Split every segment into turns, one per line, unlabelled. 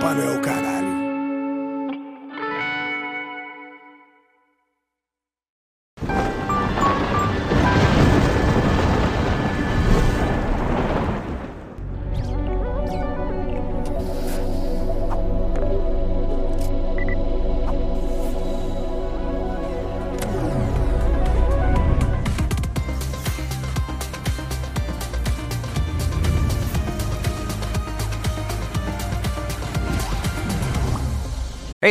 Manuel, caralho.
Hey,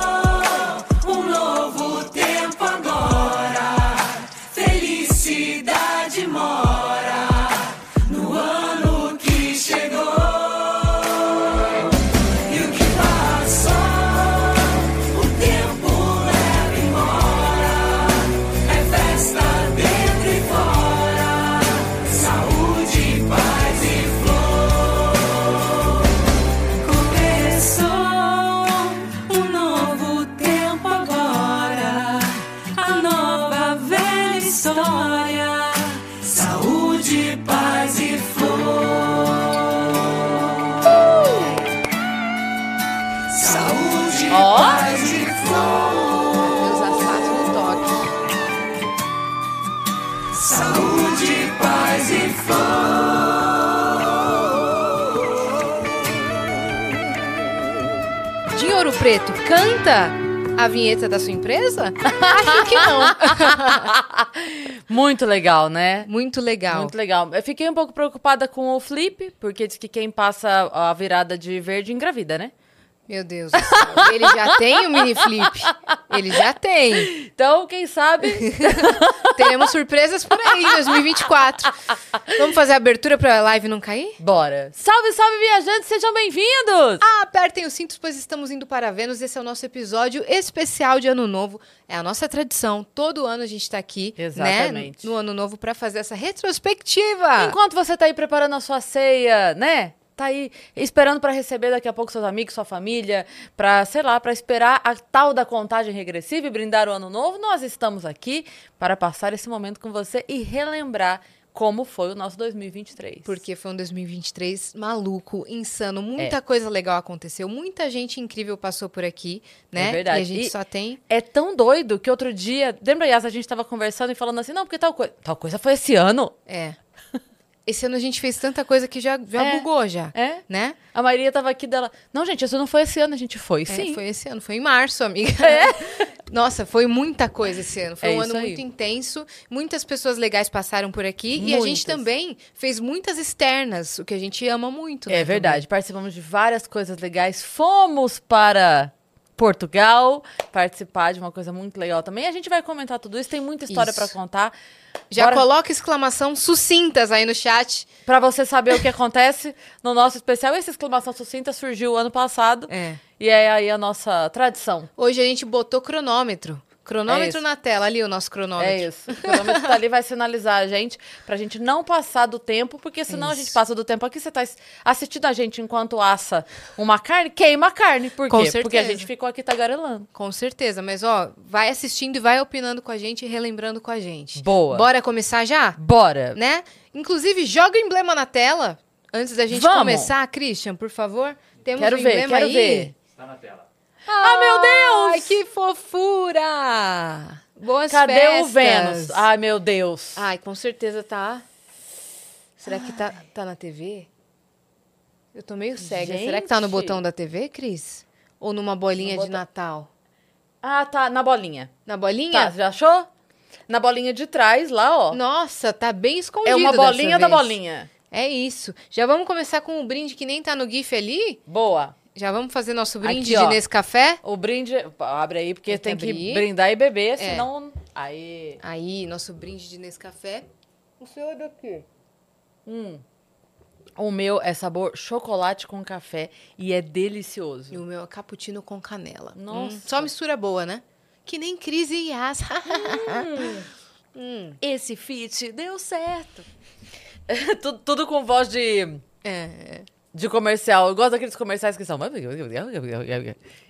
Um novo tempo agora. Felicidade mora no ano que chegou. E o que passou, o tempo leva embora. É festa dentro e fora. Saúde, paz e flor. Começou um novo tempo agora, a nova velha história. Saúde, paz e flor. Saúde,
Ó.
paz e flor.
Meus sapatos no toque.
Saúde, paz e flor.
De Ouro Preto, canta a vinheta da sua empresa? Acho que não.
Muito legal, né?
Muito legal.
Muito legal. Eu fiquei um pouco preocupada com o Flip, porque diz que quem passa a virada de verde engravida, né?
Meu Deus do céu. Ele já tem o mini flip. Ele já tem.
Então, quem sabe.
Teremos surpresas por aí em 2024. Vamos fazer a abertura pra live não cair?
Bora! Salve, salve, viajantes! Sejam bem-vindos!
Ah, apertem os cintos, pois estamos indo para Vênus. Esse é o nosso episódio especial de Ano Novo. É a nossa tradição. Todo ano a gente está aqui,
Exatamente.
né? No Ano Novo para fazer essa retrospectiva.
Enquanto você tá aí preparando a sua ceia, né? Tá aí esperando pra receber daqui a pouco seus amigos, sua família, pra, sei lá, pra esperar a tal da contagem regressiva e brindar o ano novo, nós estamos aqui para passar esse momento com você e relembrar como foi o nosso 2023.
Porque foi um 2023 maluco,
É.
insano. Muita coisa legal aconteceu. Muita gente incrível passou por aqui, né?
É verdade.
E a gente
E-
só tem.
é tão doido que outro dia, lembra, Yas, a gente tava conversando e falando assim, não, porque tal coisa, tal coisa foi esse ano.
É. Esse ano a gente fez tanta coisa que já, já
É.
bugou, já.
É.
Né?
A Maria tava aqui dela, não, gente, isso não foi esse ano, a gente foi,
É,
sim.
foi esse ano, foi em março, amiga. Nossa, foi muita coisa esse ano. Foi
É
um
isso
ano
aí.
muito intenso. Muitas pessoas legais passaram por aqui. E a
Muitas.
gente também fez muitas externas, o que a gente ama muito. né,
É verdade, participamos de várias coisas legais. Fomos para Portugal participar de uma coisa muito legal também. A gente vai comentar tudo isso, tem muita história
Isso.
para contar.
também. Já
Bora.
coloca exclamação sucintas aí no chat.
Para você saber o que acontece no nosso especial, essa exclamação sucinta surgiu ano passado.
É.
E é aí a nossa tradição.
Hoje a gente botou cronômetro.
É
Cronômetro
isso.
na tela, ali o nosso cronômetro.
É isso. O cronômetro tá ali, vai sinalizar a gente pra gente não passar do tempo, porque senão a gente
Isso.
passa do tempo aqui. Você tá es- assistindo a gente enquanto assa uma carne, queima a carne. Por
Com
quê? Porque a
certeza.
gente ficou aqui tagarelando.
Com certeza, mas ó, vai assistindo e vai opinando com a gente e relembrando com a gente.
Boa.
Bora começar já?
Bora!
né? Inclusive, joga o emblema na tela. Antes da gente
Vamos.
começar, Christian, por favor. Temos
Quero
um
ver,
emblema
quero
aí.
ver.
Ah,
meu Deus!
Ai, que fofura! Boas
Cadê
festas.
o Vênus? Ah. Ai, meu Deus.
Ai, com certeza tá. Será que tá, tá na TV? Eu tô meio cega. Será que tá no
Gente. Tá
botão da TV, Cris? Ou numa bolinha
No
de
botão-
Natal?
Ah, tá, na bolinha.
Na
Tá,
bolinha?
já achou? Na bolinha de trás, lá, ó.
Nossa, tá bem escondido
é uma
dessa
bolinha da
vez.
bolinha.
É isso. Já vamos começar com o brinde que nem tá no GIF ali?
Boa.
Já vamos fazer nosso brinde
Aqui, ó.
de nesse café?
O brinde... Abre aí, porque
Tem que
tem que
abrir.
brindar e beber, senão... É. Aí...
Aí, nosso brinde de Nescafé. O seu é daqui.
Hum. O meu é sabor chocolate com café e é delicioso.
E o meu é cappuccino com canela. Hum,
Nossa.
só mistura boa, né? Que nem Cris e Yas.
Esse fit deu certo. tudo, tudo com voz de,
é.
de comercial. Eu gosto daqueles comerciais que são.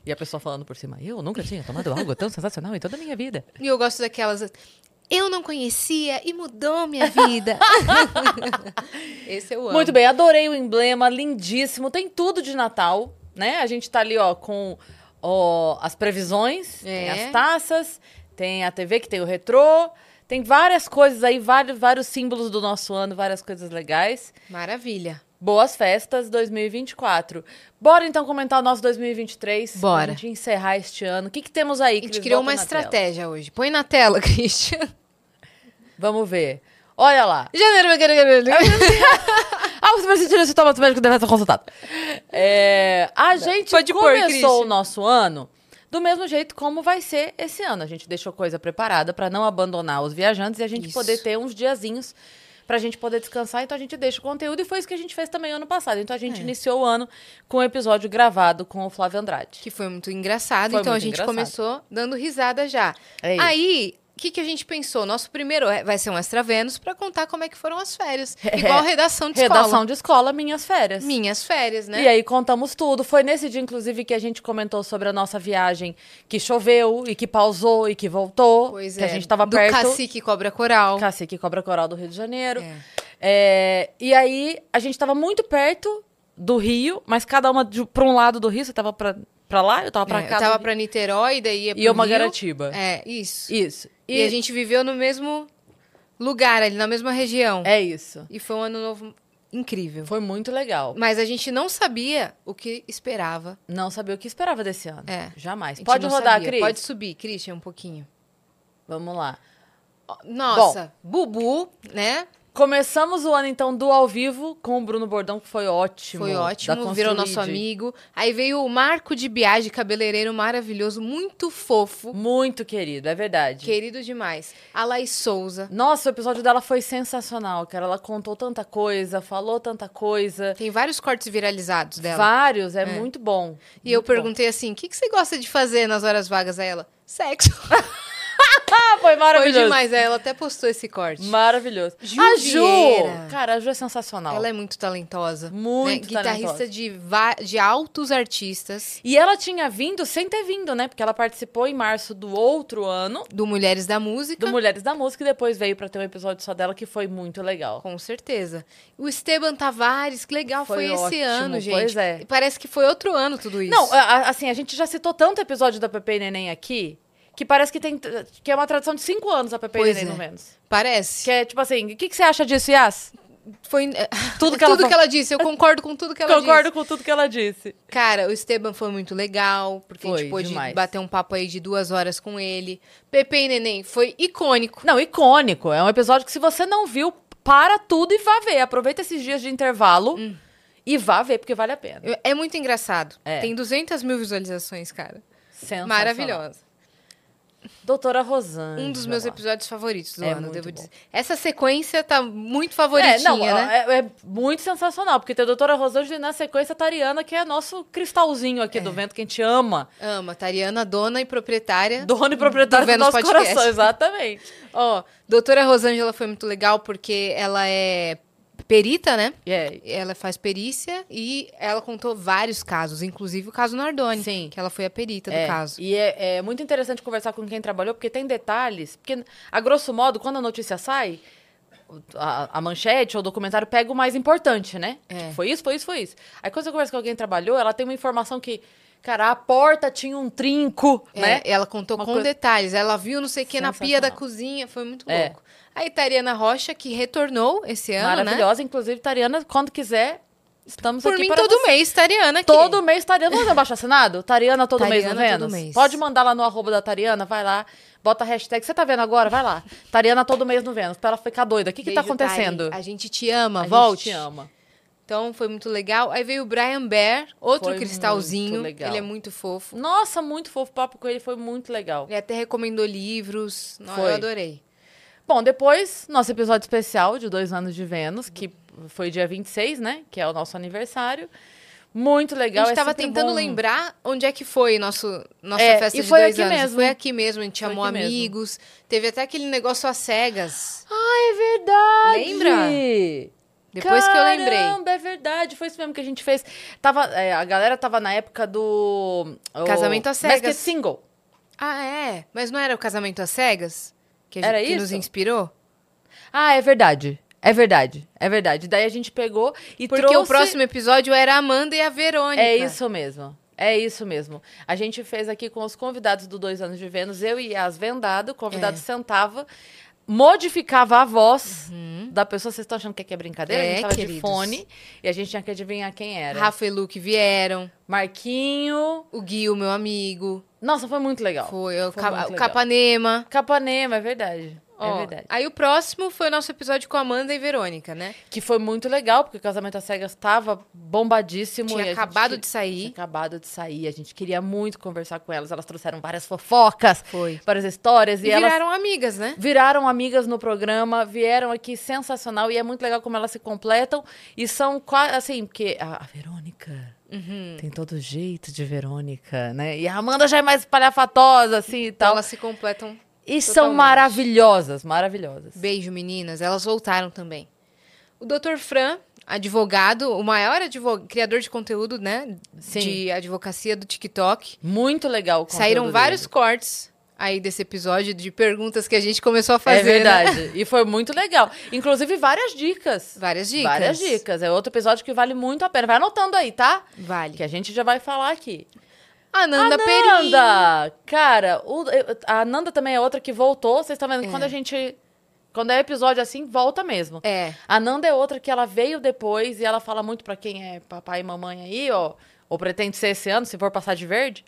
E a pessoa falando por cima. Eu nunca tinha tomado algo tão sensacional em toda a minha vida.
E eu gosto daquelas. Eu não conhecia e mudou minha vida. Esse eu amo.
Muito bem, adorei o emblema, lindíssimo. Tem tudo de Natal, né? A gente tá ali, ó, com ó, as previsões, tem
É.
as taças, tem a TV que tem o retrô, tem várias coisas aí, vários, vários símbolos do nosso ano, várias coisas legais.
Maravilha.
Boas festas 2024. Bora então comentar o nosso 2023.
Bora.
Pra gente encerrar este ano. O que, que temos aí,
A gente
Cris?
criou
Volta
uma
na tela.
estratégia hoje. Põe na tela, Christian.
Vamos ver. Olha lá.
Janeiro. É
Ah, você vai sentir esse toma médico deve ser consultado. É, a gente
Pode pôr,
começou
Christian.
o nosso ano do mesmo jeito como vai ser esse ano. A gente deixou coisa preparada pra não abandonar os viajantes e a gente
Isso.
poder ter uns diazinhos pra gente poder descansar. Então a gente deixa o conteúdo e foi isso que a gente fez também ano passado. Então a gente
É.
iniciou o ano com um episódio gravado com o Flávio Andrade.
Que foi muito engraçado.
Foi
então
muito
a gente
engraçado.
começou dando risada já.
É isso.
Aí, o que, que a gente pensou? Nosso primeiro é- vai ser um Extra Vênus pra contar como é que foram as férias. Igual redação de
É. Redação
escola.
de escola, minhas férias.
Minhas férias, né?
E é, aí contamos tudo. Foi nesse dia, inclusive, que a gente comentou sobre a nossa viagem que choveu e que pausou e que voltou.
Pois
que a
é.
gente tava
do
perto.
Cacique Cobra Coral.
Cacique Cobra Coral do Rio de Janeiro.
É.
É, e aí, a gente tava muito perto do Rio, mas cada uma de, pra um lado do Rio. Você tava pra, pra lá, eu tava pra
É,
cá.
eu tava
do Rio.
pra Niterói, daí ia pro
E eu uma
Rio.
Garatiba.
É, isso. E,
Isso.
a gente viveu no mesmo lugar ali, na mesma região.
É isso.
E foi um ano novo incrível.
Foi muito legal.
Mas a gente não sabia o que esperava.
Não sabia o que esperava desse ano.
É. A
Jamais.
gente
Pode
não
rodar,
sabia.
Cris.
Pode subir, Christian, um pouquinho.
Vamos lá.
Nossa, Bubu, né?
Começamos o ano, então, do ao vivo com o Bruno Bordão, que foi ótimo.
Foi
da
ótimo, virou nosso
Construide.
amigo. Aí veio o Marco de Biage, cabeleireiro maravilhoso, muito fofo,
Muito querido, é verdade.
querido demais. A Laís Souza.
Nossa, o episódio dela foi sensacional, cara. Ela contou tanta coisa, falou tanta coisa.
Tem vários cortes viralizados dela.
Vários, é, muito bom.
E eu
Muito bom.
perguntei assim: o que, que você gosta de fazer nas horas vagas a ela? Sexo.
Ah, foi
Foi
maravilhoso.
demais. Aí Ela até postou esse corte.
Maravilhoso.
Ju
a Ju!
Vieira.
Cara, a Ju é sensacional.
Ela é muito talentosa. né?
Muito
Guitarrista
talentosa.
de, va- de altos artistas
E ela tinha vindo sem ter vindo, né? Porque ela participou em março do outro ano
do Mulheres da Música.
do Mulheres da Música e depois veio pra ter um episódio só dela que foi muito legal.
Com certeza. O Esteban Tavares, que legal foi,
Foi
esse
ótimo,
ano, gente.
pois é.
E Parece que foi outro ano tudo isso.
Não, a- a- assim, a gente já citou tanto episódio da Pepe e Neném aqui que parece que tem t- que é uma tradição de cinco anos a Pepe e
Pois
Neném,
é.
no menos.
parece.
Que é tipo assim, o que, que você acha disso, Yas?
Foi
Tudo que ela falou.
disse. Eu concordo com tudo que ela
Concordo
disse.
com tudo que ela disse.
Cara, o Esteban foi muito legal, porque a
Foi
gente pôde
demais.
bater um papo aí de duas horas com ele. Pepe e Neném foi icônico.
Não, icônico. É um episódio que se você não viu, para tudo e vá ver. Aproveita esses dias de intervalo e vá ver, porque vale a pena.
Hum. Eu- É muito engraçado.
É.
Tem 200 mil visualizações, cara.
Sensacional.
Maravilhosa.
Doutora Rosana.
Um dos meus episódios favoritos do
É
ano,
muito
devo
bom.
dizer. Essa sequência tá muito favoritinha,
É, não,
né?
é, é muito sensacional, porque tem a doutora Rosângela e na sequência a Tariana, que é nosso cristalzinho
É.
aqui do vento, que a gente ama.
Ama, Tariana, dona e proprietária.
Dono e proprietário do,
Vênus
nosso
Podcast.
coração, exatamente.
Ó, doutora Rosângela foi muito legal porque ela é perita, né?
É.
Ela faz perícia e ela contou vários casos, inclusive o caso Nardoni,
Sim.
que ela foi a perita
É,
do caso.
E é, é muito interessante conversar com quem trabalhou, porque tem detalhes. Porque, a grosso modo, quando a notícia sai, o- a, a manchete ou o documentário pega o mais importante, né?
É.
Tipo, foi isso, foi isso, foi isso. Aí quando você conversa com alguém que trabalhou, ela tem uma informação que, cara, a porta tinha um trinco,
É,
né?
Ela contou
Uma
com
coisa-
detalhes. Ela viu não sei o que na pia da
Sensacional.
cozinha, foi muito
É.
louco. Aí Tariana Rocha, que retornou esse ano, né?
Maravilhosa. Inclusive, Tariana, quando quiser, estamos
Por
aqui
mim,
para
todo
você.
mês, Tariana aqui.
Todo mês, Tariana. Vamos fazer um baixo assinado? Tariana todo mês no
Tariana todo
Vênus?
mês.
Pode mandar lá no arroba da Tariana, vai lá. Bota a hashtag. Você tá vendo agora? Vai lá. Tariana todo mês no Vênus, pra ela ficar doida. O que que tá
Beijo, Tari.
acontecendo?
A gente te ama,
A gente
volte.
te ama.
Então foi muito legal. Aí veio o Brian Bear, outro
Foi muito
cristalzinho.
legal.
Ele é muito fofo.
Nossa, muito fofo. O papo com ele foi muito legal.
Ele até recomendou livros. Não,
Foi.
Eu adorei.
Bom, depois, nosso episódio especial de dois anos de Vênus, que
foi dia 26, né? Que é o nosso aniversário. Muito legal.
a gente
é
tava
sempre
tentando
bom.
lembrar onde é que foi nosso, nossa
É,
festa
e
de
foi
dois
aqui
anos.
mesmo.
Foi aqui mesmo, a gente
Foi
chamou
aqui mesmo.
amigos. Teve até aquele negócio às cegas.
É verdade!
Lembra? Depois que eu lembrei.
Caramba, é verdade. Foi isso mesmo que a gente fez. Tava, é, a galera tava na época do... o
Casamento às cegas.
Masked Single.
Ah, é? Mas não era o casamento às cegas? Que, a gente,
Era
que nos
isso?
inspirou?
Ah, é verdade. É verdade. É verdade. Daí a gente pegou e
Porque
trouxe...
o próximo episódio era a Amanda e a Verônica.
É isso mesmo. É isso mesmo. A gente fez aqui com os convidados do Dois Anos de Vênus, eu e as vendado, o convidado
É.
sentava, modificava a voz da pessoa. Vocês estão achando que aqui é brincadeira? a
Uhum. É,
gente tava
queridos.
de fone e a gente tinha que adivinhar quem era.
Rafa e Luke vieram.
Marquinho.
O Gui, o meu amigo.
Nossa, foi muito legal.
Foi, o,
Foi
Ca-
muito
o
legal.
Capanema.
Capanema, é verdade.
Ó,
é verdade.
Aí o próximo foi o nosso episódio com a Amanda e Verônica, né?
Que foi muito legal, porque o Casamento às Cegas estava bombadíssimo.
Tinha
e a gente
acabado
queria-
de sair.
Tinha acabado de sair. A gente queria muito conversar com elas. Elas trouxeram várias fofocas,
Foi.
várias histórias.
E
E, elas
viraram amigas, né?
viraram amigas no programa, vieram aqui sensacional. E é muito legal como elas se completam. E são quase assim, porque a, a Verônica
Uhum.
tem todo jeito de Verônica, né? E a Amanda já é mais palhafatosa, assim e
Então
tal.
elas se completam.
E são
totalmente.
maravilhosas, maravilhosas.
Beijo, meninas. Elas voltaram também. O Dr. Fran, advogado, o maior advo- criador de conteúdo, né?
Sim.
De advocacia do TikTok.
Muito legal. o conteúdo
Saíram vários
deles.
cortes aí desse episódio de perguntas que a gente começou a fazer.
é
né?
verdade. E foi muito legal. Inclusive, várias dicas.
Várias dicas.
Várias dicas. É outro episódio que vale muito a pena. Vai anotando aí, tá?
Vale.
Que a gente já vai falar aqui.
Ananda, Perim.
Ananda! Cara, o- eu- a Ananda também é outra que voltou. Vocês estão vendo? que Quando a gente. Quando é episódio assim, volta mesmo.
É.
A Nanda é outra que ela veio depois e ela fala muito pra quem é papai e mamãe aí, ó. Ou pretende ser esse ano, se for passar de verde.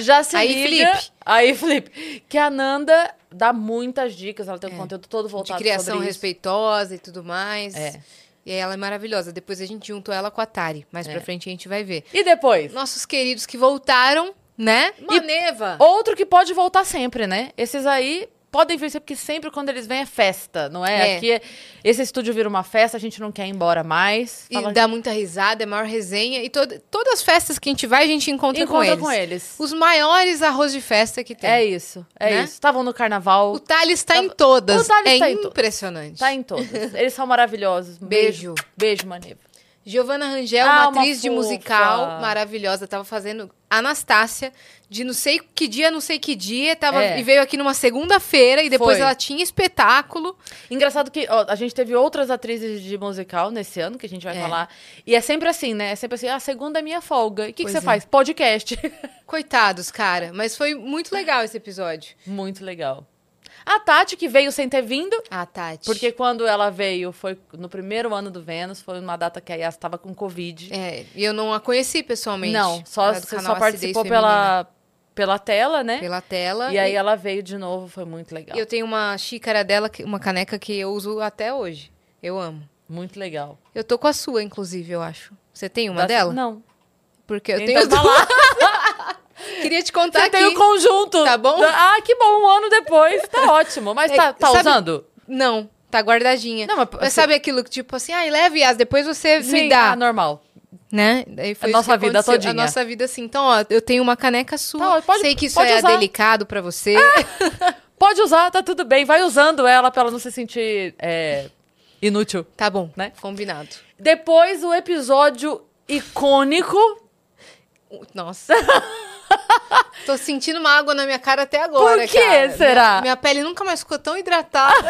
Já se
Aí,
liga.
Felipe.
Aí, Felipe. Que a Nanda dá muitas dicas. Ela tem um conteúdo todo
É. De
voltado
criação
sobre isso.
respeitosa e tudo mais.
É.
E aí ela é maravilhosa. Depois a gente juntou ela com a Tari. Mais
É.
pra frente a gente vai ver.
E depois?
Nossos queridos que voltaram, né?
E-
Maneva.
Outro que pode voltar sempre, né? Esses aí podem vir sempre, porque sempre quando eles vêm é festa, não é?
É.
Aqui, é- esse estúdio vira uma festa, a gente não quer ir embora mais.
E
Fala-
dá muita risada, é maior resenha. E todo- todas as festas que a gente vai, a gente encontra,
Encontra
com, eles.
com eles.
Os maiores arroz de festa que tem.
É isso, é
Né?
isso. Estavam no carnaval,
O Thales está em todas.
O Thales
é
tá em todas.
impressionante.
tá em todos. Eles são maravilhosos. Um
Beijo.
Beijo, Maneva.
Giovanna Rangel,
Ah,
uma
uma
atriz de
fofa.
musical maravilhosa, tava fazendo Anastácia de não sei que dia, não sei que dia, tava,
É.
e veio aqui numa segunda-feira e depois
Foi.
ela tinha espetáculo.
Engraçado que ó, a gente teve outras atrizes de musical nesse ano, que a gente vai
É.
falar. E é sempre assim, né? É sempre assim, a segunda é minha folga. E o que, que
Pois
você
é.
faz? Podcast.
Coitados, cara, mas foi
É.
muito legal esse episódio.
Muito legal. A Tati, que veio sem ter vindo,
Ah, Tati.
Porque quando ela veio, foi no primeiro ano do Vênus, foi numa data que a Yas estava com Covid.
é, e eu não a conheci pessoalmente.
Não, só,
Ela é do
você
canal
só participou
Acidez Feminina.
pela, pela tela, né?
pela tela.
E aí ela veio de novo, foi muito legal.
e eu tenho uma xícara dela, que- uma caneca que eu uso até hoje. Eu amo.
Muito legal.
Eu tô com a sua, inclusive, eu acho. Você tem uma
Da-
dela?
Não.
Porque eu
Então
tenho
tá
duas.
lá.
Queria te contar
Você
aqui.
tem o conjunto.
Tá bom?
Ah, que bom, um ano depois. Tá ótimo. Mas
É,
tá, tá
sabe-
usando?
Não, tá guardadinha.
Não, mas-
mas sabe aquilo que tipo assim, ai, leve as, depois você me
ah,
dá,
normal.
né? Daí foi
A
isso
nossa
que
vida
aconteceu.
todinha.
A nossa vida assim. Então, ó, eu tenho uma caneca sua.
Tá, pode-
Sei que isso
pode
é
usar. Ah!
delicado pra você.
Pode usar, tá tudo bem. Vai usando ela pra ela não se sentir é, inútil.
Tá bom,
Né?
Combinado.
Depois, o episódio icônico
Nossa. Tô sentindo uma água na minha cara até agora,
Por quê,
cara.
será?
Minha, minha pele nunca mais ficou tão hidratada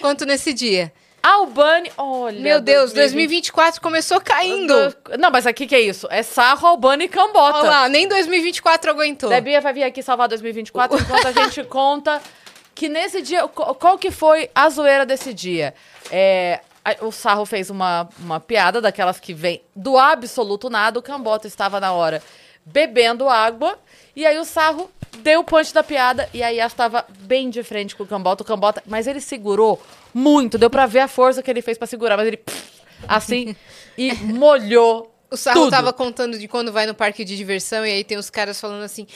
quanto nesse dia.
Albani, olha.
Meu Deus, 2024 começou caindo.
Não, mas aqui que é isso? É sarro, Albani e cambota.
Olha lá, nem 2024 aguentou.
Debia vai vir aqui salvar 2024 enquanto a gente conta que nesse dia. co- Qual que foi a zoeira desse dia? É, a- O Sarro fez uma, uma piada daquelas que vem do absoluto nada. O Cambota estava na hora bebendo água. E aí o Sarro deu o punch da piada. E aí a estava bem de frente com o Cambota. O Cambota, mas ele segurou muito. Deu pra ver a força que ele fez pra segurar. Mas ele, assim, e molhou.
O Sarro
tudo.
tava contando de quando vai no parque de diversão e aí tem os caras falando assim: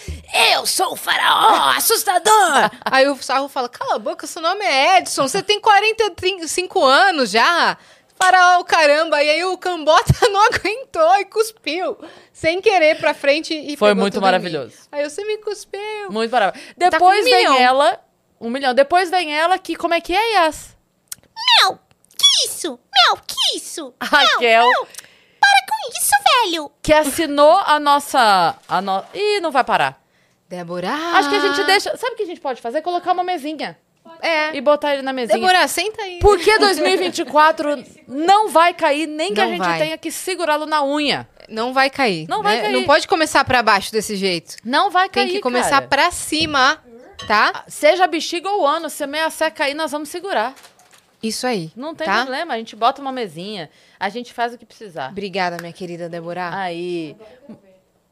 Eu sou o faraó, assustador! aí o Sarro fala: Cala a boca, seu nome é Edson, você tem 45 anos já. Fala para o caramba. E aí o Cambota não aguentou e cuspiu. Sem querer pra frente e
Foi
pegou
muito
tudo em mim.
maravilhoso.
Aí eu, você me cuspiu.
Muito barato.
com
Depois
um
vem
milhão.
ela. Um milhão. Depois vem ela que. Como é que é, Yas?
Meu, que isso? Meu, que isso?
A Raquel,
Para com isso, velho!
que assinou a nossa. A no... Ih, não vai parar.
Débora.
Acho que a
Ah.
gente deixa. Sabe o que a gente pode fazer? Colocar uma mesinha.
É.
E botar ele na mesinha.
Débora, senta aí.
Por que 2024 não vai cair, nem que a
Não
gente
vai.
tenha que segurá-lo na unha.
Não vai cair.
Não
né?
vai cair.
Não pode começar pra baixo desse jeito.
Não vai
Tem
cair.
que começar
cara.
pra cima, tá?
Seja bexiga ou ano, se a meia seca aí, nós vamos segurar.
Isso aí.
Não tem
tá?
problema, a gente bota uma mesinha, a gente faz o que precisar.
Obrigada, minha querida Débora.
Ah. Aí.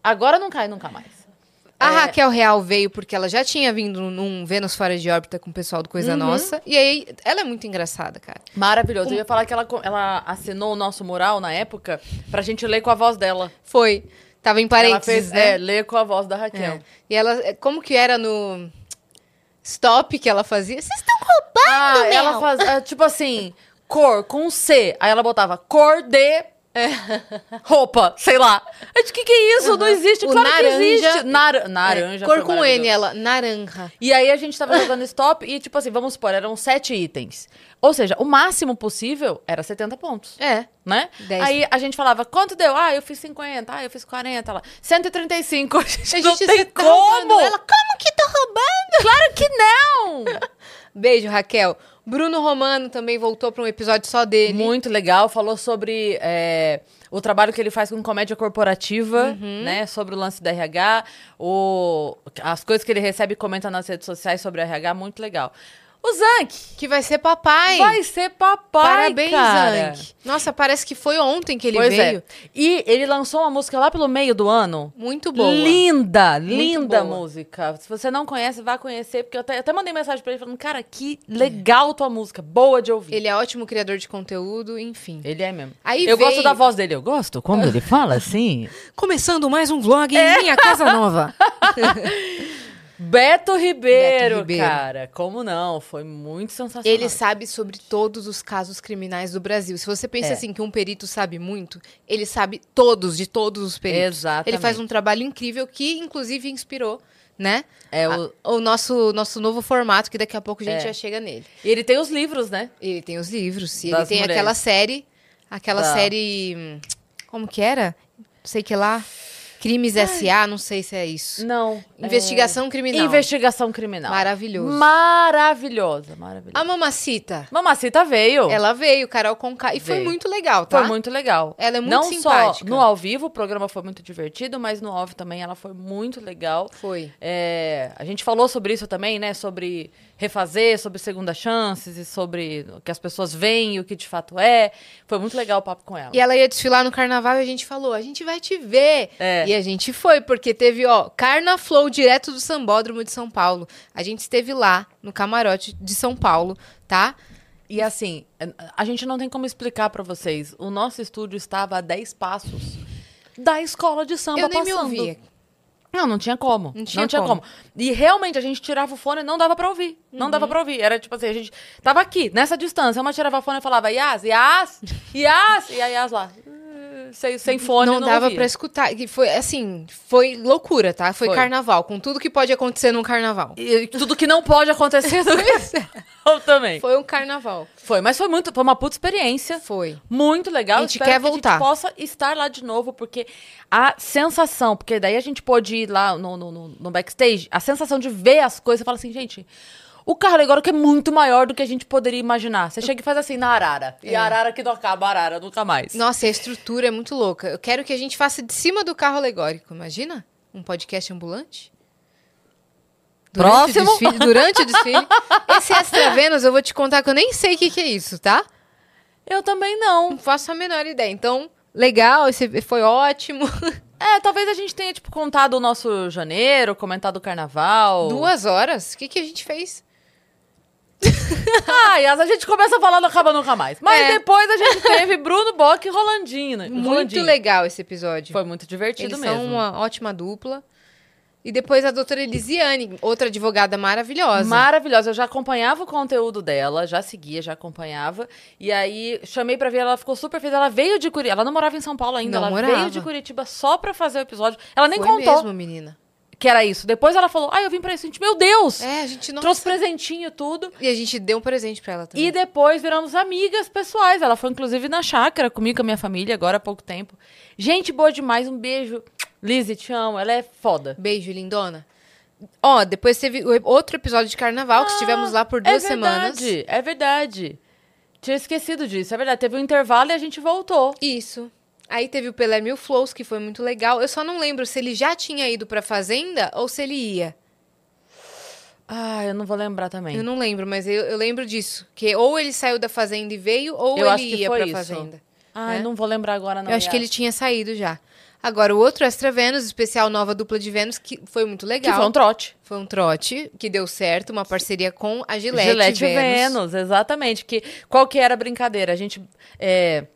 Agora não cai nunca mais. é.
A Raquel Real veio porque ela já tinha vindo num Vênus Fora de Órbita com o pessoal do
Uhum.
Coisa Nossa. E aí, ela é muito engraçada, cara.
Maravilhoso. Eu ia falar que ela, co- ela assinou o nosso mural na época pra gente ler com a voz dela.
Foi. Tava em
Ela
parênteses,
fez,
né?
é, ler com a voz da Raquel.
É. E ela, como que era no stop que ela fazia? Vocês estão roubando?
Ah,
Mel.
ela faz, é, tipo assim, cor com C. Aí ela botava cor de roupa, sei lá. Mas o que que é isso? Não existe,
O
claro
naranja-
que existe. Nar- naranja.
É, cor
foi
com
maravilhoso.
N, ela, naranja.
E aí a gente tava jogando stop e, tipo assim, vamos supor, eram sete itens. Ou seja, o máximo possível era 70 pontos.
É.
Né?
Dez.
Aí a gente falava, quanto deu? Ah, eu fiz 50, ah, eu fiz 40, lá. 135. A gente,
A
não
gente
tem
se tá
como!
roubando. Ela, tá
Como que tô roubando?
Claro que não!
Beijo, Raquel. Bruno Romano também voltou pra um episódio só dele.
Muito legal, falou sobre é, o trabalho que ele faz com comédia corporativa,
Uhum.
né? Sobre o lance da RH, o, as coisas que ele recebe e comenta nas redes sociais sobre RH, muito legal. O Zank
Que vai ser papai.
vai ser papai,
Parabéns,
cara.
Zank. Nossa, parece que foi ontem que ele
pois
veio.
é. E ele lançou uma música lá pelo meio do ano.
Muito boa.
Linda, linda
boa.
música. Se você não conhece, vá conhecer, porque eu até, eu até mandei mensagem pra ele falando, cara, que legal tua música, boa de ouvir.
Ele é ótimo criador de conteúdo, enfim.
Ele é mesmo.
Aí
eu
veio-
gosto da voz dele. Eu gosto como ele fala assim.
Começando mais um vlog
É.
em minha casa nova.
Beto Ribeiro,
Beto Ribeiro.
cara. Como não? Foi muito sensacional.
Ele sabe sobre todos os casos criminais do Brasil. Se você pensa
É.
assim que um perito sabe muito, ele sabe todos de todos os peritos.
Exatamente.
Ele faz um trabalho incrível que inclusive inspirou, né?
É,
a-
o-
o nosso nosso novo formato que daqui a pouco a gente
É.
já chega nele.
E ele tem os livros, né?
Ele tem os livros, e
Das
ele tem
mulheres. Tá.
aquela série, aquela
Da-
série hum, como que era? Não sei que lá. Crimes SA, não sei se é isso.
Não. É.
Investigação criminal.
Investigação criminal.
Maravilhoso.
Maravilhosa, maravilhosa.
A Mamacita,
Mamacita veio.
ela veio, Carol Conká, e foi
Veio.
muito legal, tá?
Foi muito legal.
Ela é muito
Não só
simpática.
no ao vivo, o programa foi muito divertido, mas no off também ela foi muito legal.
Foi.
É, a gente falou sobre isso também, né? Sobre refazer, sobre segunda chances e sobre o que as pessoas veem e o que de fato é. Foi muito legal o papo com ela.
E ela ia desfilar no carnaval e a gente falou: a gente vai te ver.
É.
E a gente foi, porque teve, ó, Carna Flow direto do Sambódromo de São Paulo. A gente esteve lá, no camarote de São Paulo, tá?
E assim, a gente não tem como explicar pra vocês. O nosso estúdio estava a 10 passos da escola de samba
Eu nem me
passando.
ouvia.
Não, não tinha como.
Não tinha
como.
como.
E realmente a gente tirava o fone e não dava pra ouvir. Não
Uhum.
dava pra ouvir. Era tipo assim, a gente tava aqui, nessa distância. Uma tirava o fone e falava, Yas, Yas, Yas. E a Yas lá, "Eh", sem, sem fone, não,
não, dava
ouvia.
pra escutar. E foi assim, foi loucura, tá? Foi,
Foi.
carnaval, com tudo que pode acontecer num carnaval.
E tudo que não pode acontecer do Eu também. Foi.
Foi um carnaval.
mas foi muito, foi uma puta experiência.
Foi.
Muito legal.
A gente
Espero
quer
que A
voltar.
gente possa estar lá de novo, porque a sensação, porque daí a gente pôde ir lá no, no, no- no backstage, a sensação de ver as coisas, você fala assim, gente. O carro alegórico é muito maior do que a gente poderia imaginar. Você chega e faz assim na arara.
É.
E a arara que não acaba, a arara nunca mais.
Nossa, e a estrutura é muito louca. Eu quero que a gente faça de cima do carro alegórico. Imagina? Um podcast ambulante?
Próximo.
O desfile, durante o desfile. Esse Extra Vênus, eu vou te contar que eu nem sei o que, que é isso, tá?
Eu também não.
Não faço a menor ideia. Então, legal, esse foi ótimo.
É, talvez a gente tenha, tipo, contado o nosso janeiro, comentado o carnaval.
Duas horas? O que, que a gente fez?
Ah, Yas, a gente começa a falar, não acaba nunca mais. Mas
É.
depois a gente teve Bruno Bock e Rolandina.
Muito legal esse episódio.
Foi muito divertido
Eles
mesmo.
são uma ótima dupla. E depois a doutora Elisiane, outra advogada maravilhosa.
Maravilhosa. Eu já acompanhava o conteúdo dela, já seguia, já acompanhava. E aí chamei pra ver, ela ficou super feliz. Ela veio de Curitiba. Ela não morava em São Paulo ainda,
Não
ela
morava.
veio de Curitiba só pra fazer o episódio. Ela nem
Foi
contou
mesmo, menina.
que era isso. Depois ela falou: Ah, eu vim pra isso. Gente, meu Deus!
É, a gente não...
Trouxe presentinho e tudo.
E a gente deu um presente pra ela também.
E depois viramos amigas pessoais. Ela foi, inclusive, na chácara comigo, com a minha família, agora há pouco tempo. Gente boa demais, um beijo. Lizzie, te amo. Ela é foda.
Beijo, lindona. Ó, depois teve o- outro episódio de carnaval, que estivemos lá por duas
Ah, é
semanas.
verdade, É verdade. Tinha esquecido disso, é verdade. Teve um intervalo e a gente voltou.
Isso. Aí teve o Pelé Mil Flows, que foi muito legal. Eu só não lembro se ele já tinha ido pra Fazenda ou se ele ia.
Ah, eu não vou lembrar também.
Eu não lembro, mas eu, eu lembro disso. Que ou ele saiu da Fazenda e veio, ou
Eu
ele
acho que
ia
foi
pra
isso.
Fazenda.
Ah,
né?
eu não vou lembrar agora, não.
eu acho que
Yas.
ele tinha saído já. Agora, o outro Extra Vênus, especial Nova Dupla de Vênus, que foi muito
Que
legal.
foi um trote.
Foi um trote que deu certo, uma parceria com a Gillette,
Gillette
Vênus.
Vênus, exatamente. Que, qual que era a brincadeira? A gente é,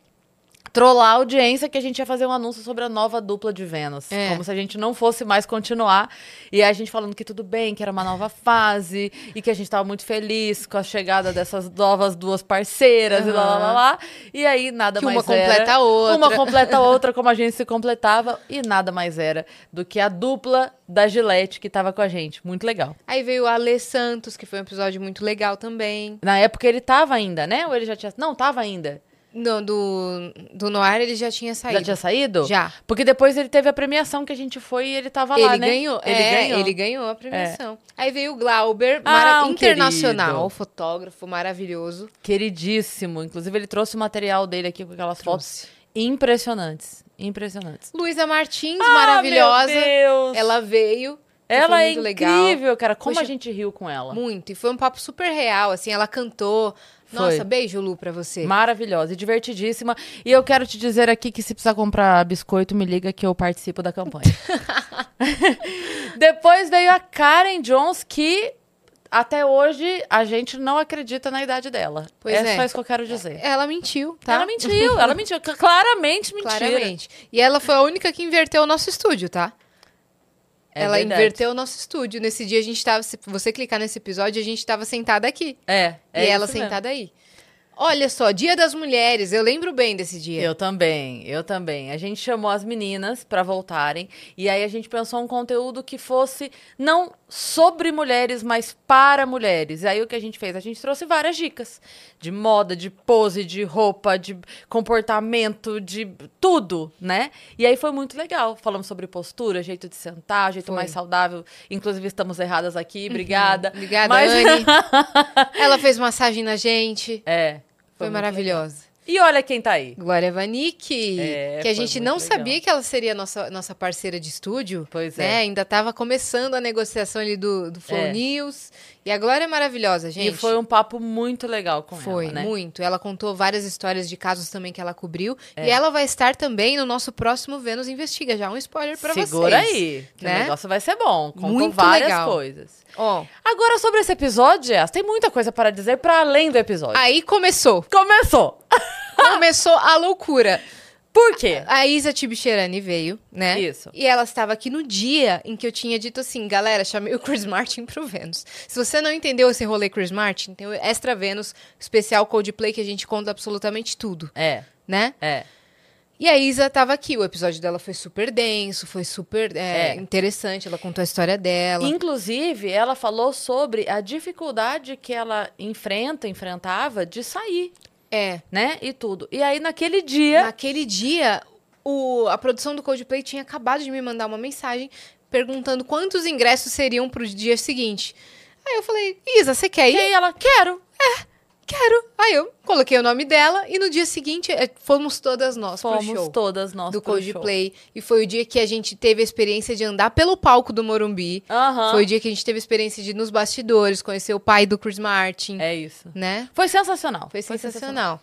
trollar a audiência que a gente ia fazer um anúncio sobre a nova dupla de Vênus.
É.
Como se a gente não fosse mais continuar. E a gente falando que tudo bem, que era uma nova fase e que a gente tava muito feliz com a chegada dessas novas duas parceiras e lá, lá, lá, lá. E aí nada
Que
mais
uma completa
era-
a outra.
Uma completa a outra, como a gente se completava. E nada mais era do que a dupla da Gillette que tava com a gente. Muito legal.
Aí veio o Ale Santos, que foi um episódio muito legal também.
Na época ele tava ainda, né? Ou ele já tinha. Não, tava ainda.
No, do, do Noir ele já tinha saído.
Já tinha saído?
Já.
Porque depois ele teve a premiação que a gente foi e ele tava lá,
Ele
né?
ganhou,
Ele
é,
ganhou. É.
ele ganhou a premiação. Aí veio o Glauber,
Ah,
mara-
um
internacional,
querido.
fotógrafo maravilhoso.
Queridíssimo. Inclusive, ele trouxe o material dele aqui com aquelas fotos impressionantes. Impressionantes.
Luísa Martins, maravilhosa.
Ah, meu Deus.
Ela veio. e
Ela
Ah, foi
é
muito
incrível,
legal.
cara. Como a
Poxa,
gente riu com ela.
Muito. E foi um papo super real, assim, ela cantou.
Foi.
Nossa, beijo, Lu, pra você.
Maravilhosa e divertidíssima. E eu quero te dizer aqui que se precisar comprar biscoito, me liga que eu participo da campanha. Depois veio a Karen Jones, que até hoje a gente não acredita na idade dela.
Pois
é,
é.
só isso que eu quero dizer.
Ela mentiu, tá?
Ela mentiu, ela mentiu. cl- Claramente mentiu.
Claramente. E ela foi a única que inverteu o nosso estúdio, tá?
É
ela
verdade.
inverteu o nosso estúdio. Nesse dia a gente tava. Se você clicar nesse episódio, a gente tava sentada aqui.
É, é
e ela tá
isso mesmo.
sentada aí. Olha só, Dia das Mulheres. Eu lembro bem desse dia.
Eu também, eu também. A gente chamou as meninas pra voltarem e aí a gente pensou um conteúdo que fosse não sobre mulheres, mas para mulheres. E aí o que a gente fez? A gente trouxe várias dicas de moda, de pose, de roupa, de comportamento, de tudo, né? E aí foi muito legal. Falamos sobre postura, jeito de sentar, jeito mais saudável. Inclusive estamos erradas aqui. Obrigada.
Uhum. Obrigada,
Mas-
Anne. Ela fez massagem na gente.
É.
Foi,
muito
maravilhosa.
legal. E olha quem tá aí.
Glória Vanick,
É,
que a
foi
gente
muito
não
legal.
sabia que ela seria nossa, nossa parceira de estúdio.
Pois
né?
é.
Ainda estava começando a negociação ali do, do Flow
É.
News. E a Glória é maravilhosa, gente.
E foi um papo muito legal com
Foi,
ela, né?
muito. Ela contou várias histórias de casos também que ela cobriu.
É.
E ela vai estar também no nosso próximo Vênus Investiga. Já um spoiler pra vocês.
Segura aí, que o
né?
negócio vai ser bom. Contou
Muito
várias
legal.
coisas.
Ó,
Agora, sobre esse episódio, Jess, tem muita coisa para dizer para além do episódio.
aí começou.
Começou!
Começou a loucura.
Por quê?
A Isa Tibicherani veio, né?
Isso.
E ela estava aqui no dia em que eu tinha dito assim, galera, chamei o Chris Martin pro Vênus. Se você não entendeu esse rolê Chris Martin, tem o Extra Vênus, especial Coldplay, que a gente conta absolutamente tudo,
É,
né?
é.
E a Isa tava aqui, o episódio dela foi super denso, foi super é,
É.
interessante, ela contou a história dela.
Inclusive, ela falou sobre a dificuldade que ela enfrenta, enfrentava de sair,
É.
né? E tudo. E aí, naquele dia.
Naquele dia, o- a produção do Coldplay tinha acabado de me mandar uma mensagem perguntando quantos ingressos seriam pro dia seguinte. Aí eu falei, Isa, você quer
E
ir?
aí, ela, quero!
Quero. Aí eu coloquei o nome dela e no dia seguinte eh, fomos todas nós pro
Fomos
show.
todas nós
do
pro
Coldplay. E foi o dia que a gente teve a experiência de andar pelo palco do Morumbi.
show. Aham.
Foi o dia que a gente teve a experiência de ir nos bastidores, conhecer o pai do Chris Martin,
É isso.
né?
Foi sensacional.
Foi sensacional.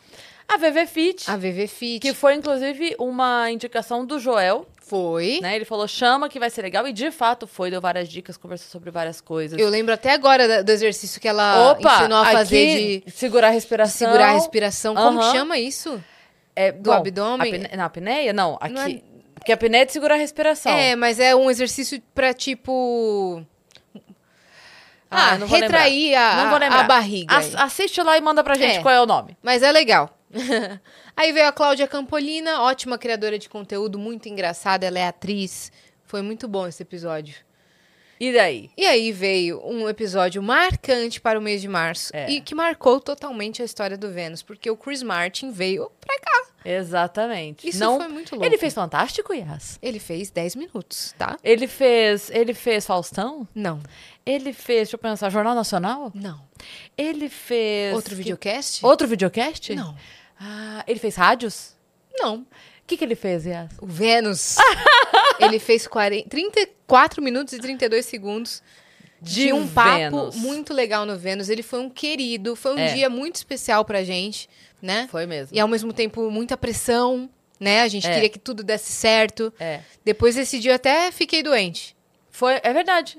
A VV Fit,
A VV Fit
que foi inclusive uma indicação do Joel,
foi.
né? Ele falou: chama que vai ser legal. E de fato foi, deu várias dicas, conversou sobre várias coisas.
Eu lembro até agora da- do exercício que ela ensinou a fazer de
aqui, segurar a respiração.
segurar a respiração. Como
Aham.
que chama isso?
É,
do abdômen?
apne- na apneia? Não, aqui.
Não é-
Porque a apneia é de segurar a respiração.
É, mas é um exercício pra tipo. Ah,
não vou lembrar.
retrair a,
Não vou
a-
lembrar.
a barriga.
Ass- assiste lá e manda pra gente
É.
qual é o nome.
Mas é legal. Aí veio a Cláudia Campolina, ótima criadora de conteúdo, muito engraçada, ela é atriz. Foi muito bom esse episódio.
E daí?
E aí veio um episódio marcante para o mês de março
É.
e que marcou totalmente a história do Vênus, porque o Chris Martin veio pra cá.
Exatamente.
Isso
não...
foi muito louco.
Ele fez Fantástico, Yas?
Ele fez 10 minutos, tá?
Ele fez, ele fez Faustão?
Não,
Ele fez, deixa eu pensar, Jornal Nacional?
não.
Ele fez...
Outro videocast?
Outro videocast?
Não.
Ah, ele fez rádios?
Não.
O que, que ele fez, Yas?
O Vênus. ele fez 40, 34 minutos e 32 segundos de,
De
um papo
Vênus.
muito legal no Vênus. Ele foi um querido, foi um
É.
dia muito especial pra gente, né?
Foi mesmo.
E ao mesmo tempo muita pressão, né? A gente
É.
queria que tudo desse certo.
É.
Depois desse dia eu até fiquei doente.
Foi, é verdade.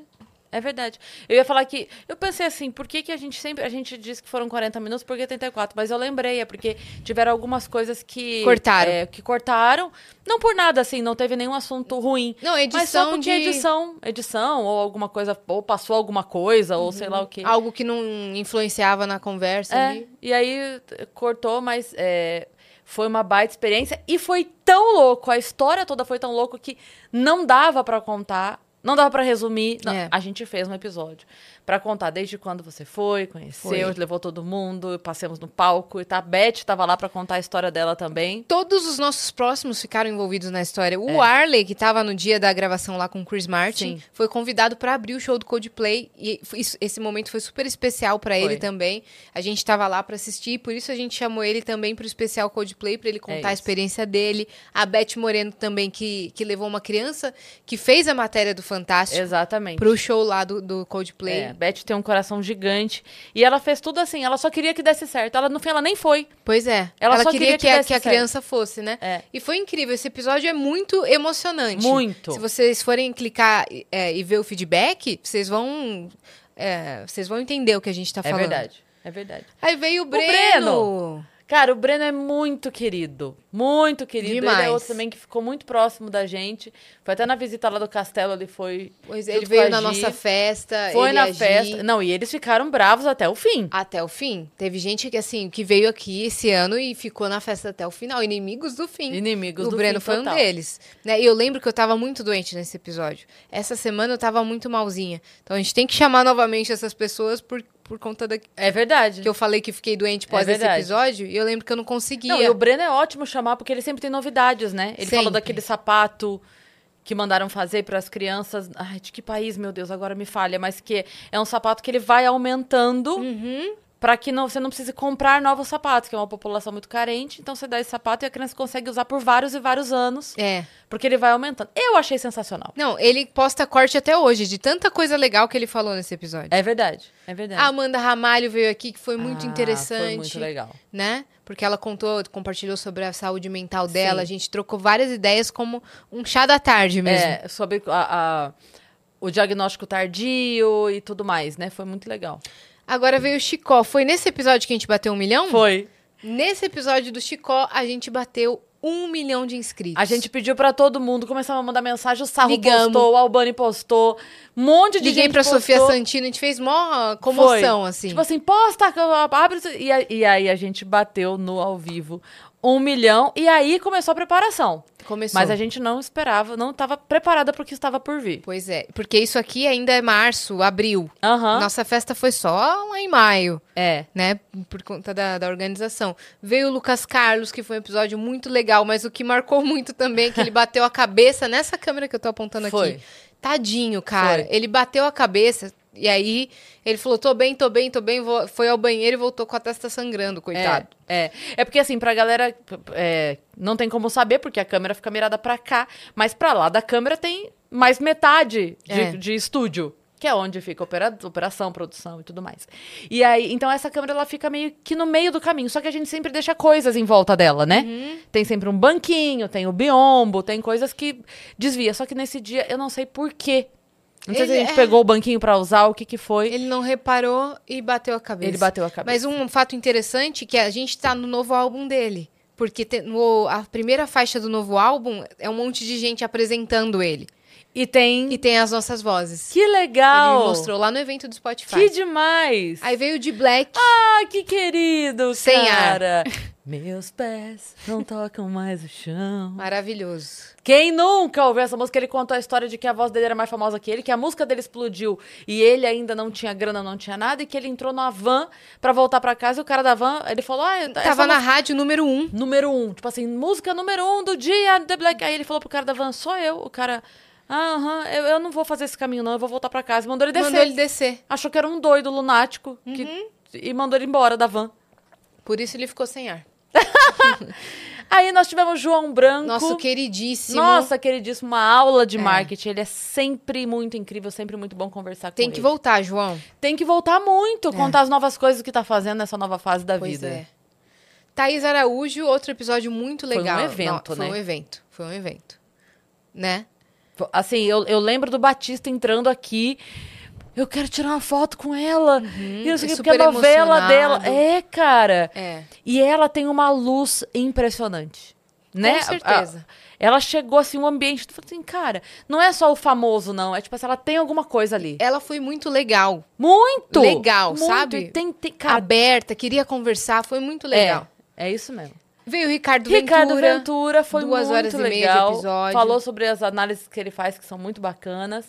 É verdade. Eu ia falar que. Eu pensei assim, por que, que a gente sempre. A gente disse que foram 40 minutos, por que 34? Mas eu lembrei, é porque tiveram algumas coisas que.
Cortaram.
é, que cortaram. Não por nada, assim, não teve nenhum assunto ruim.
Não, edição
mas só porque
de-
edição. Edição, ou alguma coisa. Ou passou alguma coisa, ou sei lá o quê.
Algo que não influenciava na conversa.
É,
ali.
e aí t- cortou, mas é, foi uma baita experiência e foi tão louco, a história toda foi tão louco que não dava pra contar, não dava pra resumir. não.
É.
A gente fez um episódio pra contar desde quando você foi, conheceu, levou todo mundo, passamos no palco e tá. A Beth tava lá pra contar a história dela também.
Todos os nossos próximos ficaram envolvidos na história. O Arley, que tava no dia da gravação lá com o Chris Martin,
É. Sim.
foi convidado pra abrir o show do Coldplay. E f- isso- esse momento foi super especial pra ele
Foi.
também. A gente tava lá pra assistir, por isso a gente chamou ele também pro especial Coldplay, pra ele contar a
É isso.
experiência dele. A Beth Moreno também, que, que levou uma criança que fez a matéria do Fantástico
Exatamente.
pro show lá do, do Coldplay.
É, Beth tem um coração gigante. E ela fez tudo assim, ela só queria que desse certo. Ela, no fim, ela nem foi.
Pois é. Ela,
Ela só
queria,
queria
que,
que
a,
desse
que a
certo.
criança fosse, né?
É.
E foi incrível. Esse episódio é muito emocionante.
Muito.
Se vocês forem clicar é, e ver o feedback, vocês vão. é, vocês vão entender o que a gente tá
É
falando.
verdade. É verdade.
Aí veio o Breno.
Breno! Cara, o Breno é muito querido. Muito querido. Ele
Demais.
é outro também que ficou muito próximo da gente. Foi até na visita lá do castelo, ele foi.
Pois é,
junto
ele
com
veio
a
na
Gi.
nossa festa.
Foi
ele e
na
a Gi. Ah,
festa. Não, e eles ficaram bravos até o fim.
Até o fim. Teve gente que, assim, que veio aqui esse ano e ficou na festa até o final. Inimigos do fim.
Inimigos
o
do
Breno
fim,
foi
total.
um deles. Né? E eu lembro que eu tava muito doente nesse episódio. Essa semana eu tava muito malzinha. Então a gente tem que chamar novamente essas pessoas por, por conta da...
É verdade.
que eu falei que fiquei doente pós esse
É verdade.
episódio. E eu lembro que eu não conseguia.
Não, e o Breno é ótimo chamar, porque ele sempre tem novidades, né? Ele falou
Sempre.
daquele sapato que mandaram fazer para as crianças. Ai, de que país, meu Deus, agora me falha. Mas que é um sapato que ele vai aumentando para que não, você não precise comprar novos sapatos, que é uma população muito carente. Então você dá esse sapato e a criança consegue usar por vários e vários anos,
É.
porque ele vai aumentando. Eu achei sensacional.
Não, ele posta corte até hoje de tanta coisa legal que ele falou nesse episódio.
É verdade, é verdade.
A Amanda Ramalho veio aqui, que foi muito
Ah,
interessante.
Foi muito legal.
né? Porque ela contou, compartilhou sobre a saúde mental dela.
Sim.
A gente trocou várias ideias como um chá da tarde mesmo.
É, sobre a- a- o diagnóstico tardio e tudo mais, né? Foi muito legal.
Agora veio o Chicó. Foi nesse episódio que a gente bateu um milhão?
Foi.
Nesse episódio do Chicó, a gente bateu um milhão de inscritos.
A gente pediu pra todo mundo, começamos a mandar mensagem, o Sarro
Ligamos.
postou, o Albani postou, um monte de
Liguei
gente
pra
postou.
Sofia Santino, a gente fez mó comoção, assim.
Tipo assim, posta, abre... isso. E, aí- e aí a gente bateu no ao vivo um milhão, e aí começou a preparação.
Começou.
assim, Mas a gente não esperava, não estava preparada pro que estava por vir.
Pois é, porque isso aqui ainda é março, abril.
Aham,
Nossa festa foi só lá em maio.
é.
né? Por conta da, da organização. Veio o Lucas Carlos, que foi um episódio muito legal, mas o que marcou muito também é que ele bateu a cabeça nessa câmera que eu tô apontando
Foi.
aqui. Tadinho, cara.
Foi.
Ele bateu a cabeça e aí ele falou: tô bem, tô bem, tô bem. vou- Foi ao banheiro e voltou com a testa sangrando, coitado.
É, é. É porque assim, pra galera, p- p- é, não tem como saber, porque a câmera fica mirada pra cá, mas pra lá da câmera tem mais metade de,
É.
de estúdio. Que é onde fica opera- operação, produção e tudo mais. E aí, então essa câmera ela fica meio que no meio do caminho. Só que a gente sempre deixa coisas em volta dela, né?
Uhum.
Tem sempre um banquinho, tem o biombo, tem coisas que desvia. Só que nesse dia eu não sei porquê. Não sei se a
Ele-
gente
é.
pegou o banquinho pra usar, o que que foi.
Ele não reparou e bateu a cabeça.
É. Ele bateu a cabeça.
Mas um fato interessante é que a gente tá no novo álbum dele. Porque te- no- a primeira faixa do novo álbum é um monte de gente apresentando ele.
E tem.
E tem as nossas vozes.
Que legal!
Ele me mostrou lá no evento do Spotify.
Que demais!
Aí veio de Black.
Ah, que querido,
Sem
cara. Meus pés não tocam mais o chão.
Maravilhoso.
Quem nunca ouviu essa música, ele contou a história de que a voz dele era mais famosa que ele, que a música dele explodiu e ele ainda não tinha grana, não tinha nada, e que ele entrou numa van pra voltar pra casa e o cara da van, ele falou, ah, eu
Tava na rádio número um.
número um. Tipo assim, música número um do dia, The Black. Aí ele falou pro cara da van, sou eu. O cara, ah, aham, eu, eu não vou fazer esse caminho não, eu vou voltar pra casa. Mandou ele descer.
Mandou ele descer.
Achou que era um doido lunático que-
Uhum.
e mandou ele embora da van.
Por isso ele ficou sem ar.
Aí nós tivemos João Branco.
Nosso queridíssimo.
Nossa, queridíssimo, uma aula de marketing. Ele é sempre muito incrível, sempre muito bom conversar com
Tem
ele.
que voltar, João.
Tem que voltar muito, contar as novas coisas que tá fazendo nessa nova fase da
Pois
vida.
é. Thaís Araújo, outro episódio muito
um
legal.
evento,
Foi
né?
um evento. Foi um evento. Né?
Fo- Assim, eu, eu lembro do Batista entrando aqui. Eu quero tirar uma foto com ela. e eu sei que, porque a
Uhum, é super
novela dela.
emocionado.
É, cara.
É.
E ela tem uma luz impressionante. Né?
certeza.
A- ela chegou assim, um ambiente. Tu fala assim, cara, não é só o famoso, não. É tipo assim, ela tem alguma coisa ali.
Ela foi muito legal.
Muito!
É Legal,
muito,
sabe?
E tem, tem, cara,
Aberta, queria conversar. Foi muito legal.
É, é isso mesmo.
Veio o Ricardo,
Ricardo
Ventura.
Ventura foi
duas
muito
horas e meia de
legal.
episódio.
Falou sobre as análises que ele faz, que são muito bacanas.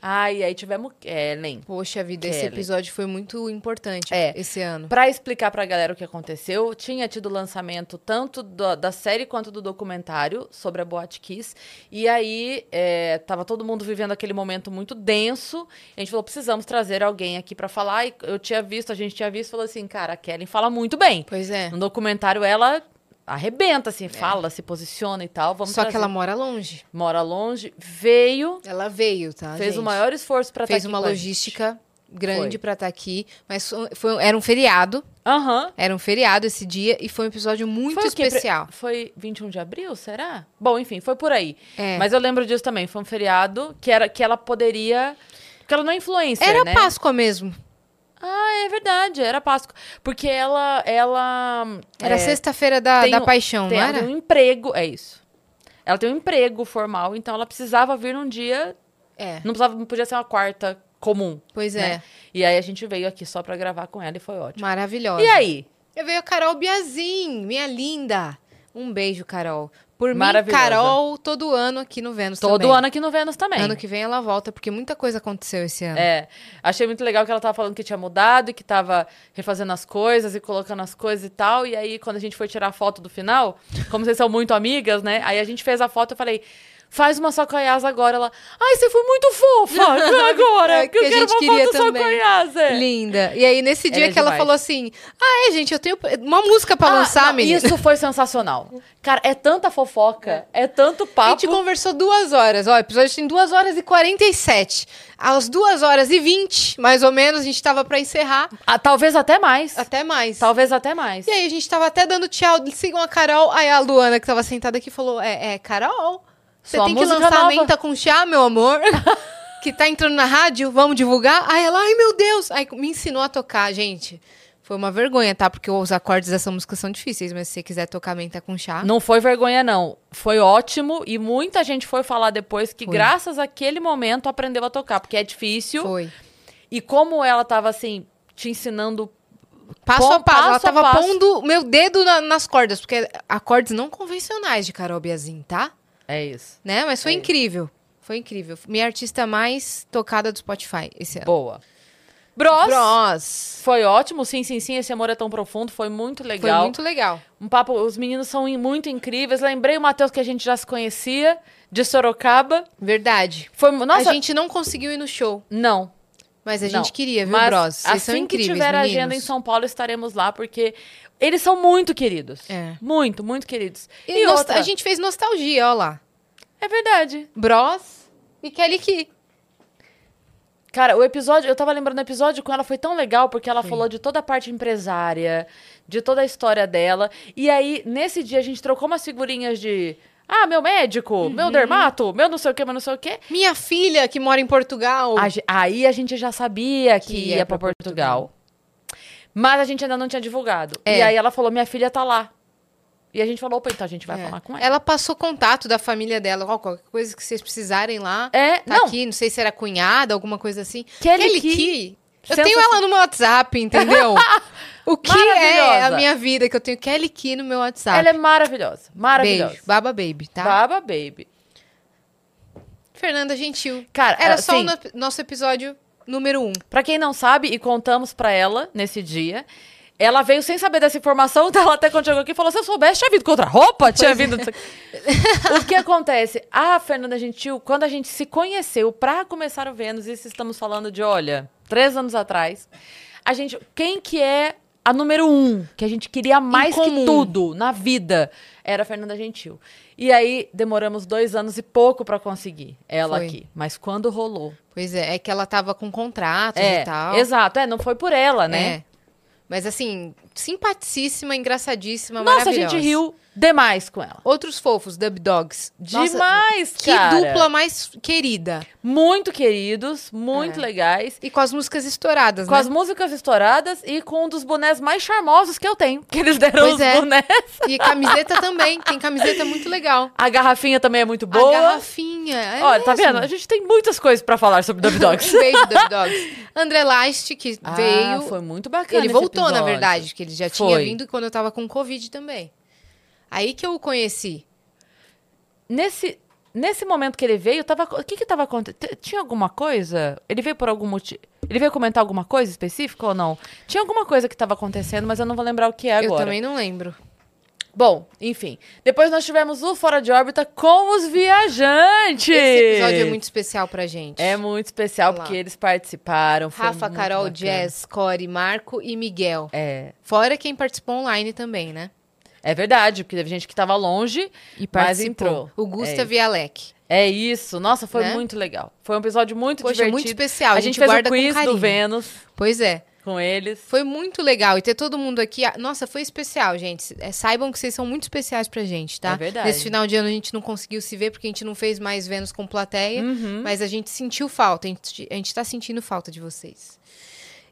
Ah, e aí tivemos é, Kellen.
Poxa vida, esse
Kelly.
episódio foi muito importante
É.
esse ano.
Pra explicar pra galera o que aconteceu, tinha tido lançamento tanto do- da série quanto do documentário sobre a Boate Kiss. E aí, é, tava todo mundo vivendo aquele momento muito denso. E a gente falou, precisamos trazer alguém aqui pra falar. E eu tinha visto, a gente tinha visto, falou assim, cara, a Kellen fala muito bem.
Pois é.
No documentário, ela arrebenta, assim, fala, se posiciona e tal. Vamos
Só que
trazer.
ela mora longe.
mora longe, veio,
Ela veio, tá?
fez
gente?
o maior esforço pra
fez
estar aqui
uma
com a
logística grande
Foi.
pra estar aqui, mas foi, foi- era um feriado,
gente. Aham.
era um feriado esse dia e foi um episódio muito
Foi o quê? Pre-
especial.
Foi 21 de abril, será? Bom, enfim, foi por aí.
É.
Mas eu lembro disso também. Foi um feriado que, era, que ela poderia. Porque ela não é influencer,
Era
né?
Páscoa mesmo.
Ah, é verdade, era Páscoa. Porque ela. ela
Era
é,
sexta-feira da,
tem
da
um-
paixão,
tem,
não
ela
era?
tem um emprego, é isso. Ela tem um emprego formal, então ela precisava vir num dia.
É,
Não, precisava, não podia ser uma quarta comum.
pois é.
né? E aí a gente veio aqui só pra gravar com ela e foi ótimo.
Maravilhosa.
E aí?
Eu veio a Carol Biazin, minha linda. Um beijo, Carol. Por mim,
Maravilhosa.
Carol, todo ano aqui no Vênus
Todo
também.
ano aqui no Vênus também.
Ano que vem ela volta, porque muita coisa aconteceu esse ano.
É, achei muito legal que ela tava falando que tinha mudado e que tava refazendo as coisas e colocando as coisas e tal. E aí, quando a gente foi tirar a foto do final, como vocês são muito amigas, né? Aí a gente fez a foto e eu falei, faz uma só com a Yasa agora. Ela, ai, você foi muito fofa agora,
É,
que eu quero uma foto é." só com a Yasa.
Linda. E aí, nesse dia
é
que ela
demais.
falou assim: Ah, é, gente, eu tenho uma música pra
Ah,
lançar,
não,
menina.
Isso foi sensacional. Cara, é tanta fofoca, é tanto
A
papo.
gente conversou duas horas. Ó, o episódio tem duas horas e 47. Às duas horas e 20, mais ou menos, a gente tava pra encerrar.
Ah, talvez até mais.
Até mais.
Talvez até mais.
E aí, a gente tava até dando tchau, sigam a Carol. Aí a Luana, que tava sentada aqui, falou: É, é Carol, você
Sua
tem que
música
lançar
nova."
menta com chá, meu amor. que tá entrando na rádio, vamos divulgar. Aí ela, ai meu Deus! Aí me ensinou a tocar, gente. Foi uma vergonha, tá? Porque os acordes dessa música são difíceis, mas se você quiser tocar menta com chá.
Ah. Não foi vergonha, não. Foi ótimo e muita gente foi falar depois que, graças àquele momento, aprendeu a tocar, porque é difícil.
Foi.
E como ela tava assim, te ensinando.
Passo a
Pon-
passo, ela
passo a
tava
passo.
pondo meu dedo na- nas cordas, porque acordes não convencionais de Carol Biazin, tá?
É isso.
Né? Mas foi incrível. Foi incrível. Minha artista mais tocada do Spotify esse ano.
Boa. Bros.
Bros.
Foi ótimo, sim, sim, sim. Esse amor é tão profundo, foi muito
Foi
legal.
muito legal.
Um papo, os meninos são in- muito incríveis. Lembrei o Matheus que a gente já se conhecia, de Sorocaba.
Verdade.
Foi, mu- nossa,
A gente não conseguiu ir no show,
não.
mas a
Não.
gente queria, viu,
Mas
Bros? Vocês
assim
são incríveis,
que tiver
meninos.
agenda em São Paulo, estaremos lá, porque eles são muito queridos.
É.
Muito, muito queridos.
E,
E,
nos-
outra,
a gente fez nostalgia, ó lá.
É verdade.
Bros e Kelly Ki.
Cara, o episódio, eu tava lembrando, o episódio com ela foi tão legal, porque ela falou de toda a parte empresária, de toda a história dela. E aí, nesse dia, a gente trocou umas figurinhas de. Ah, meu médico,
Uhum.
meu dermato, meu não sei o que, meu não sei o quê.
Minha filha, que mora em Portugal.
A ge- aí a gente já sabia que,
Que ia
ia, pra
pra
Portugal. Mas a gente ainda não tinha divulgado.
É.
E aí ela falou: minha filha tá lá. E a gente falou, opa, então a gente vai
É.
falar com ela.
Ela passou contato da família dela. Ó, qualquer coisa que vocês precisarem lá.
É,
tá
não.
aqui, não sei se era cunhada, alguma coisa assim.
Kelly
Kelly
Key,
Key, Eu
sensa-
tenho ela no meu WhatsApp, entendeu? o que é
Maravilhosa.
a minha vida, que eu tenho Kelly Key no meu WhatsApp.
Ela é maravilhosa, maravilhosa.
Beijo, Baba Baby, tá?
Baba Baby.
Fernanda Gentil.
Cara,
Era
assim-
só o no- nosso episódio número um.
Pra quem não sabe, e contamos pra ela nesse dia, ela veio sem saber dessa informação, então ela até quando chegou aqui falou: se eu soubesse, tinha vindo com outra roupa, tinha vindo.
é."
o que acontece? A Fernanda Gentil, quando a gente se conheceu pra começar o Vênus, isso estamos falando de, olha, três anos atrás, a gente. Quem que é a número um que a gente queria mais que
comum.
tudo na vida? Era a Fernanda Gentil. E aí, demoramos dois anos e pouco pra conseguir ela
Foi.
aqui. Mas quando rolou.
Pois é, é que ela tava com contratos
É,
e tal.
exato. É, não foi por ela, né?
É. Mas assim, simpaticíssima, engraçadíssima,
Nossa, a
maravilhosa.
gente riu demais com ela.
Outros fofos, Dub Dogs. Nossa,
Demais,
que
cara.
dupla mais querida.
Muito queridos, muito
É.
legais.
E com as músicas estouradas,
Com
né?
as músicas estouradas e com um dos bonés mais charmosos que eu tenho. Que eles deram
Pois
os
é.
bonés.
E camiseta também. Tem camiseta muito legal.
A garrafinha também é muito boa.
A garrafinha. é
Olha, tá
mesmo.
vendo? A gente tem muitas coisas pra falar sobre Dub Dogs.
Um beijo, Dub Dogs. André Last, que
Ah,
veio.
foi muito bacana.
Ele
esse
voltou, na
episódio.
verdade, que ele já tinha
Foi.
vindo quando eu tava com Covid também. Aí que eu o conheci.
Nesse, nesse momento que ele veio, tava, o que que tava acontecendo? Tinha alguma coisa? Ele veio por algum motivo? Ele veio comentar alguma coisa específica ou não? Tinha alguma coisa que tava acontecendo, mas eu não vou lembrar o que é agora.
Eu também não lembro.
Bom, enfim. Depois nós tivemos o Fora de Órbita com os viajantes.
Esse episódio é muito especial pra gente.
É muito especial,
Olha lá.
porque eles participaram. foi
Rafa,
muito
Carol,
bacana.
Jazz, Core, Marco e Miguel.
É,
Fora quem participou online também, né?
é verdade, porque teve gente que tava longe,
E
mas
participou.
entrou.
O
é,
Gustav e Alec.
é isso. Nossa, foi
Né?
muito legal. Foi um episódio muito
Poxa, é
divertido.
muito especial, a
A
gente
gente fez
guarda
o
com
quiz do
carinho.
Vênus
Pois é.
com eles.
Foi muito legal. E ter todo mundo aqui. ah, Nossa, foi especial, gente. É, saibam que vocês são muito especiais pra gente, tá?
É verdade.
Nesse final de ano a gente não conseguiu se ver porque a gente não fez mais Vênus com plateia.
Uhum.
Mas a gente sentiu falta. A gente, a gente tá sentindo falta de vocês.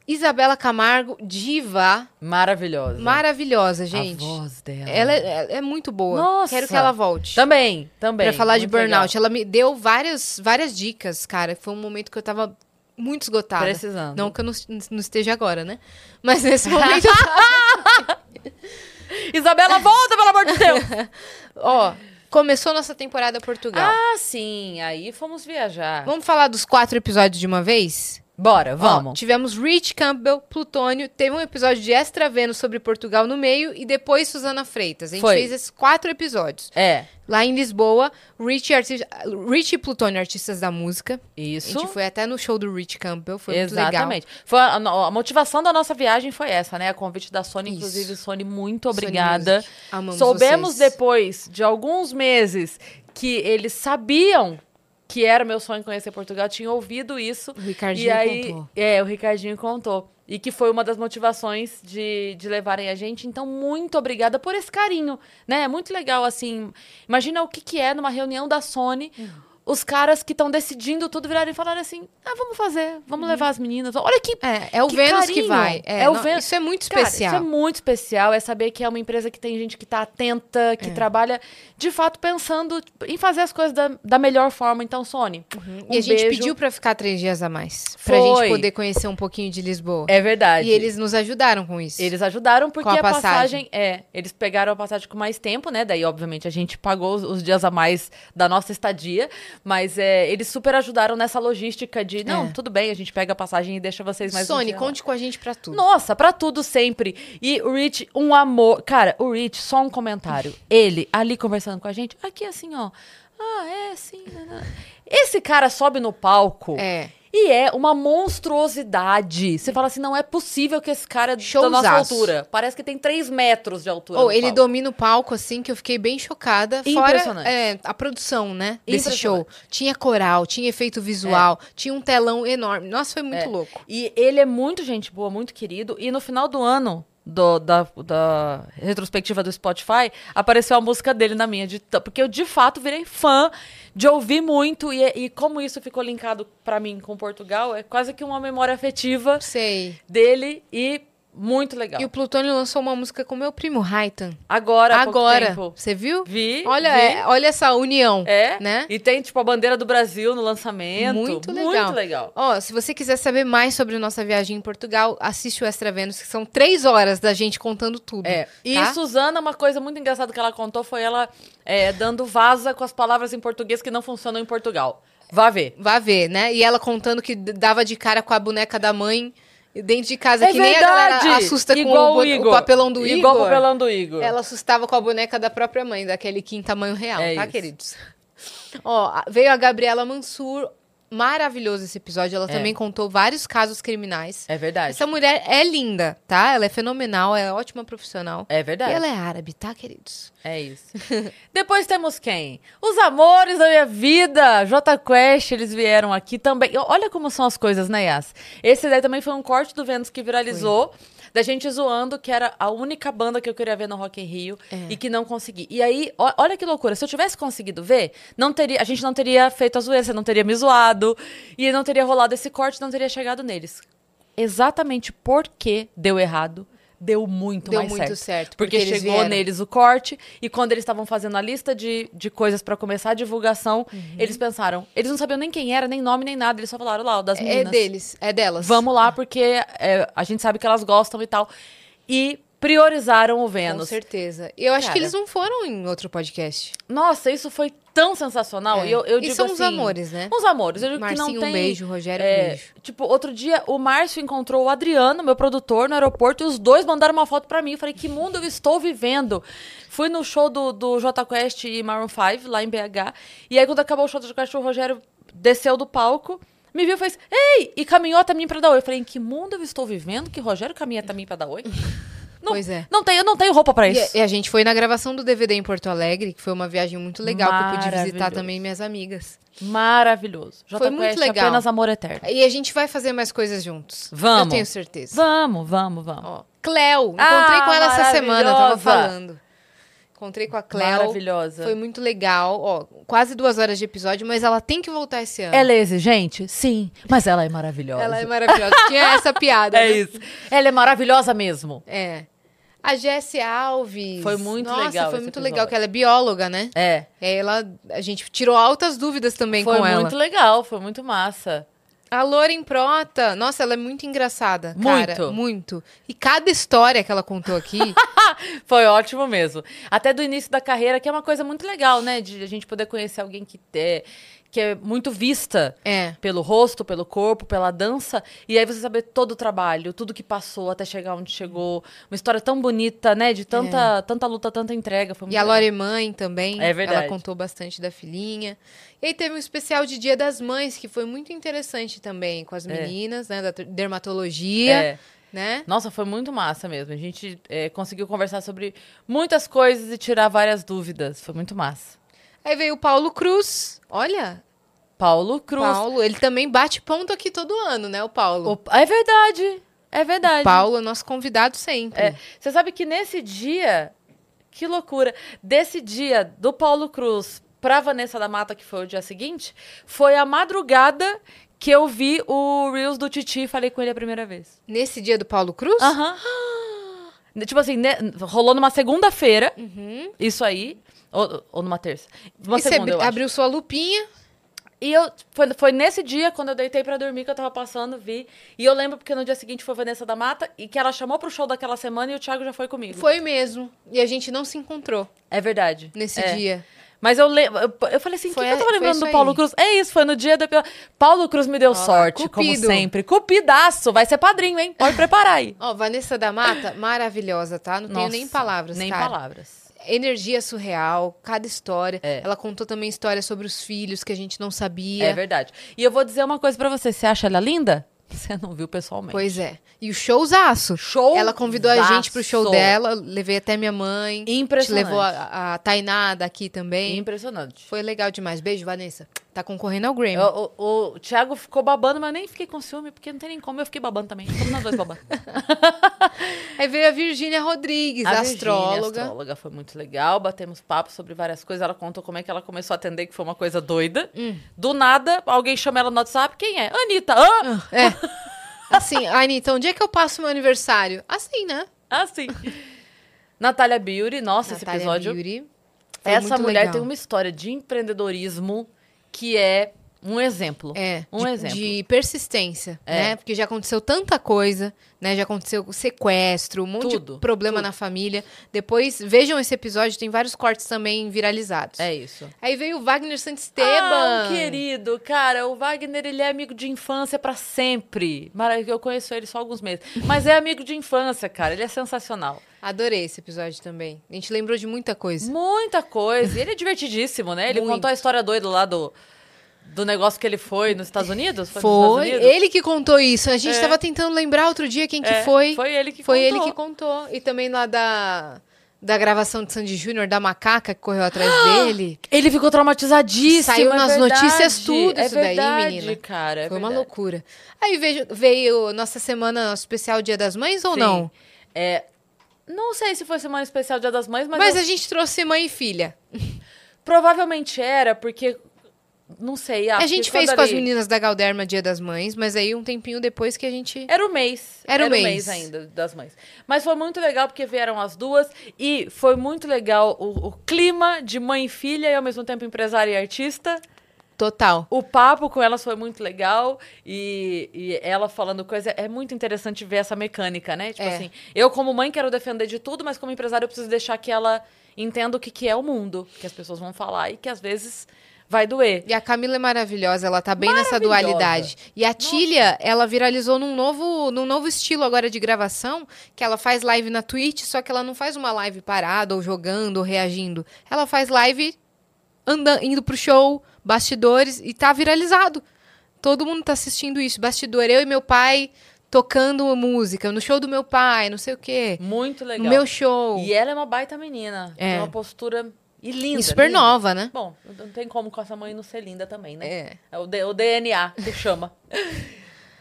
Isabela Camargo, diva.
Maravilhosa.
Maravilhosa, gente.
Uhum. A voz dela.
Ela é, ela é muito boa.
Nossa.
Quero que ela volte.
Também, também.
Pra falar de
Muito
burnout.
legal.
Ela me deu várias, várias dicas, cara. Foi um momento que eu tava muito esgotada.
Precisando.
Não que eu não, não esteja agora, né? Mas nesse momento. eu tava-
Isabela, volta, pelo amor de Deus!
Ó, começou nossa temporada Portugal.
ah, sim. Aí fomos viajar.
Vamos falar dos quatro episódios de uma vez?
Bora,
Ó,
vamos.
tivemos Rich Campbell, Plutônio, teve um episódio de Extra Vênus sobre Portugal no meio e depois Suzana Freitas. A gente
Foi.
fez esses quatro episódios.
É,
Lá em Lisboa, Rich, e arti- Rich e Plutônio, artistas da música.
isso.
A gente foi até no show do Rich Campbell, foi muito legal.
Exatamente. Foi a, a- a motivação da nossa viagem foi essa, né? A convite da Sony,
Isso.
inclusive, Sony, muito obrigada.
Music. Amamos
Soubemos
vocês.
depois de alguns meses que eles sabiam que era meu sonho conhecer Portugal, tinha ouvido isso.
O Ricardinho
e aí,
contou.
É, o Ricardinho contou. E que foi uma das motivações de, de levarem a gente. Então, muito obrigada por esse carinho, né? É muito legal, assim. Imagina o que, que é numa reunião da Sony.
Uhum.
Os caras que estão decidindo tudo virarem e falarem assim: ah, vamos fazer, vamos levar as meninas. Olha que.
Uhum. É, é o Vênus que
carinho.
vai. É,
o
não,
Vênus.
Isso é muito
Cara,
especial.
isso é muito especial. É saber que é uma empresa que tem gente que tá atenta,
É.
que trabalha de fato pensando em fazer as coisas da, da melhor forma. Então, Sony. um
Uhum. e a gente
beijo.
pediu pra ficar três dias a mais. Pra
Foi.
gente poder conhecer um pouquinho de Lisboa.
É verdade.
e eles nos ajudaram com isso.
Eles ajudaram porque
Com a
a passagem.
passagem.
É, eles pegaram a passagem com mais tempo, né? Daí, obviamente, a gente pagou os, os dias a mais da nossa estadia. Mas é, eles super ajudaram nessa logística de: não,
É.
tudo bem, a gente pega a passagem e deixa vocês mais um
Sony,
dia lá."
conte com a gente pra tudo.
Nossa, pra tudo sempre. E o Rich, um amor. Cara, o Rich, só um comentário. Ele ali conversando com a gente, aqui assim, ó. Ah, é, sim. nanã. Esse cara sobe no palco.
É.
E é uma monstruosidade. Você fala assim, não é possível que esse cara é da nossa
Showzaço.
altura. Parece que tem 3 metros de altura.
Ou
no
ele
palco.
domina o palco, assim, que eu fiquei bem chocada. Fora
Impressionante.
é, a produção, né? Desse
Impressionante. É.
show. Tinha coral, tinha efeito visual, tinha um telão enorme. Nossa, foi muito louco.
E ele é muito gente boa, muito querido. E no final do ano do- da, da retrospectiva do Spotify, apareceu a música dele na minha. de t- porque eu, de fato, virei fã de ouvir muito. E, e como isso ficou linkado pra mim com Portugal, é quase que uma memória afetiva
Sei.
dele e Muito legal.
E o Plutônio lançou uma música com meu primo, Raitan.
Então. Agora, há pouco
Agora.
tempo.
Você viu?
Vi,
Olha,
vi.
é- olha essa união.
É,
Né?
E tem, tipo, a bandeira do Brasil no lançamento.
Muito legal.
Muito legal.
Ó, se você quiser saber mais sobre nossa viagem em Portugal, assiste o Extra Vênus, que são três horas da gente contando tudo.
É. E
tá?
Suzana, uma coisa muito engraçada que ela contou foi ela é, dando vaza com as palavras em português que não funcionam em Portugal. Vá ver.
Vá ver, né? E ela contando que d- dava de cara com a boneca da mãe dentro de casa, é que nem a galera assusta
É Igual
com o,
o,
bo-
Igor.
o papelão do
Igual o
Igor.
papelão do Igor.
Ela assustava com a boneca da própria mãe, daquele que em tamanho real,
É
tá,
isso.
queridos? Ó, a- veio a Gabriela Mansur. Maravilhoso esse episódio. Ela também contou vários casos criminais.
É verdade.
Essa mulher é linda, tá? Ela é fenomenal, é ótima profissional.
É verdade.
E ela é árabe, tá, queridos?
É isso. Depois temos quem? Os amores da minha vida. J Quest, eles vieram aqui também. E Olha como são as coisas, né, Yas? Esse daí também foi um corte do Vênus que viralizou. Da gente zoando que era a única banda que eu queria ver no Rock in Rio
É.
e que não consegui. E aí, ó- olha que loucura. Se eu tivesse conseguido ver, não teria, a gente não teria feito a zoeira, você não teria me zoado. E não teria rolado esse corte, não teria chegado neles. Exatamente porque deu errado, deu muito
Deu
mais
muito
certo.
certo,
Porque,
porque eles
chegou
vieram.
neles o corte e quando eles estavam fazendo a lista de, de coisas pra começar a divulgação,
Uhum.
eles pensaram, eles não sabiam nem quem era, nem nome, nem nada, eles só falaram lá, o das
É
meninas.
deles, é delas.
Vamos lá, porque é, a gente sabe que elas gostam e tal. E priorizaram o
Com
Vênus.
certeza. Eu acho
Cara.
que eles não foram em outro podcast.
Nossa, isso foi tão sensacional.
É.
E, eu, eu
E
digo
são uns
assim,
amores, né?
Uns amores. Eu digo que
Marcinho, um
não tem,
beijo, Rogério, um beijo.
Tipo, outro dia o Márcio encontrou o Adriano, meu produtor, no aeroporto, e os dois mandaram uma foto pra mim. Eu falei, que mundo eu estou vivendo? Fui no show do, do Jota Quest e Maroon 5, lá em BH. E aí, quando acabou o show do Jota Quest, o Rogério desceu do palco. Me viu e fez, ei! E caminhou até mim pra dar oi. Eu falei, em que mundo eu estou vivendo? Que Rogério caminha até mim pra dar oi? Não,
Pois é.
Não tenho, eu não tenho roupa pra
E
isso.
a, e a gente foi na gravação do DVD em Porto Alegre, que foi uma viagem muito legal, que eu pude visitar
Maravilhoso.
também minhas amigas.
Maravilhoso. Jota
Foi muito
Quest,
legal. É
apenas amor eterno.
E a gente vai fazer mais coisas juntos.
Vamos.
Eu tenho certeza.
Vamos, vamos, vamos.
Ó, Cleo, encontrei
Ah,
com ela essa semana, eu tava
maravilhosa.
falando. Encontrei com a Cleo.
Maravilhosa.
Foi muito legal. Ó, quase duas horas de episódio, mas ela tem que voltar esse ano.
Ela é exigente? Sim, mas ela é maravilhosa.
Ela é maravilhosa. Tinha essa piada.
É
né?
isso. Ela é maravilhosa mesmo.
É. A Jessie Alves.
Foi muito
Nossa,
legal
foi
esse
muito
episódio.
legal, que ela é bióloga, né?
É.
E aí ela, a gente tirou altas dúvidas também
Foi
com ela.
muito legal, foi muito massa.
A Loren Prota, nossa, ela é muito engraçada, cara.
Muito.
Muito. E cada história que ela contou aqui,
Foi ótimo mesmo. Até do início da carreira, que é uma coisa muito legal, né? De a gente poder conhecer alguém que é, que é muito vista
é.
pelo rosto, pelo corpo, pela dança. E aí você saber todo o trabalho, tudo que passou até chegar onde chegou. Uma história tão bonita, né? De tanta, tanta luta, tanta entrega. Foi muito
É. E a
legal.
Lore Mãe também.
É verdade.
Ela contou bastante da filhinha. E aí teve um especial de Dia das Mães, que foi muito interessante também, com as meninas, né? Da ter- dermatologia,
É.
né?
Nossa, foi muito massa mesmo. A gente é, conseguiu conversar sobre muitas coisas e tirar várias dúvidas. Foi muito massa.
Aí veio o Paulo Cruz. Olha,
Paulo Cruz.
Paulo, ele também bate ponto aqui todo ano, né? O Paulo.
O- É verdade. É verdade.
Paulo é nosso convidado sempre.
É. Você sabe que nesse dia, que loucura, desse dia do Paulo Cruz pra Vanessa da Mata, que foi o dia seguinte, foi a madrugada que eu vi o Reels do Titi e falei com ele a primeira vez.
Nesse dia do Paulo Cruz?
Aham. Tipo assim, né, rolou numa segunda-feira, isso aí, ou, ou numa terça. Uma
Uhum. e você
segunda,
abri-
eu acho.
abriu sua lupinha.
E eu foi, foi nesse dia, quando eu deitei pra dormir, que eu tava passando, vi. E eu lembro porque no dia seguinte foi Vanessa da Mata e que ela chamou pro show daquela semana e o Thiago já foi comigo.
Foi mesmo. E a gente não se encontrou
É verdade.
nesse
É.
dia.
Mas eu lembro. Eu, eu falei assim, o que,
Foi
que eu tava
a- foi
lembrando
isso
do Paulo
aí.
Cruz? É isso, foi no dia da. Paulo Cruz me deu sorte, como
cupido.
sempre. Cupidaço, vai ser padrinho, hein? Pode preparar aí.
Ó, Vanessa da Mata, maravilhosa, tá? Não
Nossa,
tenho nem palavras,
Nem
cara.
palavras.
Energia surreal, cada história.
É.
Ela contou também histórias sobre os filhos que a gente não sabia.
É verdade. E eu vou dizer uma coisa pra você: você acha ela linda? Você não viu pessoalmente.
Pois é. E o showzaço.
Showzaço.
Ela convidou a gente pro show dela, levei até minha mãe. A gente
Impressionante.
Levou a, a Tainada aqui também.
Impressionante.
é. Foi legal demais. Beijo, Vanessa. Tá concorrendo ao Grammy.
Eu- o, o Thiago ficou babando, mas eu nem fiquei com ciúme, porque não tem nem como, eu fiquei babando também. Ficamos nós dois babando.
Aí veio a Virgínia Rodrigues,
A
astróloga.
Virgínia, astróloga foi muito legal, batemos papo sobre várias coisas. Ela contou como é que ela começou a atender, que foi uma
Hum.
coisa doida. Do nada, alguém chama ela no WhatsApp. Quem é? Anitta. Hã?
É. Assim, Anitta, onde é que eu passo meu aniversário? Assim, né?
Ah, sim. Natália Biuri, nossa,
Natália
esse episódio.
Biuri. Foi
Essa
muito
mulher
legal.
tem uma história de empreendedorismo que é um exemplo.
É,
Um
de,
exemplo.
de persistência,
É.
né? Porque já aconteceu tanta coisa, né? Já aconteceu sequestro, um monte
Tudo,
de problema
tudo.
na família. Depois, vejam esse episódio, tem vários cortes também viralizados.
É isso.
Aí veio o Wagner Santisteban.
Esteban! querido, cara, o Wagner, ele é amigo de infância pra sempre. Mara- Eu conheço ele só há alguns meses. Mas é amigo de infância, cara. Ele é sensacional.
Adorei esse episódio também. A gente lembrou de muita coisa.
Muita coisa. E ele é divertidíssimo, né? Ele
Muito.
contou a história doida lá do, do negócio que ele foi nos Estados Unidos. Foi. nos
Foi
Estados Unidos?
ele que contou isso. A gente tava tentando lembrar outro dia quem que
É,
foi.
foi ele que
Foi
contou.
ele que contou. E também lá da, da gravação de Sandy Júnior, da macaca que correu atrás dele.
Ele ficou traumatizadíssimo.
Saiu
é
nas
verdade.
notícias tudo
é
isso daí,
verdade,
menina.
cara. é
Foi uma
verdade.
loucura. Aí veio, veio nossa semana nosso especial Dia das Mães ou
Sim.
não?
É, não sei se foi semana especial Dia das Mães, mas,
Mas
eu-
a gente trouxe mãe e filha.
provavelmente era, porque. Não sei. ah,
a
porque
gente
quando
fez com as
ali-
meninas da Galderma Dia das Mães, mas aí um tempinho depois que a gente.
Era o mês.
Era o mês.
ainda das mães. Mas foi muito legal porque vieram as duas e foi muito legal o, o clima de mãe e filha e ao mesmo tempo empresária e artista.
Total.
O papo com elas foi muito legal e, e ela falando coisa. É muito interessante ver essa mecânica, né? Tipo
É.
assim, eu como mãe quero defender de tudo, mas como empresária eu preciso deixar que ela entenda o que, que é o mundo, que as pessoas vão falar e que às vezes vai doer.
E a Camila é maravilhosa, ela tá bem nessa
Maravilhosa.
dualidade. E a Tília, ela viralizou num novo, num novo estilo agora de gravação, que ela faz live na Twitch, só que ela não faz uma live parada, ou jogando, ou reagindo. Ela faz live andando, indo pro show, bastidores, e tá viralizado. Todo mundo tá assistindo isso. Bastidor, eu e meu pai tocando música, no show do meu pai, não sei o quê.
Muito legal.
No meu show.
E ela é uma baita menina.
É.
Tem uma postura e linda.
E super
linda.
nova, né?
Bom, não tem como com essa mãe não ser linda também, né?
É.
o, D- o DNA que chama.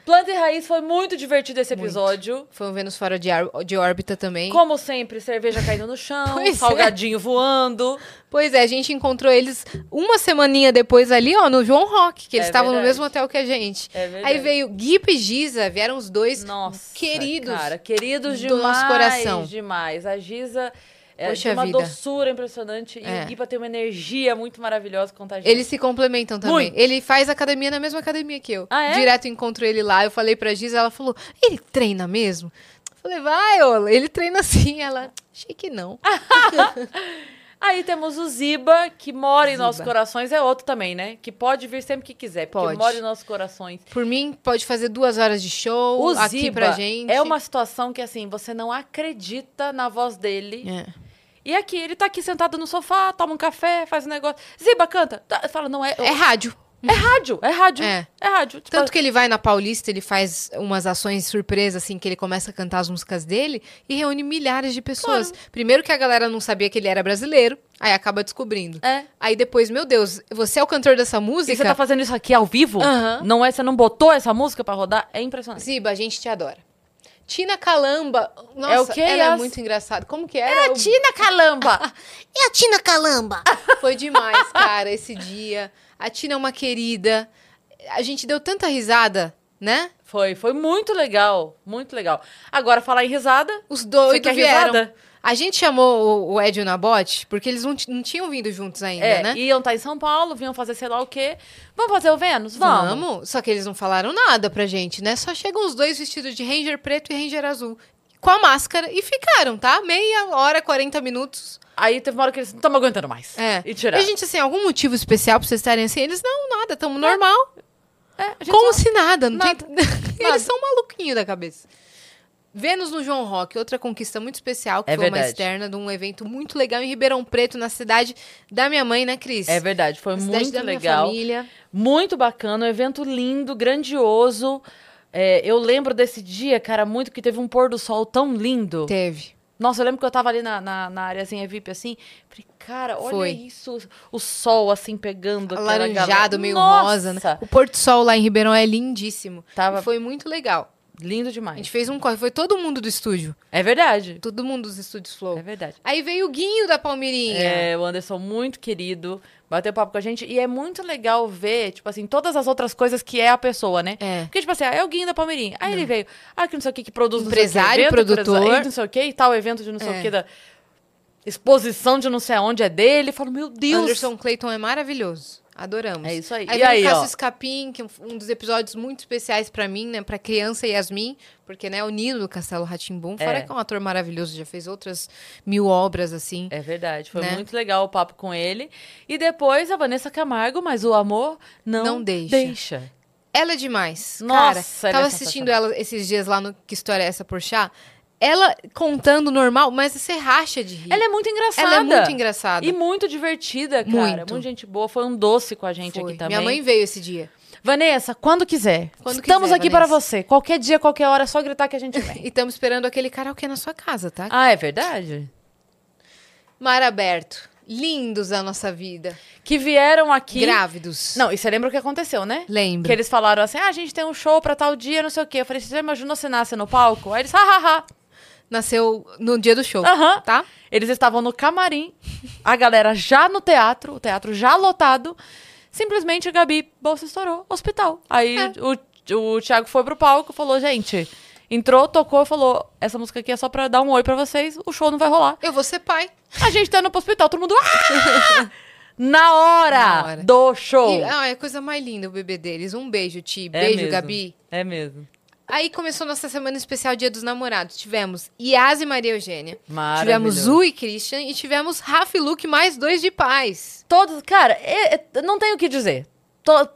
Planta e Raiz foi muito divertido esse episódio.
Foi um Vênus fora de, ar- de órbita também.
Como sempre, cerveja caindo no chão,
Pois é.
salgadinho voando.
Pois é, a gente encontrou eles uma semaninha depois ali, ó, no João Rock, que eles
É
estavam no
verdade.
mesmo hotel que a gente.
É verdade.
Aí veio Gui e Giza, vieram os dois
Nossa,
queridos.
Cara, queridos
do
demais.
nosso coração.
Demais. A Giza é
Poxa
de uma
vida.
doçura impressionante. E
É.
o Guipa tem uma energia muito maravilhosa contagiante.
Eles se complementam também.
Muito.
Ele faz academia na mesma academia que eu.
Ah, é?
Direto eu encontro ele lá. Eu falei pra Giza, ela falou: ele treina mesmo? Eu falei, vai, Ola, ele treina sim. Ela, achei que não.
Ah. Aí temos o Ziba, que mora em nossos
Ziba.
corações, é outro também, né? Que pode vir sempre que quiser, porque
Pode.
mora em nossos corações.
Por mim, pode fazer duas horas de show
O
aqui
Ziba
pra gente.
é uma situação que, assim, você não acredita na voz dele.
É.
E aqui, ele tá aqui sentado no sofá, toma um café, faz um negócio. Ziba, canta. Tá, Fala, não é...
É rádio.
É rádio, é rádio, é,
É.
rádio. Tipo,
Tanto que ele vai na Paulista, ele faz umas ações surpresa, assim, que ele começa a cantar as músicas dele e reúne milhares de pessoas. Primeiro que a galera não sabia que ele era brasileiro, aí acaba descobrindo.
É.
Aí depois, meu Deus, você é o cantor dessa
E você tá
música?
fazendo isso aqui ao vivo?
Aham.
Não é, você não botou essa música pra rodar? É impressionante.
Ziba, a gente te adora. Tina Calamba, nossa,
É o quê,
ela é
Yas?
muito engraçada. Como que era? Eu-
Tina Calamba!
E a Tina Calamba?
Foi demais, cara, esse dia. A Tina é uma querida. A gente deu tanta risada, né?
foi, foi muito legal, muito legal. Agora, falar em risada,
Os dois
Você quer
vieram.
risada?
A gente chamou o, o Ed e o Nabot porque eles não, t- não tinham vindo juntos ainda,
É,
né?
iam estar em São Paulo, vinham fazer sei lá o quê. Vamos fazer o Vênus? Vamos.
Vamos. Só que eles não falaram nada pra gente, né? Só chegam os dois vestidos de Ranger preto e Ranger azul. Com a máscara. E ficaram, tá? Meia hora, 40 minutos.
Aí teve uma hora que eles não estamos aguentando mais.
É.
E tiraram.
a gente, assim, algum motivo especial pra vocês estarem assim? Eles, não, nada. Tamo normal.
É, a gente
Como
só-
se nada. Não
Nada.
Tem... eles são maluquinhos da cabeça. Vênus no João Rock, outra conquista muito especial, que
É
foi uma
verdade.
externa de um evento muito legal em Ribeirão Preto, na cidade da minha mãe, né, Cris?
É verdade, foi
Na cidade
muito
da minha
legal.
família.
Muito bacana, um evento lindo, grandioso. É, eu lembro desse dia, cara, muito que teve um pôr do sol tão lindo.
Teve.
Nossa, eu lembro que eu tava ali na, na, na areazinha VIP, assim. Falei, cara, olha
Foi.
isso. O sol, assim, pegando. aquela
Alaranjado,
galera.
meio né?
Nossa!
rosa, né? O Porto Sol lá em Ribeirão é lindíssimo.
Tava-
E Foi muito legal.
Lindo
A
demais.
gente fez um corre, foi todo mundo do estúdio.
É verdade.
Todo mundo dos estúdios Flow.
É verdade.
Aí veio o Guinho da Palmeirinha.
É, o Anderson muito querido, bateu papo com a gente e é muito legal ver, tipo assim, todas as outras coisas que é a pessoa, né?
É.
Porque, tipo assim, ah, é o Guinho da Palmeirinha. Aí ele veio, ah, que não sei o que, que produz não sei o que,
Empresário,
evento,
produtor.
empresário, não sei o que, e tal evento de não sei
É.
o que, da exposição de não sei aonde é dele. Eu falo, meu Deus.
Anderson Clayton é maravilhoso. Adoramos.
É isso aí. E
Aí veio
aí,
o
ó?
Cássio Escapim, que é um dos episódios muito especiais pra mim, né? Pra criança Yasmin, porque, né, o Nino do Castelo Ratimbum, fora
É.
que é um ator maravilhoso, já fez outras mil obras, assim.
É verdade, foi
Né?
muito legal o papo com ele. E depois a Vanessa Camargo, mas o amor não,
Não deixa. Ela é demais.
Nossa,
cara,
ela é
tava assistindo ela esses dias lá no Que História é essa por chá. Ela contando normal, mas você racha de rir.
Ela é muito engraçada.
Ela é muito engraçada.
E muito divertida, cara.
Muito.
Muito. gente boa. Foi um doce com a gente
Foi.
aqui também.
Minha mãe veio esse dia.
Vanessa, quando quiser.
Quando
Estamos
quiser,
aqui
Vanessa.
para você. Qualquer dia, qualquer hora, é só gritar que a gente vem.
E estamos esperando aquele karaokê na sua casa, tá?
ah, é verdade?
Mar aberto. Lindos da nossa vida.
Que vieram aqui.
Grávidos.
Não, e você lembra o que aconteceu, né?
Lembro.
Que eles falaram assim: ah, a gente tem um show pra tal dia, não sei o quê. Eu falei: assim, você já imaginou se nasce no palco? Aí eles, hahaha.
Nasceu no dia do show,
Aham.
tá?
Tipo, Eles estavam no camarim, a galera já no teatro, o teatro já lotado. Simplesmente a Gabi bolsa estourou, hospital. Aí
É.
o, o Thiago foi pro palco, falou: gente, entrou, tocou, falou: essa música aqui é só pra dar um oi pra vocês, o show não vai rolar.
Eu vou ser pai.
A gente tá indo pro hospital, todo mundo. "Ah!" Na hora,
Na hora.
do show.
E, ah, é a coisa mais linda o bebê deles. Um beijo, Ti.
É
Beijo,
mesmo,
Gabi.
É mesmo.
Aí começou nossa semana especial Dia dos Namorados. Tivemos Yas e Maria Eugênia.
Maravilhoso.
Tivemos Zu e Christian. E tivemos Rafa e Luke, mais dois de paz.
Todos, cara, é- é- não tenho o que dizer. To-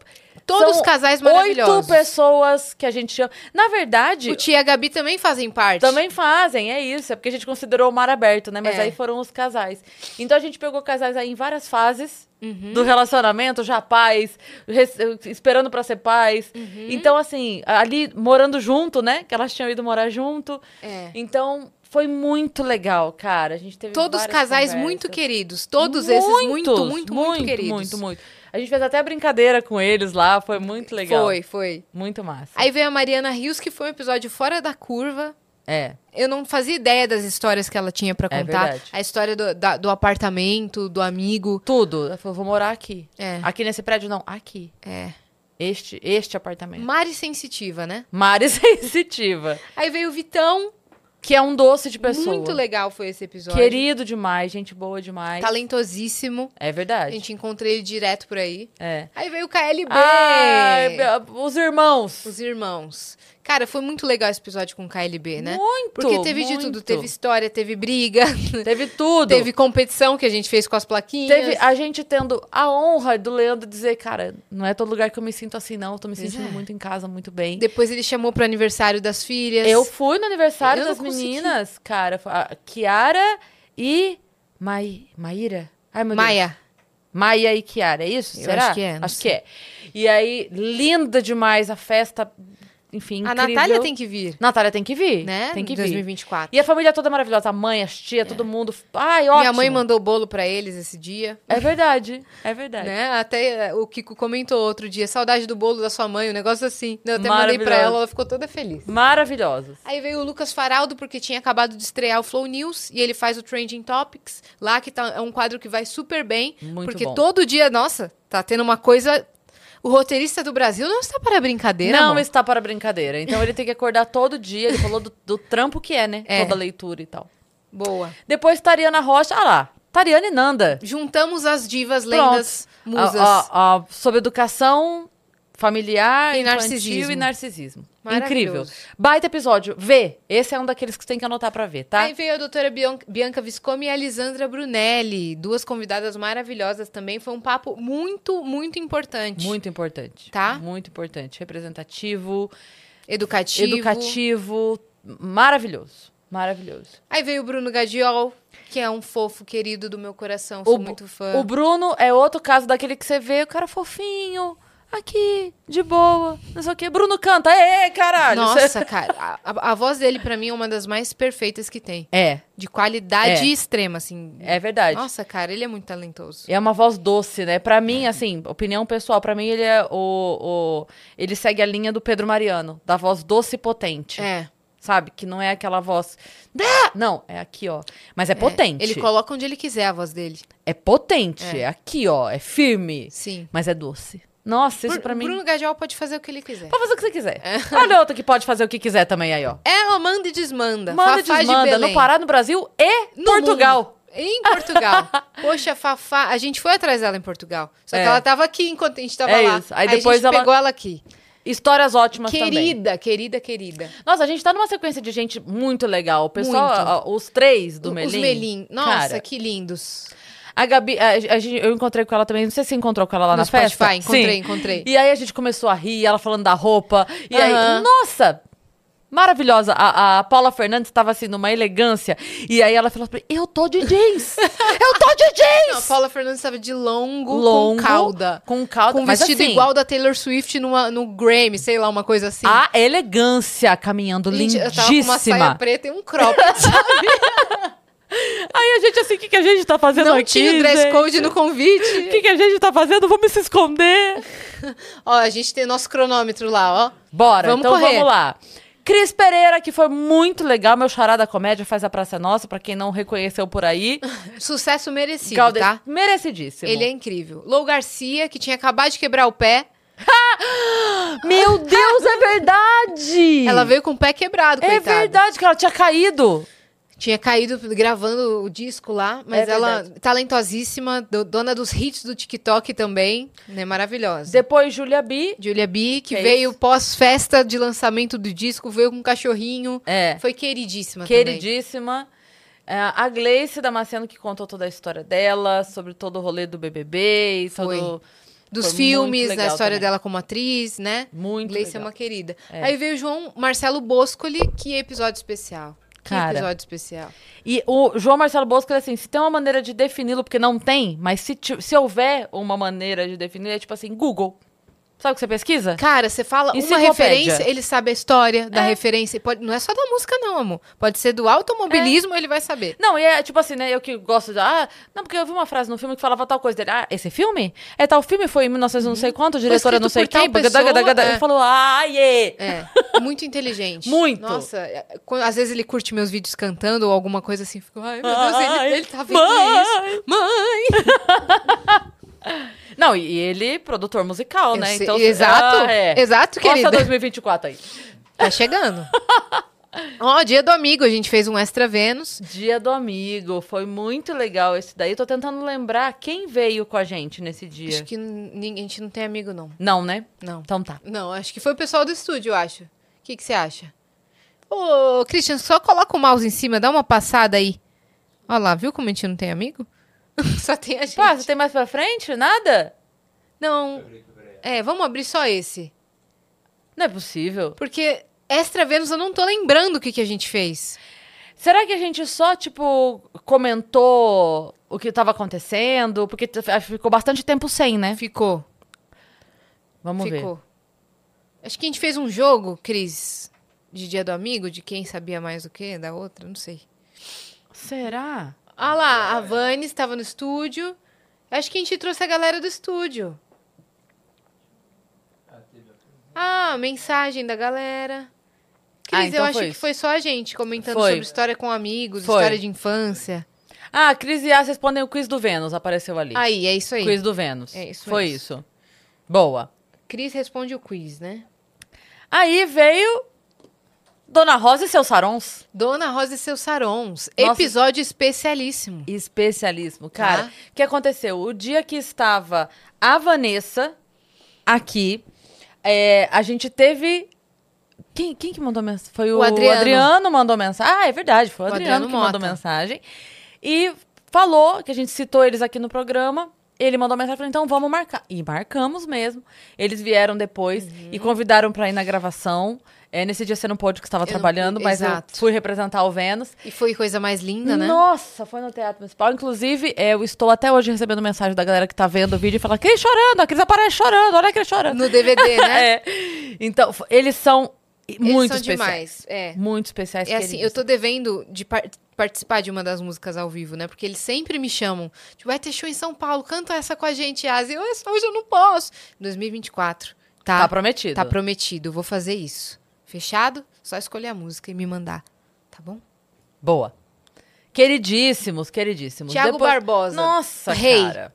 Todos
são
casais maravilhosos.
Oito pessoas que a gente ama. Na verdade,
O Ti e a Gabi também fazem parte.
Também fazem, é isso. É porque a gente considerou o mar aberto, né? Mas
É.
aí foram os casais. Então a gente pegou casais aí em várias fases
Uhum.
do relacionamento, já pais, res- esperando pra ser pais.
Uhum.
Então, assim, ali morando junto, né? Que elas tinham ido morar junto.
É.
Então, foi muito legal, cara. A gente teve
Todos
várias
casais
conversas.
muito queridos. Todos esses muito, muito,
Muitos,
muito, queridos.
Muito, muito. A gente fez até brincadeira com eles lá, foi muito legal.
Foi, foi.
Muito massa.
Aí veio a Mariana Rios, que foi um episódio fora da curva.
É.
Eu não fazia ideia das histórias que ela tinha pra
É
contar.
verdade.
a história do, da- do apartamento, do amigo.
Tudo. Ela falou, vou morar aqui.
É.
Aqui nesse prédio, não. Aqui.
É.
Este, este apartamento.
Mari sensitiva, né?
Mari sensitiva.
Aí veio o Vitão.
Que é um doce de pessoa.
Muito legal foi esse episódio.
Querido demais, gente boa demais.
Talentosíssimo.
É
A
verdade.
gente encontrei ele direto por aí.
É.
Aí veio o KLB.
Ai, be- os irmãos.
Os irmãos. Cara, foi muito legal esse episódio com o KLB, né?
Muito,
Porque teve de
muito.
tudo. Teve história, teve briga.
Teve tudo.
Teve competição que a gente fez com as plaquinhas.
Teve a gente tendo a honra do Leandro dizer, cara, não é todo lugar que eu me sinto assim, não. Eu tô me
Pois
sentindo
é.
muito em casa, muito bem.
Depois ele chamou pro aniversário das filhas.
Eu fui no aniversário
Eu não
das
consegui.
meninas, cara. Foi A Kiara e Mai... Maíra? Ai, meu Deus.
Maia.
Maia e Kiara, é isso?
Eu
Será?
acho que é, não
Acho
sei.
que é. E aí, linda demais a festa. Enfim,
A
incrível.
Natália tem que vir,
Natália tem que vir,
né?
Tem que
Em
vir.
2024.
E a família toda maravilhosa, a mãe, as tia, todo mundo. Ai, ótimo.
É. Minha mãe mandou bolo pra eles esse dia.
É verdade, é verdade.
Né? Até eh, o Kiko comentou outro dia, saudade do bolo da sua mãe, um negócio assim. Eu até mandei pra
Maravilhoso.
ela, ela ficou toda feliz.
Maravilhosos.
Aí veio o Lucas Faraldo, porque tinha acabado de estrear o Flow News, e ele faz o Trending Topics, lá que tá, é um quadro que vai super bem.
Muito
porque
bom.
todo dia, nossa, tá tendo uma coisa... O roteirista do Brasil não está para brincadeira,
Não
amor.
está para brincadeira. Então ele tem que acordar todo dia. Ele falou do, do trampo que é, né?
É.
Toda a leitura e tal.
Boa.
Depois Tariana Rocha. Ah lá. Tariana e Nanda.
Juntamos as divas,
Pronto.
lendas, musas.
A- a- a- sobre educação familiar,
E
infantil
narcisismo.
e narcisismo.
Maravilhoso.
Incrível. Baita episódio. Vê. Esse é um daqueles que tem que anotar pra ver, tá?
Aí veio a doutora Bian- Bianca Viscomi e a Lisandra Brunelli, duas convidadas maravilhosas também. Foi um papo muito, muito importante.
Muito importante.
Tá?
Muito importante. Representativo,
educativo.
educativo. Maravilhoso. Maravilhoso.
Aí veio o Bruno Gadiol, que é um fofo querido do meu coração, sou
Bu-
muito fã.
O Bruno é outro caso daquele que você vê, o cara fofinho. aqui, de boa, não sei o quê. Bruno canta, é, caralho.
Nossa, cara, a, a- a voz dele pra mim é uma das mais perfeitas que tem.
É,
De qualidade
É.
extrema, assim.
é verdade.
Nossa, cara, ele é muito talentoso.
É uma voz doce, né? Pra
Uhum.
mim, assim, opinião pessoal, pra mim ele é o, o- Ele segue a linha do Pedro Mariano, da voz doce e potente.
É.
Sabe? Que não é aquela voz. "Ah!" Não, é aqui, ó. Mas é, potente.
Ele coloca onde ele quiser a voz dele.
É potente. É. aqui, ó. É firme.
Sim.
Mas é doce. Nossa, isso
Bru-
pra mim.
Bruno É. Gadiol pode fazer o que ele quiser.
Pode fazer o que você quiser. Olha outra que pode fazer o que quiser também aí, ó.
Ela manda e desmanda.
Manda e
Fafá de
desmanda no
Belém.
Pará, no Brasil e
No
Portugal.
mundo. Em Portugal. Poxa, Fafá, a gente foi atrás dela em Portugal. Só
É.
que ela tava aqui enquanto a gente tava
É
lá.
isso. Aí depois
a gente
ela-
pegou ela aqui.
Histórias ótimas também.
querida, querida, querida.
Nossa, a gente tá numa sequência de gente muito legal. O pessoal,
Muito.
a- a- os três do
Os-
Melim.
Os Melim. Nossa,
Cara,
que lindos.
A Gabi, a- a gente- eu encontrei com ela também. Não sei se você encontrou com ela lá
No
na
Spotify,
festa.
encontrei,
Sim.
encontrei.
E aí a gente começou a rir, ela falando da roupa. E aí,
Aham.
nossa! Maravilhosa. A, a Paula Fernandes tava assim, numa elegância. E aí ela falou pra mim, eu tô de jeans! eu tô de
Não, a
jeans!
Paula Fernandes estava de longo,
Longo,
com cauda.
com cauda,
Com
mas
vestido
assim-
igual da Taylor Swift numa- no Grammy, sei lá, uma coisa assim.
A elegância caminhando,
Gente, eu tava com uma saia
Ah, lindíssima.
preta e um crop.
Aí a gente assim, o que, que a gente tá fazendo
Não
aqui?
tinha dress
gente?
code no
O
convite.
que, que a gente tá fazendo? Vamos se esconder.
Ó, a gente tem nosso cronômetro lá, ó.
Bora,
Vamos
então
correr.
vamos lá. Cris Pereira, que foi muito legal, meu chará da comédia, faz a Praça é Nossa, pra quem não reconheceu por aí.
Sucesso merecido,
Calde-
tá?
Merecidíssimo.
Ele é incrível. Lou Garcia, que tinha acabado de quebrar o pé,
Meu Deus, é verdade!
ela veio com o pé quebrado,
É
coitada.
verdade que ela tinha caído.
Tinha caído gravando o disco lá, mas
É
ela
verdade.
talentosíssima, do- dona dos hits do TikTok também, né? Maravilhosa.
Depois, Julia B.
Julia B, que
Que é
veio
isso?
pós-festa de lançamento do disco, veio com um cachorrinho.
É.
Foi queridíssima também.
Queridíssima. É, a Gleice Damasceno, que contou toda a história dela, sobre todo o rolê do BBB e
Foi.
todo...
Dos
Foi muito
filmes, da
legal
história
também.
dela como atriz, né?
Muito
Gleice é
legal.
uma querida. Aí veio o João Marcelo Boscoli, que é episódio especial. Que
Cara.
episódio especial.
E o João Marcelo Bosco, ele assim, se tem uma maneira de defini-lo, porque não tem, mas se, ti- se houver uma maneira de definir, é tipo assim, Google. Sabe o que você pesquisa?
Cara, você fala uma
Enciclopédia.
referência, ele sabe a história da
É.
referência. Pode, não é só da música, não, amor. Pode ser do automobilismo, ele vai saber.
Não, e é tipo assim, né? Eu que gosto de. Ah, não, porque eu vi uma frase no filme que falava tal coisa dele. Ah, esse filme? É tal filme? Foi em 1900 não sei quanto,
Uhum.
diretora
escrito
não sei
por tal
quem. Porque
pessoa,
daga, daga, daga.
é.
Eu falo, ah, yeah.
É, muito inteligente.
Muito.
Nossa, é, quando- às vezes ele curte meus vídeos cantando ou alguma coisa assim. Fico, ai, meu Deus,
Ai,
ele, ele tá vendo
mãe.
isso. Mãe!
Não, e ele, produtor musical,
Eu
né?
sei, exato,
ah, é.
exato,
Costa
querida.
2024 aí.
Tá chegando. Ó, dia do amigo, a gente fez um extra Vênus.
Dia do amigo, foi muito legal esse daí. Tô tentando lembrar quem veio com a gente nesse dia.
Acho que ninguém, a gente não tem amigo, não.
Não, né?
Não.
Então tá.
Não, acho que foi o pessoal do estúdio, eu acho. O que que você acha? Ô, Christian, só coloca o mouse em cima, dá uma passada aí. Olha lá, viu como a gente não tem amigo? só tem a gente.
Pá, você tem mais pra frente? Nada?
Não. É, vamos abrir só esse.
Não é possível.
Porque Extra Vênus eu não tô lembrando o que, que a gente fez.
Será que a gente só, tipo, comentou o que tava acontecendo? Porque t- ficou bastante tempo sem, né?
Ficou.
Vamos
ficou.
ver.
Acho que a gente fez um jogo, Cris, de Dia do Amigo, de quem sabia mais do que, da outra, não sei.
Será?
Ah lá, a Vani estava no estúdio. Acho que a gente trouxe a galera do estúdio. Ah, mensagem da galera. Cris,
Ah, então
eu acho
foi
que
isso.
foi só a gente comentando
Foi.
sobre história com amigos,
Foi.
história de infância.
Ah, Cris e As respondem o quiz do Vênus, apareceu ali.
Aí, é isso aí.
Quiz do Vênus.
É isso,
Foi
é
isso. Boa.
Cris responde o quiz, né?
Aí veio Dona Rosa e seus sarons.
Dona Rosa e seus sarons.
Nossa.
Episódio especialíssimo.
Especialismo, cara. O
Tá.
que aconteceu? O dia que estava a Vanessa aqui, é, a gente teve. Quem, quem que mandou mensagem? Foi o,
O Adriano.
mandou mensagem. Ah, é verdade, foi o,
O
Adriano,
Adriano
que mandou
Mota.
mensagem. E falou que a gente citou eles aqui no programa. Ele mandou mensagem falando, então vamos marcar. E marcamos mesmo. Eles vieram depois
Uhum.
e convidaram pra ir na gravação. É, nesse dia você não pôde, porque estava
não
trabalhando,
pude,
mas eu
exato.
fui representar o Vênus.
E foi coisa mais linda, né?
Nossa, foi no Teatro Municipal. Inclusive, é, eu estou até hoje recebendo mensagem da galera que tá vendo o vídeo e fala, Cris chorando, a Cris aparece chorando, olha a Cris chorando.
No DVD, né?
É. Então, f- eles são
Eles
muito
são demais.
especiais.
É.
Muito especiais.
É assim, eu tô devendo de par- participar de uma das músicas ao vivo, né? Porque eles sempre me chamam. Tipo, vai ter show em São Paulo, canta essa com a gente, Asi. Eu, "Essa hoje eu não posso. 2024. Tá,
Tá prometido.
Tá prometido, vou fazer isso. Fechado? Só escolher a música e me mandar. Tá bom?
Boa. Queridíssimos, queridíssimos.
Thiago Barbosa.
Nossa,
Rei.
cara.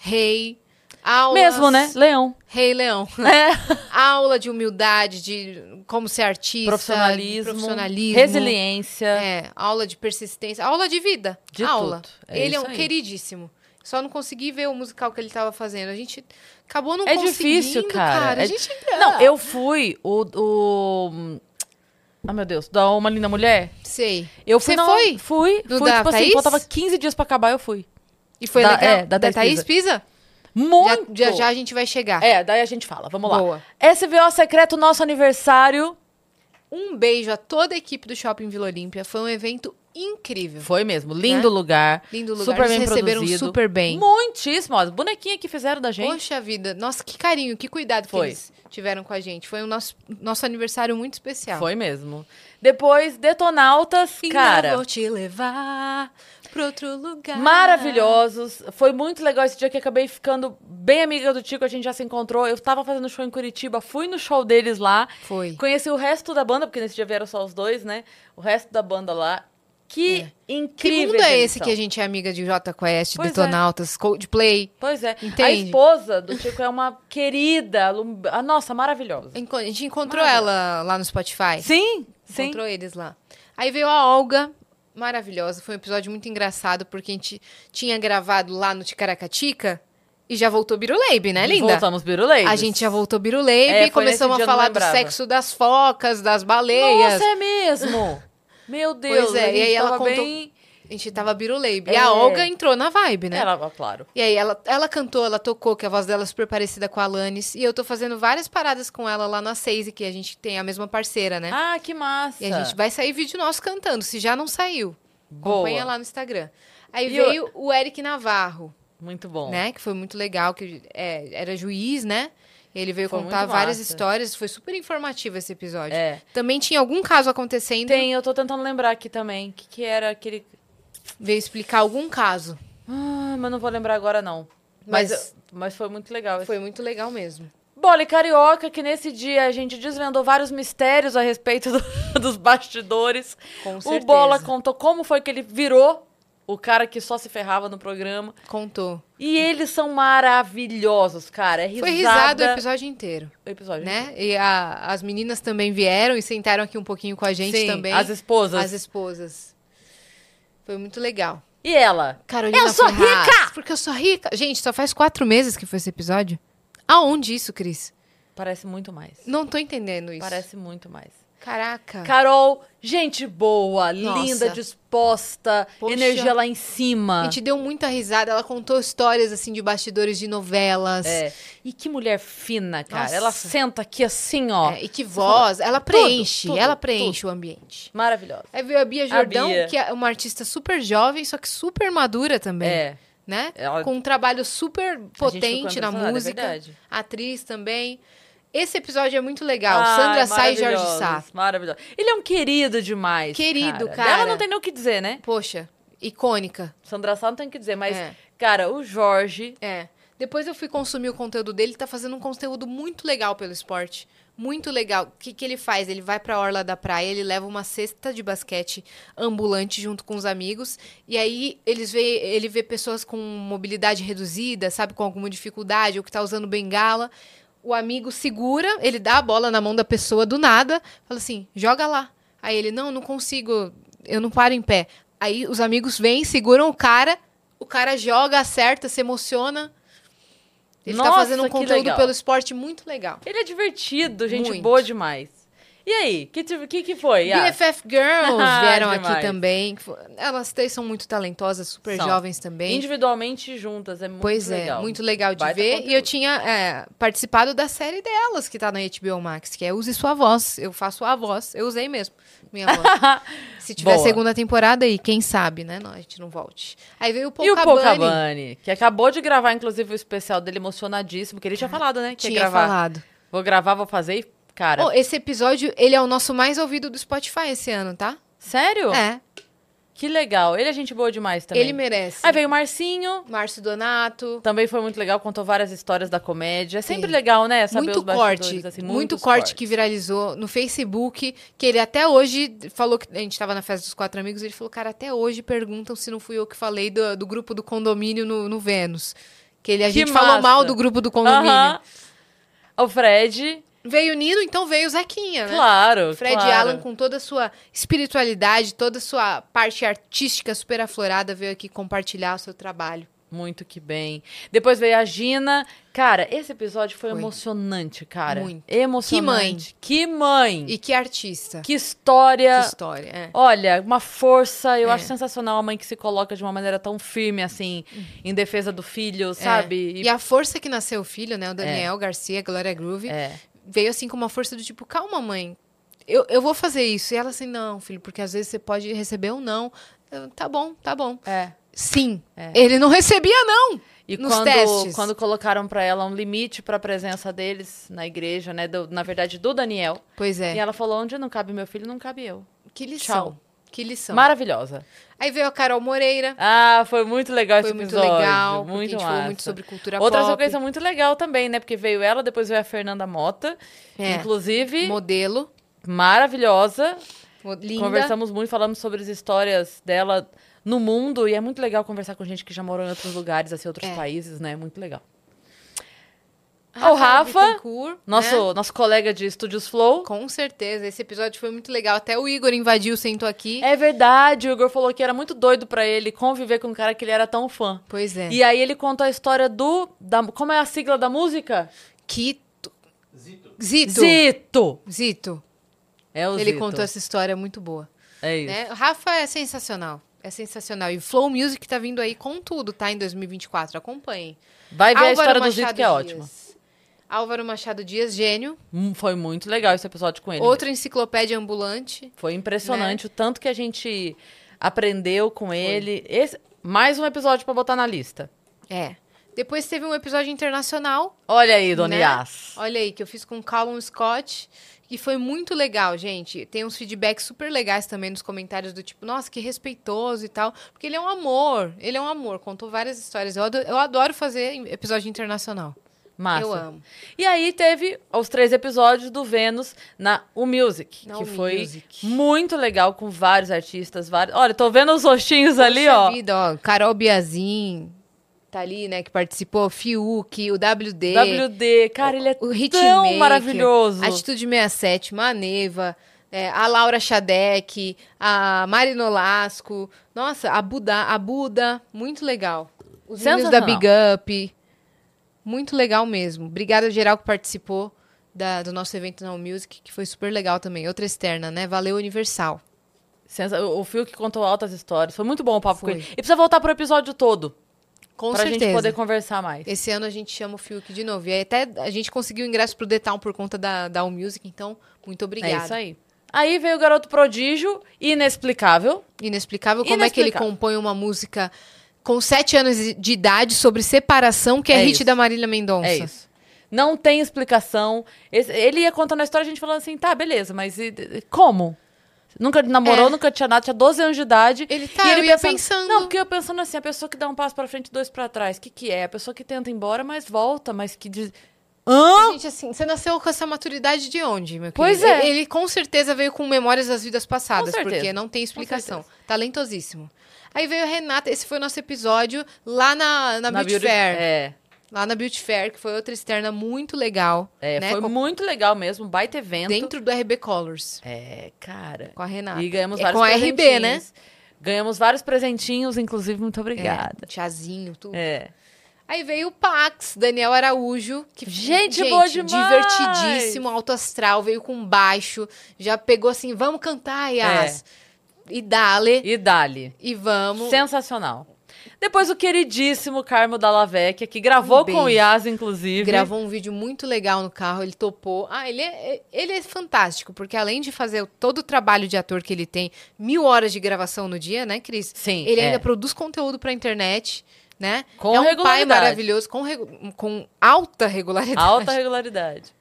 Rei, aulas...
Mesmo, né? Leão.
Rei Leão.
É.
Aula de humildade, de como ser artista.
Profissionalismo,
Profissionalismo.
Resiliência.
É, aula de persistência, aula de vida.
De
aula.
tudo, é
ele é
isso
um
aí.
queridíssimo. Só não consegui ver o musical que ele tava fazendo. A gente acabou não
É
conseguindo,
difícil, cara.
A
É-
gente...
Não, eu fui o. o... Ah, meu Deus, da Uma Linda Mulher?
Sei.
Eu fui.
Você
na-
foi?
Fui.
Do
fui,
da
tipo assim,
Thaís?
faltava 15 dias pra acabar, eu fui.
E foi
Da-
legal.
é, da Thaís
Pisa?
Muito!
Já, já, já a gente vai chegar.
É, daí a gente fala, vamos lá.
Boa.
SVO Secreto, nosso aniversário.
Um beijo a toda a equipe do Shopping Vila Olímpia. Foi um evento incrível.
Foi mesmo, lindo
Né?
lugar.
Lindo lugar,
Super
eles
bem
receberam
produzido.
super bem.
Muitíssimo, ó, as bonequinhas que fizeram da gente.
Poxa vida. Nossa, que carinho, que cuidado
Foi.
que eles tiveram com a gente. Foi um nosso, nosso aniversário muito especial.
Foi mesmo. Depois, Detonautas,
Ainda
cara.
vou te levar pra outro lugar.
Maravilhosos. Foi muito legal esse dia que acabei ficando bem amiga do Tico. A gente já se encontrou. Eu tava fazendo show em Curitiba, fui no show deles lá.
Foi.
Conheci o resto da banda, porque nesse dia vieram só os dois, né? O resto da banda lá. Que
Que
incrível.
mundo é esse que a gente é amiga de Jota Quest,
Pois é.
Detonautas, Coldplay?
Pois é. A
Entende?
esposa do Tico é uma querida. lum- ah, Nossa, maravilhosa.
Enco- A gente encontrou ela lá no Spotify.
Sim, sim.
Encontrou eles lá. Aí veio a Olga, maravilhosa. Foi um episódio muito engraçado, porque a gente tinha gravado lá no Ticaracatica e já voltou Biruleibe, né, linda?
Voltamos Biruleiros.
A gente já voltou
É,
Biruleibe
foi
e começamos
nesse
a
dia, eu não
falar do
lembrava.
sexo das focas, das baleias.
Nossa, é mesmo. Meu Deus.
Pois é,
a gente
e aí ela
tava
contou-
Bem...
A gente tava Biruleibe. E
É.
a Olga entrou na vibe, né?
Ela, claro.
E aí, ela, ela cantou, ela tocou, que a voz dela é super parecida com a Alanis. E eu tô fazendo várias paradas com ela lá na Seise, que a gente tem a mesma parceira, né?
Ah, que massa.
e a gente vai sair vídeo nosso cantando, se já não saiu.
Boa.
Acompanha lá no Instagram. Aí
E
veio o Eric Navarro,
Muito bom.
né? Que foi muito legal, que é, era juiz, né? Ele veio
Foi
contar
muito
várias
massa.
histórias, foi super informativo esse episódio.
É.
Também tinha algum caso acontecendo,
Tem, eu tô tentando lembrar aqui também. O que, que era aquele.
veio explicar algum caso.
Ah, mas não vou lembrar agora, não. Mas,
Mas-
eu- mas foi muito legal.
Foi muito legal mesmo.
Bola e Carioca, que nesse dia a gente desvendou vários mistérios a respeito do- dos bastidores.
Com
o
certeza.
Bola contou como foi que ele virou o cara que só se ferrava no programa.
Contou.
E eles são maravilhosos, cara. É risada.
Foi risado o episódio inteiro.
o episódio.
né? E a- as meninas também vieram e sentaram aqui um pouquinho com a gente
Sim,
também.
as esposas.
As esposas. Foi muito legal.
E ela?
Carolina
eu sou
Ferraz,
rica!
Porque eu sou rica. Gente, só faz quatro meses que foi esse episódio. Aonde isso, Cris?
Parece muito mais.
Não tô entendendo isso.
Parece muito mais.
Caraca.
Carol, gente boa,
Nossa.
linda, disposta,
Poxa.
energia lá em cima.
A gente deu muita risada. Ela contou histórias, assim, de bastidores de novelas.
É. E que mulher fina, cara.
Nossa.
Ela senta aqui assim, ó.
É, e que voz. Ela preenche.
tudo,
ela
tudo.
preenche o ambiente.
Maravilhosa.
Aí veio a Bia Jordão,
Bia.
que é uma artista super jovem, só que super madura também.
É.
né?
Ela-
Com um trabalho super potente na
impressionada, é
música.
verdade.
atriz também. Esse episódio é muito legal.
Ai,
Sandra Sai e Jorge
maravilhosos,
Sá.
Ah, Maravilhoso. Ele é um querido demais.
Querido,
Ela
cara.
não tem nem o que dizer, né?
Poxa, icônica.
Sandra Sá não tem o que dizer, mas,
É.
cara, o Jorge.
É. Depois eu fui consumir o conteúdo dele, tá fazendo um conteúdo muito legal pelo esporte. Muito legal. O que, que ele faz? Ele vai pra orla da praia, ele leva uma cesta de basquete ambulante junto com os amigos. E aí eles vê, ele vê pessoas com mobilidade reduzida, sabe, com alguma dificuldade, ou que tá usando bengala. O amigo segura, ele dá a bola na mão da pessoa do nada, fala assim: joga lá. Aí ele: não, não consigo, eu não paro em pé. Aí os amigos vêm, seguram o cara, o cara joga, acerta, se emociona. Ele
Nossa,
tá fazendo um
que
conteúdo
legal.
pelo esporte muito legal.
Ele é divertido, gente
Muito.
boa demais. E aí, que, tipo- que, que foi? Yas?
BFF Girls
Ah,
vieram aqui
demais.
também. que fo- Elas três são muito talentosas, super
São.
jovens também.
Individualmente juntas, é muito
Pois
legal.
é, muito legal de
Baita
ver. E eu
conteúdo.
tinha é, participado da série delas que tá na HBO Max, que é Use Sua Voz. Eu faço a voz, eu usei mesmo minha voz. Se tiver
Boa.
segunda temporada aí, quem sabe, né? Não, a gente não volte. Aí veio o Paul
E o Paul
Cabani.
Cabani, que acabou de gravar, inclusive, o especial dele emocionadíssimo, que ele tinha falado, né? Que ia
É, Tinha
gravar.
falado.
Vou gravar, vou fazer e, cara...
Oh, esse episódio, ele é o nosso mais ouvido do Spotify esse ano, tá?
sério?
É,
Que legal. Ele é gente boa demais também. É
ele merece.
Aí veio o Marcinho,
Márcio Donato.
também foi muito legal, contou várias histórias da comédia. É sempre
Sim.
legal, né? Saber
muito
os bastidores,
corte,
assim,
muito
muitos
corte que
cortes.
viralizou no Facebook, que ele até hoje falou que a gente tava na festa dos quatro amigos, ele falou, cara, até hoje perguntam se não fui eu que falei do, do grupo do condomínio no, no Vênus. Que ele, a
Que
gente falou mal
massa.
do grupo do condomínio.
Aham. O Fred,
Veio o Nino, então veio o Zequinha, né?
claro.
Fred
claro.
Allen, com toda a sua espiritualidade, toda a sua parte artística super aflorada, veio aqui compartilhar o seu trabalho.
Muito que bem. Depois veio a Gina. Cara, esse episódio foi,
Foi.
emocionante, cara.
Muito.
Emocionante. Que mãe.
E que artista.
Que ah, história.
Que história, é.
Olha, uma força. Eu
É.
acho sensacional a mãe que se coloca de uma maneira tão firme, assim, em defesa do filho, sabe?
É. E a força que nasceu o filho, né? O Daniel Garcia, Glória Groove,
É.
veio assim com uma força do tipo, calma, mãe, eu, eu vou fazer isso. E ela assim, não, filho, porque às vezes você pode receber um não. Eu, tá bom, tá bom.
É.
Sim. Ele não recebia, não.
E
nos
quando,
testes.
quando colocaram pra ela um limite pra presença deles na igreja, né? do- na verdade, do Daniel.
Pois é.
E ela falou: onde não cabe meu filho, não cabe eu.
Que lição.
Tchau.
Que lição.
Maravilhosa.
Aí veio a Carol Moreira.
Ah, foi muito legal
Foi
esse
muito
episódio.
legal, porque a
muito
gente falou
massa.
muito sobre cultura
Outra
pop.
coisa muito legal também, né? Porque veio ela, depois veio a Fernanda Mota.
É.
Inclusive,
Modelo.
maravilhosa.
mo- Linda.
Conversamos muito, falamos sobre as histórias dela no mundo. E é muito legal conversar com gente que já morou em outros lugares, assim, outros
É.
países, né? Muito legal.
Rafael
o Rafa,
Bittencourt, né?
Nosso, nosso colega de Estúdios Flow.
Com certeza, esse episódio foi muito legal. Até o Igor invadiu, sentou aqui.
É verdade, o Igor falou que era muito doido pra ele conviver com um cara que ele era tão fã.
Pois é.
E aí ele contou a história do. da- como é a sigla da música?
Que... Zito. Zito.
Zito!
Zito.
É o
Ele
Zito.
contou essa história muito boa.
É isso.
Né? O Rafa é sensacional. É sensacional. E o Flow Music tá vindo aí com tudo, tá? Em 2024. Acompanhem.
Vai ver a
Álvaro
história do
Machado
Zito, que é ótima.
Dias. Álvaro Machado Dias, gênio.
Hum, Foi muito legal esse episódio com ele.
Outra enciclopédia ambulante.
Foi
Né?
impressionante o tanto que a gente aprendeu com ele. Esse- mais um episódio pra botar na lista.
É. Depois teve um episódio internacional.
Olha aí, Dona
né?
Yas.
Olha aí, que eu fiz com o Callum Scott. E foi muito legal, gente. Tem uns feedbacks super legais também nos comentários do tipo, nossa, que respeitoso e tal. Porque ele é um amor. Ele é um amor. Contou várias histórias. Eu adoro, eu adoro fazer em- episódio internacional.
Massa.
Eu amo.
E aí teve os três episódios do Vênus na U Music,
Na
que
U
foi
Music.
muito legal com vários artistas, vários. Olha, tô vendo os rostinhos ali,
Poxa
ó.
vida, ó. Carol Biazin tá ali, né, que participou. Fiuk, o WD.
WD, cara, ele é
o
tão
Hitmaker,
maravilhoso.
Atitude 67, Maneva, é, a Laura Shadek, a Mari Nolasco, nossa, a Buda, a Buda, muito legal. Os meninos da Big Up, muito legal mesmo. Obrigada geral que participou da- do nosso evento na All Music, que foi super legal também. Outra externa, né? Valeu Universal.
Sensa- O Fio que contou altas histórias. Foi muito bom o papo
Foi.
com ele. E precisa voltar pro episódio todo.
Com
pra
certeza.
gente poder conversar mais.
Esse ano a gente chama o Fiuk de novo. E aí até a gente conseguiu ingresso pro The Town por conta da, da All Music, então muito obrigada.
É isso aí. Aí veio o garoto prodígio, inexplicável.
Inexplicável como é que ele
Inexplicável.
compõe uma música com sete anos de idade sobre separação, que é,
É
hit
isso.
da Marília Mendonça.
É isso. Não tem explicação. Esse- ele ia contando a história, a gente falando assim, tá, beleza, mas e- e- como? Nunca namorou,
É.
nunca tinha nada, tinha 12 anos de idade.
Ele tá,
e
eu ia pensando.
Não, porque eu pensando assim, a pessoa que dá um passo pra frente e dois pra trás, o que que é? A pessoa que tenta ir embora, mas volta, mas que diz... Hã?
Gente, assim, você nasceu com essa maturidade de onde, meu querido?
Pois é.
Ele, ele com certeza veio com memórias das vidas passadas,
Com certeza.
porque não tem explicação. Talentosíssimo. Aí veio a Renata, esse foi o nosso episódio lá na, na,
Na
Beauty Fair.
É,
Lá na Beauty Fair, que foi outra externa muito legal.
é,
né?
foi
com-
muito legal mesmo, um baita evento.
dentro do RB Colors.
É, cara.
Com a Renata.
E ganhamos
É
vários
com a
presentinhos.
RB, né?
Ganhamos vários presentinhos, inclusive, muito
É,
obrigada.
tiazinho, tudo.
É.
Aí veio o Pax, Daniel Araújo, que
Gente boa demais!
divertidíssimo, alto astral, veio com baixo, já pegou assim, vamos cantar, Yas.
É.
E dale,
E dali.
e vamos.
é um Sensacional. Depois o queridíssimo Carmo Dalla Vecchia, que gravou
Um
com o
beijo.
Yas, inclusive.
Gravou um vídeo muito legal no carro, ele topou. Ah, ele é, ele é fantástico, porque além de fazer todo o trabalho de ator que ele tem, mil horas de gravação no dia, né, Cris?
Sim,
Ele
é.
ainda produz conteúdo pra internet, né?
Com
é um pai
regularidade.
maravilhoso, com, regu- com alta regularidade.
Alta regularidade.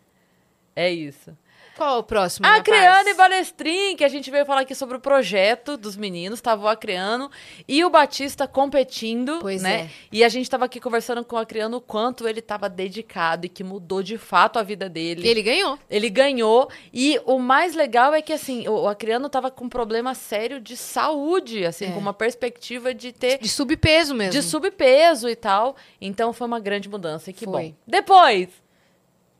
É isso.
Qual é o próximo?
A
minha
Acreano
paz?
e Balestrin, que a gente veio falar aqui sobre o projeto dos meninos, tava o Acreano e o Batista competindo,
Pois
né?
é.
E a gente tava aqui conversando com o Acreano o quanto ele tava dedicado e que mudou de fato a vida dele.
Ele ganhou.
Ele ganhou. E o mais legal é que, assim, o, o Acriano tava com um problema sério de saúde, assim,
É.
com uma perspectiva de ter.
De subpeso mesmo.
De subpeso e tal. Então foi uma grande mudança. E que
Foi.
bom. Depois,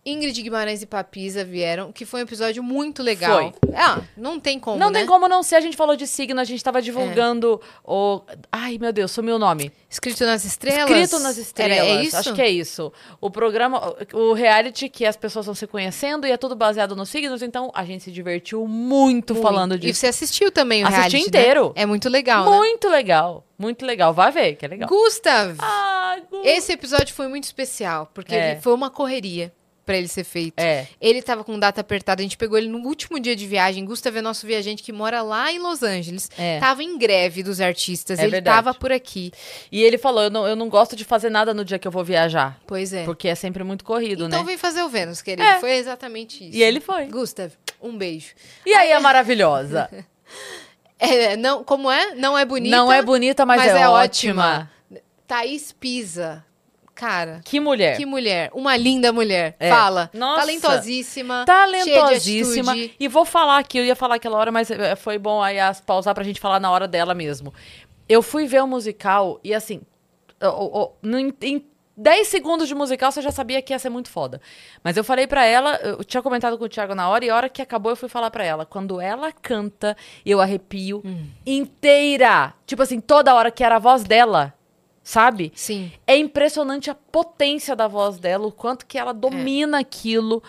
Ingrid Guimarães e Papisa vieram, que foi um episódio muito legal.
Foi.
Ah, não tem como,
não
né?
tem como não ser, a gente falou de signo, a gente tava divulgando o. Ai, meu Deus, sumiu o nome.
Escrito nas estrelas.
Escrito nas
Era-
estrelas.
é isso?
Acho que é isso. O programa, o reality que as pessoas estão se conhecendo e é tudo baseado nos signos, então a gente se divertiu muito, falando
E
disso.
você assistiu também o
Assisti
reality, né?
inteiro.
É muito legal, né?
muito legal. Muito legal. Vai ver, que é legal.
Gustav,
Ah, Gu-
esse episódio foi muito especial, porque
É.
ele foi uma correria pra ele ser feito.
É.
Ele tava com data apertada, a gente pegou ele no último dia de viagem. Gustav é nosso viajante que mora lá em Los Angeles.
É.
Tava em greve dos artistas,
É
ele
verdade.
tava por aqui.
E ele falou: eu não, eu não gosto de fazer nada no dia que eu vou viajar.
Pois é.
Porque é sempre muito corrido,
Então
né?
vem fazer o Vênus, querido.
É.
Foi exatamente isso.
E ele foi.
Gustav, um beijo.
E aí, a maravilhosa?
É, não, como é? Não é bonita.
não é bonita, mas, é, ótima.
Thaís Pisa. Cara,
Que mulher.
que mulher. Uma linda mulher.
É.
Fala.
Nossa.
Talentosíssima.
Talentosíssima.
Cheia de atitude.
E vou falar aqui, eu ia falar aquela hora, mas eh, foi bom aí as pausar pra gente falar na hora dela mesmo. Eu fui ver o musical e assim, o- o- o- no- em- em 10 segundos de musical você já sabia que ia ser muito foda. Mas eu falei pra ela, eu tinha comentado com o Thiago na hora e a hora que acabou eu fui falar pra ela, quando ela canta, eu arrepio
Hum.
inteira. Tipo assim, toda hora que era a voz dela, sabe?
Sim.
É impressionante a potência da voz dela, o quanto que ela
É.
domina aquilo.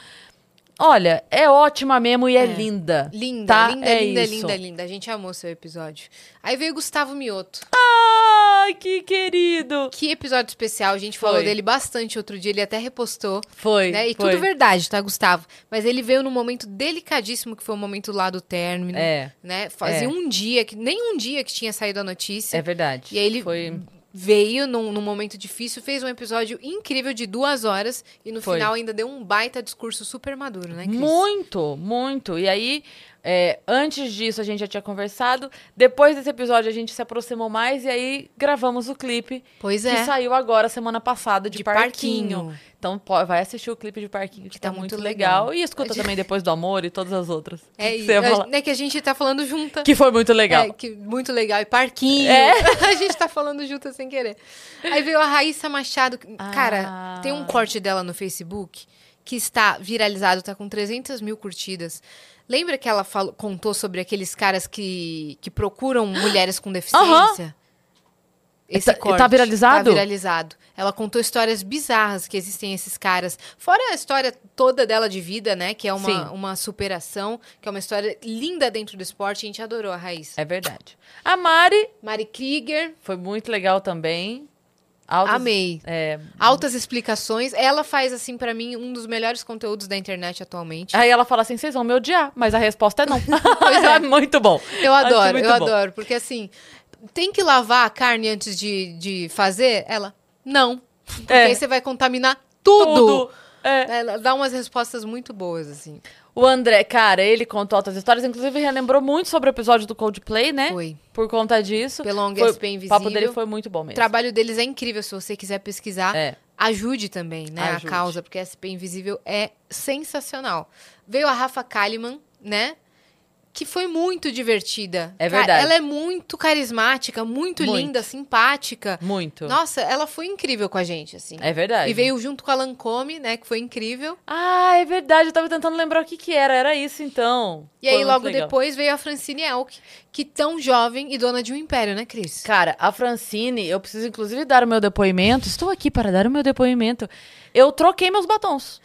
Olha, é ótima mesmo e é, linda.
Linda,
tá?
linda,
É
linda,
isso.
linda, linda. A gente amou seu episódio. Aí veio Gustavo Mioto.
Ai, que querido.
Que episódio especial. A gente falou
Foi.
dele bastante outro dia. Ele até repostou.
Foi,
né? E
foi.
tudo verdade, tá, Gustavo? Mas ele veio num momento delicadíssimo, que foi o momento lá do término.
É.
Né? Fazia
É.
um dia, que nem um dia que tinha saído a notícia.
É verdade.
E aí ele
Foi...
veio num, num momento difícil, fez um episódio incrível de duas horas e no
Foi.
final ainda deu um baita discurso super maduro, né, Cris?
Muito, muito. E aí, é, antes disso a gente já tinha conversado. Depois desse episódio a gente se aproximou mais e aí gravamos o clipe
Pois
que
é.
saiu agora semana passada de,
De
Parquinho.
Parquinho.
Então pô, vai assistir o clipe de Parquinho que,
tá
tá, muito
muito
legal.
legal.
E escuta também depois do amor e todas as outras.
É
Que
isso.
você ia falar.
É, né, que a gente tá falando junta.
Que foi muito legal. É.
É, que muito legal. E parquinho. a gente tá falando junto sem querer. Aí veio a Raíssa Machado.
Ah.
Cara, tem um corte dela no Facebook que está viralizado, tá com 300 mil curtidas. Lembra que ela falou- contou sobre aqueles caras que, que procuram mulheres com deficiência? Esse
Tá- tá
corte
viralizado?
Tá viralizado. Ela contou histórias bizarras que existem esses caras. Fora a história toda dela de vida, né? Que é
Sim.
uma, uma superação, que é uma história linda dentro do esporte. A gente adorou a Raíssa.
É verdade. A Mari
Mari Krieger,
foi muito legal também. Altas-
amei.
É,
Altas explicações. Ela faz, assim, pra mim, um dos melhores conteúdos da internet atualmente.
Aí ela fala assim: vocês vão me odiar, mas a resposta é não.
Pois é.
é muito bom.
Eu
Acho
adoro,
muito
eu
bom.
adoro. Porque, assim, tem que lavar a carne antes de, de fazer? Ela, não. Porque
É.
aí você vai contaminar tudo.
É.
Ela dá umas respostas muito boas, assim.
O André, cara, ele contou outras histórias, inclusive relembrou muito sobre o episódio do Coldplay, né?
Foi.
Por conta disso.
Pelo
Foi-
Longest Bem
O
Invisível.
papo dele foi muito bom
O
mesmo.
trabalho deles é incrível, se você quiser pesquisar.
É.
Ajude também, né?
Ajude.
A causa, porque a SP Invisível é sensacional. Veio a Rafa Kalimann, né? que foi muito divertida.
É
Ca-
verdade.
Ela é muito carismática, muito,
Muito.
linda, simpática.
Muito.
Nossa, ela foi incrível com a gente, assim.
É verdade.
E veio junto com a Lancome, né, que foi incrível.
Ah, é verdade. Eu tava tentando lembrar o que que era. Era isso, então.
E
Foi
aí,
muito
logo
legal.
depois, veio a Francine Elk, que tão jovem e dona de um império, né, Cris?
Cara, a Francine, eu preciso inclusive dar o meu depoimento. Estou aqui para dar o meu depoimento. Eu troquei meus batons.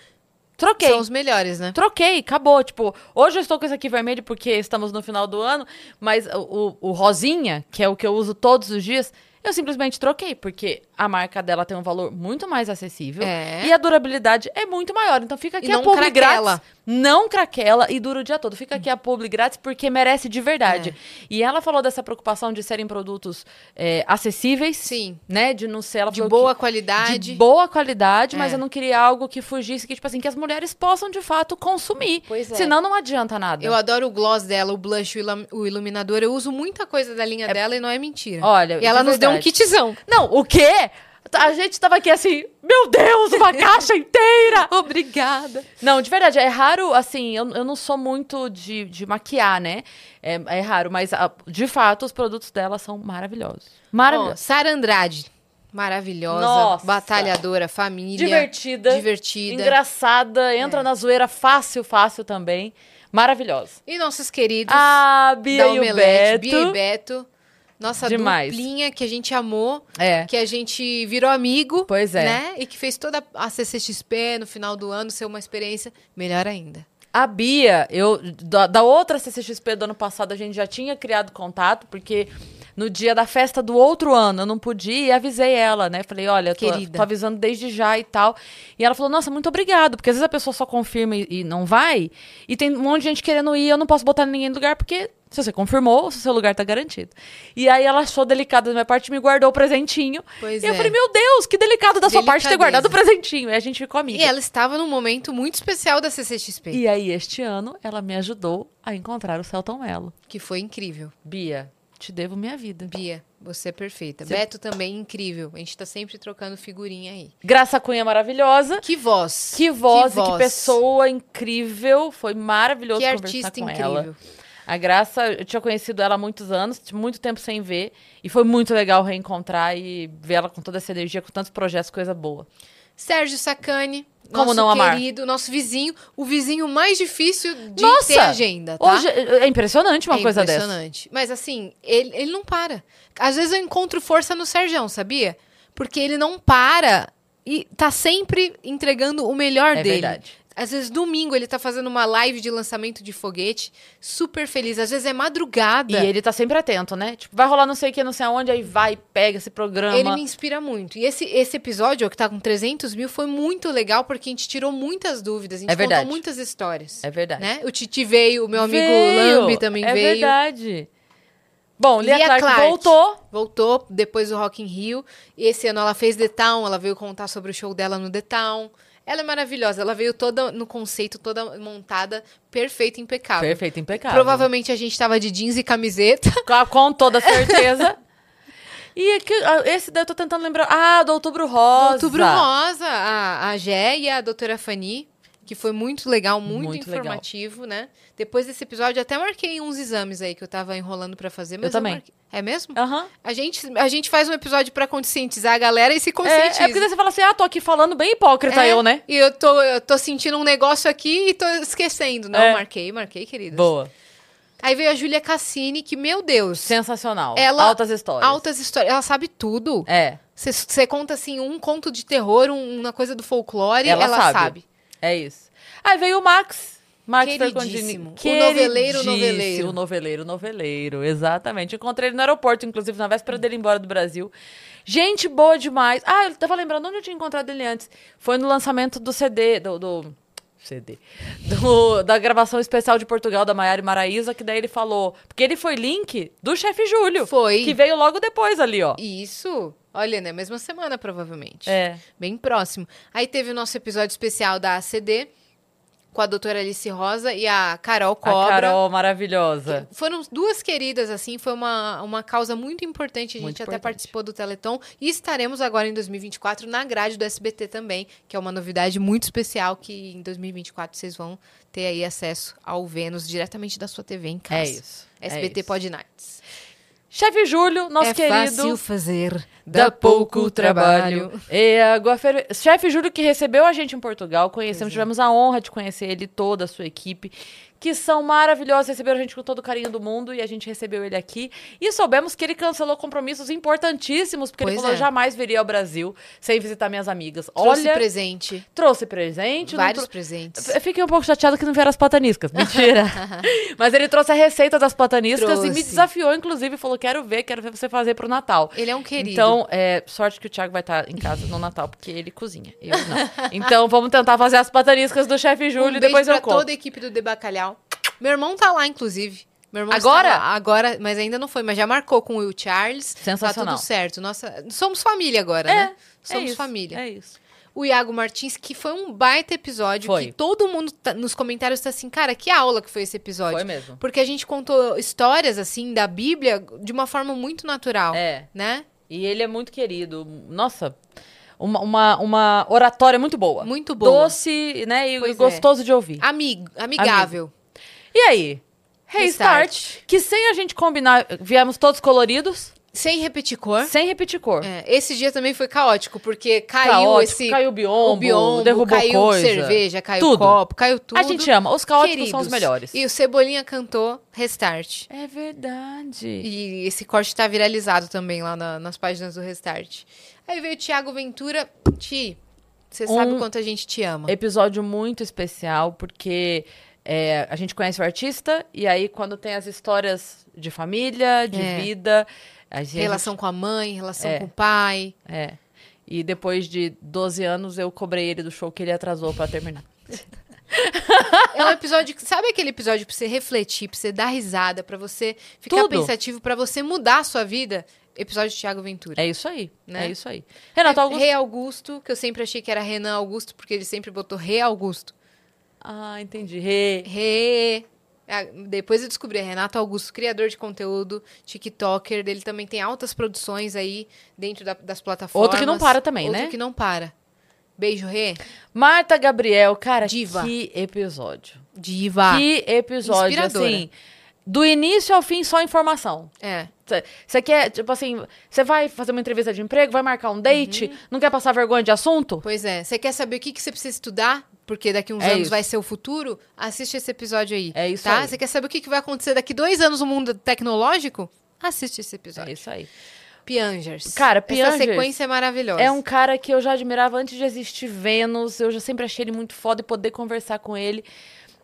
Troquei.
São os melhores, né?
Troquei, acabou. Tipo, hoje eu estou com esse aqui vermelho porque estamos no final do ano, mas o, o- o rosinha, que é o que eu uso todos os dias, eu simplesmente troquei, porque a marca dela tem um valor muito mais acessível
É.
e a durabilidade é muito maior. Então fica aqui
E
a
não
publi
craquela.
grátis. Não craquela e dura o dia todo. Fica aqui a publi grátis porque merece de verdade.
É.
E ela falou dessa preocupação de serem produtos é, acessíveis.
Sim.
Né? De não ser ela
De
falou
boa
que-
qualidade.
de boa qualidade, mas
É.
eu não queria algo que fugisse, que, tipo assim, que as mulheres possam de fato consumir.
Pois é.
Senão não adianta nada.
Eu adoro o gloss dela, o blush, o ilam- o iluminador. Eu uso muita coisa da linha dela e não é mentira.
Olha,
e ela
de
nos deu um
verdade.
kitzão.
Não, o quê? A gente tava aqui assim, meu Deus, uma caixa inteira!
Obrigada.
Não, de verdade, é raro, assim, eu, eu não sou muito de, de maquiar, né? É, é raro, mas a- de fato os produtos dela são maravilhosos.
Bom,
Maravilhosos.
Sara Andrade, maravilhosa,
Nossa.
batalhadora, família.
Divertida.
Divertida. É.
Engraçada, entra na zoeira fácil, fácil também. Maravilhosa.
E nossos queridos
A Bia
da
e o
Omelete,
Beto.
Bia e Beto. Nossa
Demais.
duplinha que a gente amou,
É.
que a gente virou amigo.
Pois é.
Né? E que fez toda a CCXP no final do ano ser uma experiência melhor ainda.
A Bia, eu da, da outra CCXP do ano passado, a gente já tinha criado contato, porque no dia da festa do outro ano eu não podia e avisei ela, né? Falei, olha, eu tô,
Querida.
tô avisando desde já e tal. E ela falou, nossa, muito obrigado, porque às vezes a pessoa só confirma e, e não vai, e tem um monte de gente querendo ir, eu não posso botar ninguém no lugar, porque se você confirmou, o seu lugar tá garantido. E aí ela achou delicado da minha parte e me guardou o presentinho.
Pois
e eu
é.
falei, meu Deus, que delicado da sua parte ter
Delicadeza.
guardado o presentinho. E a gente ficou amiga.
E ela estava num momento muito especial da CCXP,
E aí, este ano, ela me ajudou a encontrar o Celton Mello.
que foi incrível.
Bia, te devo minha vida.
Bia, você é perfeita. Beto
é
também incrível. A gente tá sempre trocando figurinha aí.
Graça Cunha maravilhosa.
Que voz.
Que voz, e que pessoa incrível. Foi maravilhoso
Que
conversar
artista
com
incrível.
ela. A Graça, eu tinha conhecido ela há muitos anos, tinha muito tempo sem ver. E foi muito legal reencontrar e ver ela com toda essa energia, com tantos projetos, coisa boa.
Sérgio Sacani,
Como
nosso
não amar?
querido, nosso vizinho, o vizinho mais difícil de
Nossa!
ter agenda, tá?
Hoje, é impressionante uma
é
coisa dessa.
impressionante. Mas assim, ele, ele não para. Às vezes eu encontro força no Sérgio, sabia? Porque ele não para e tá sempre entregando o melhor
É
dele.
verdade.
Às vezes domingo ele tá fazendo uma live de lançamento de foguete, super feliz. Às vezes é madrugada.
E ele tá sempre atento, né? Tipo, vai rolar não sei o que, não sei aonde, aí vai, pega esse programa.
Ele me inspira muito. E esse, esse episódio, que tá com 300 mil, foi muito legal, porque a gente tirou muitas dúvidas. A gente
É verdade.
contou muitas histórias.
É verdade.
Né? O Titi veio, o meu amigo
Veio,
Lambi também
é
veio.
verdade. Bom, Lia,
Lia
Clark,
Clark.
voltou.
Voltou depois do Rock in Rio. E esse ano ela fez The Town, ela veio contar sobre o show dela no The Town. Ela é maravilhosa, ela veio toda no conceito, toda montada, perfeita, impecável.
Perfeito, impecável.
Provavelmente a gente tava de jeans e camiseta.
Com, com toda certeza. e aqui, ah, esse daí eu tô tentando lembrar. Ah, do Outubro Rosa.
Outubro Rosa, a, a Gé e a doutora Fani, que foi muito legal, muito,
Muito legal.
informativo, né? Depois desse episódio, eu até marquei uns exames aí que eu tava enrolando pra fazer, mas
Eu também.
marquei. É mesmo?
Aham.
A, gente, a gente faz um episódio pra conscientizar a galera e se
É,
conscientiza.
é porque daí você fala assim, ah, tô aqui falando bem hipócrita
É,
eu, né?
E eu tô, eu tô sentindo um negócio aqui e tô esquecendo. Não,
É.
marquei, marquei, queridas.
Boa.
Aí veio a Júlia Cassini, que, meu Deus.
Sensacional.
ela,
Altas histórias.
Altas histórias. Ela sabe tudo.
É,
Você conta, assim, um conto de terror, um- uma coisa do folclore, ela,
ela,
sabe.
É isso. Aí veio o Max. Max
Queridíssimo.
Fercondini.
O noveleiro, o
Queridíssimo,
noveleiro.
O noveleiro, o noveleiro. Exatamente. Encontrei ele no aeroporto, inclusive, na véspera dele ir embora do Brasil. Gente boa demais. Ah, eu tava lembrando onde eu tinha encontrado ele antes. Foi no lançamento do CD, do... do- CD. do- da gravação especial de Portugal da Maiara e Maraísa, que daí ele falou. Porque ele foi link do chefe Júlio.
Foi.
Que veio logo depois ali, ó.
Isso. Olha, né? Mesma semana, provavelmente.
É.
Bem próximo. Aí teve o nosso episódio especial da ACD. com a doutora Alice Rosa e a Carol
A
Cobra. É
Carol maravilhosa.
Foram duas queridas, assim, foi uma, uma causa muito importante. A gente
Muito
até
importante.
participou do Teleton e estaremos agora em 2024 na grade do SBT também, que é uma novidade muito especial que em 2024 vocês vão ter aí acesso ao Vênus diretamente da sua TV em casa.
É isso, é
SBT
isso.
Pod Nights.
Chefe Júlio, nosso
é
querido.
fácil fazer,
Dá pouco trabalho. E água ferve... É, Chefe Júlio, que recebeu a gente em Portugal, conhecemos,
é.
tivemos a honra de conhecer ele e toda a sua equipe, que são maravilhosos, receberam a gente com todo o carinho do mundo e a gente recebeu ele aqui. E soubemos que ele cancelou compromissos importantíssimos, porque ele
Pois
falou:
é.
jamais viria ao Brasil sem visitar minhas amigas.
Trouxe
Olha,
presente,
trouxe presente. não
vários
trou-
presentes.
eu Fiquei um pouco chateada que não vieram as plataniscas. Mentira. Mas ele trouxe a receita das plataniscas e me
Trouxe.
desafiou, inclusive, falou: quero ver, quero ver você fazer pro Natal.
Ele é um querido.
Então, é, sorte que o Thiago vai estar em casa no Natal, porque ele cozinha. Eu não. Então, vamos tentar fazer as plataniscas do chefe Júlio
um
e depois
beijo pra
eu conto.
toda a equipe do De Bacalhau. Meu irmão tá lá, inclusive. Meu irmão
Agora?
está lá. Agora, mas ainda não foi, mas já marcou com o Will Charles.
Sensacional.
Tá tudo certo. Nossa, somos família agora,
É,
né?
é
Somos
isso,
família.
É isso.
O Iago Martins, que foi um baita episódio,
Foi.
que todo mundo tá- nos comentários tá assim, cara, que aula que foi esse episódio.
Foi mesmo.
Porque a gente contou histórias, assim, da Bíblia de uma forma muito natural.
É.
Né?
E ele é muito querido. Nossa, uma, uma, uma oratória muito boa.
Muito boa.
Doce, né? E
Pois é.
gostoso de ouvir.
Amigo, amigável.
E aí? Restart,
Restart.
que sem a gente combinar, viemos todos coloridos,
Sem repetir cor.
sem repetir cor.
É, esse dia também foi caótico, porque caiu
Caótico,
esse.
caiu o biombo,
o biombo,
derrubou
caiu
coisa.
cerveja, caiu
Tudo.
copo, caiu tudo.
A gente ama, os caóticos são os
Queridos.
melhores.
E o Cebolinha cantou Restart.
É verdade.
E esse corte tá viralizado também lá na- nas páginas do Restart. Aí veio o Thiago Ventura. Ti, você sabe o
Um-
quanto a gente te ama.
Episódio muito especial, porque é, a gente conhece o artista, e aí quando tem as histórias de família, de
É.
vida... A gente,
Relação com a mãe, relação
É.
com o pai.
É. E depois de 12 anos, eu cobrei ele do show que ele atrasou pra terminar.
É um episódio que. Sabe aquele episódio pra você refletir, pra você dar risada, pra você ficar
Tudo.
pensativo, pra você mudar a sua vida? Episódio de Thiago Ventura.
É isso aí,
Né?
é isso aí. Renato Augusto...
Rei Augusto, que eu sempre achei que era Renan Augusto, porque ele sempre botou Rei Augusto.
Ah, entendi. Re...
Rê. Ah, Depois eu descobri, é Renato Augusto, criador de conteúdo, TikToker. Ele também tem altas produções aí dentro da- das plataformas.
Outro que não para também, né?
Outro que não para. Beijo, Rê.
Marta Gabriel, cara,
Diva.
que episódio.
Diva.
Que episódio,
Ah, Inspiradora.
assim. Do início ao fim, só informação.
É.
Você quer, tipo assim, você vai fazer uma entrevista de emprego, vai marcar um date,
Uhum.
não quer passar vergonha de assunto?
Pois é. Você quer saber o que, que você precisa estudar? Porque daqui uns
É
anos
isso.
vai ser o futuro? Assiste esse episódio aí.
É isso
tá?
aí.
Você quer saber o que, que vai acontecer daqui dois anos no mundo tecnológico? Assiste esse
É
episódio.
isso aí.
Piangers.
Cara, Piangers
Essa sequência é maravilhosa.
É um cara que eu já admirava antes de existir Vênus, eu já sempre achei ele muito foda e poder conversar com ele.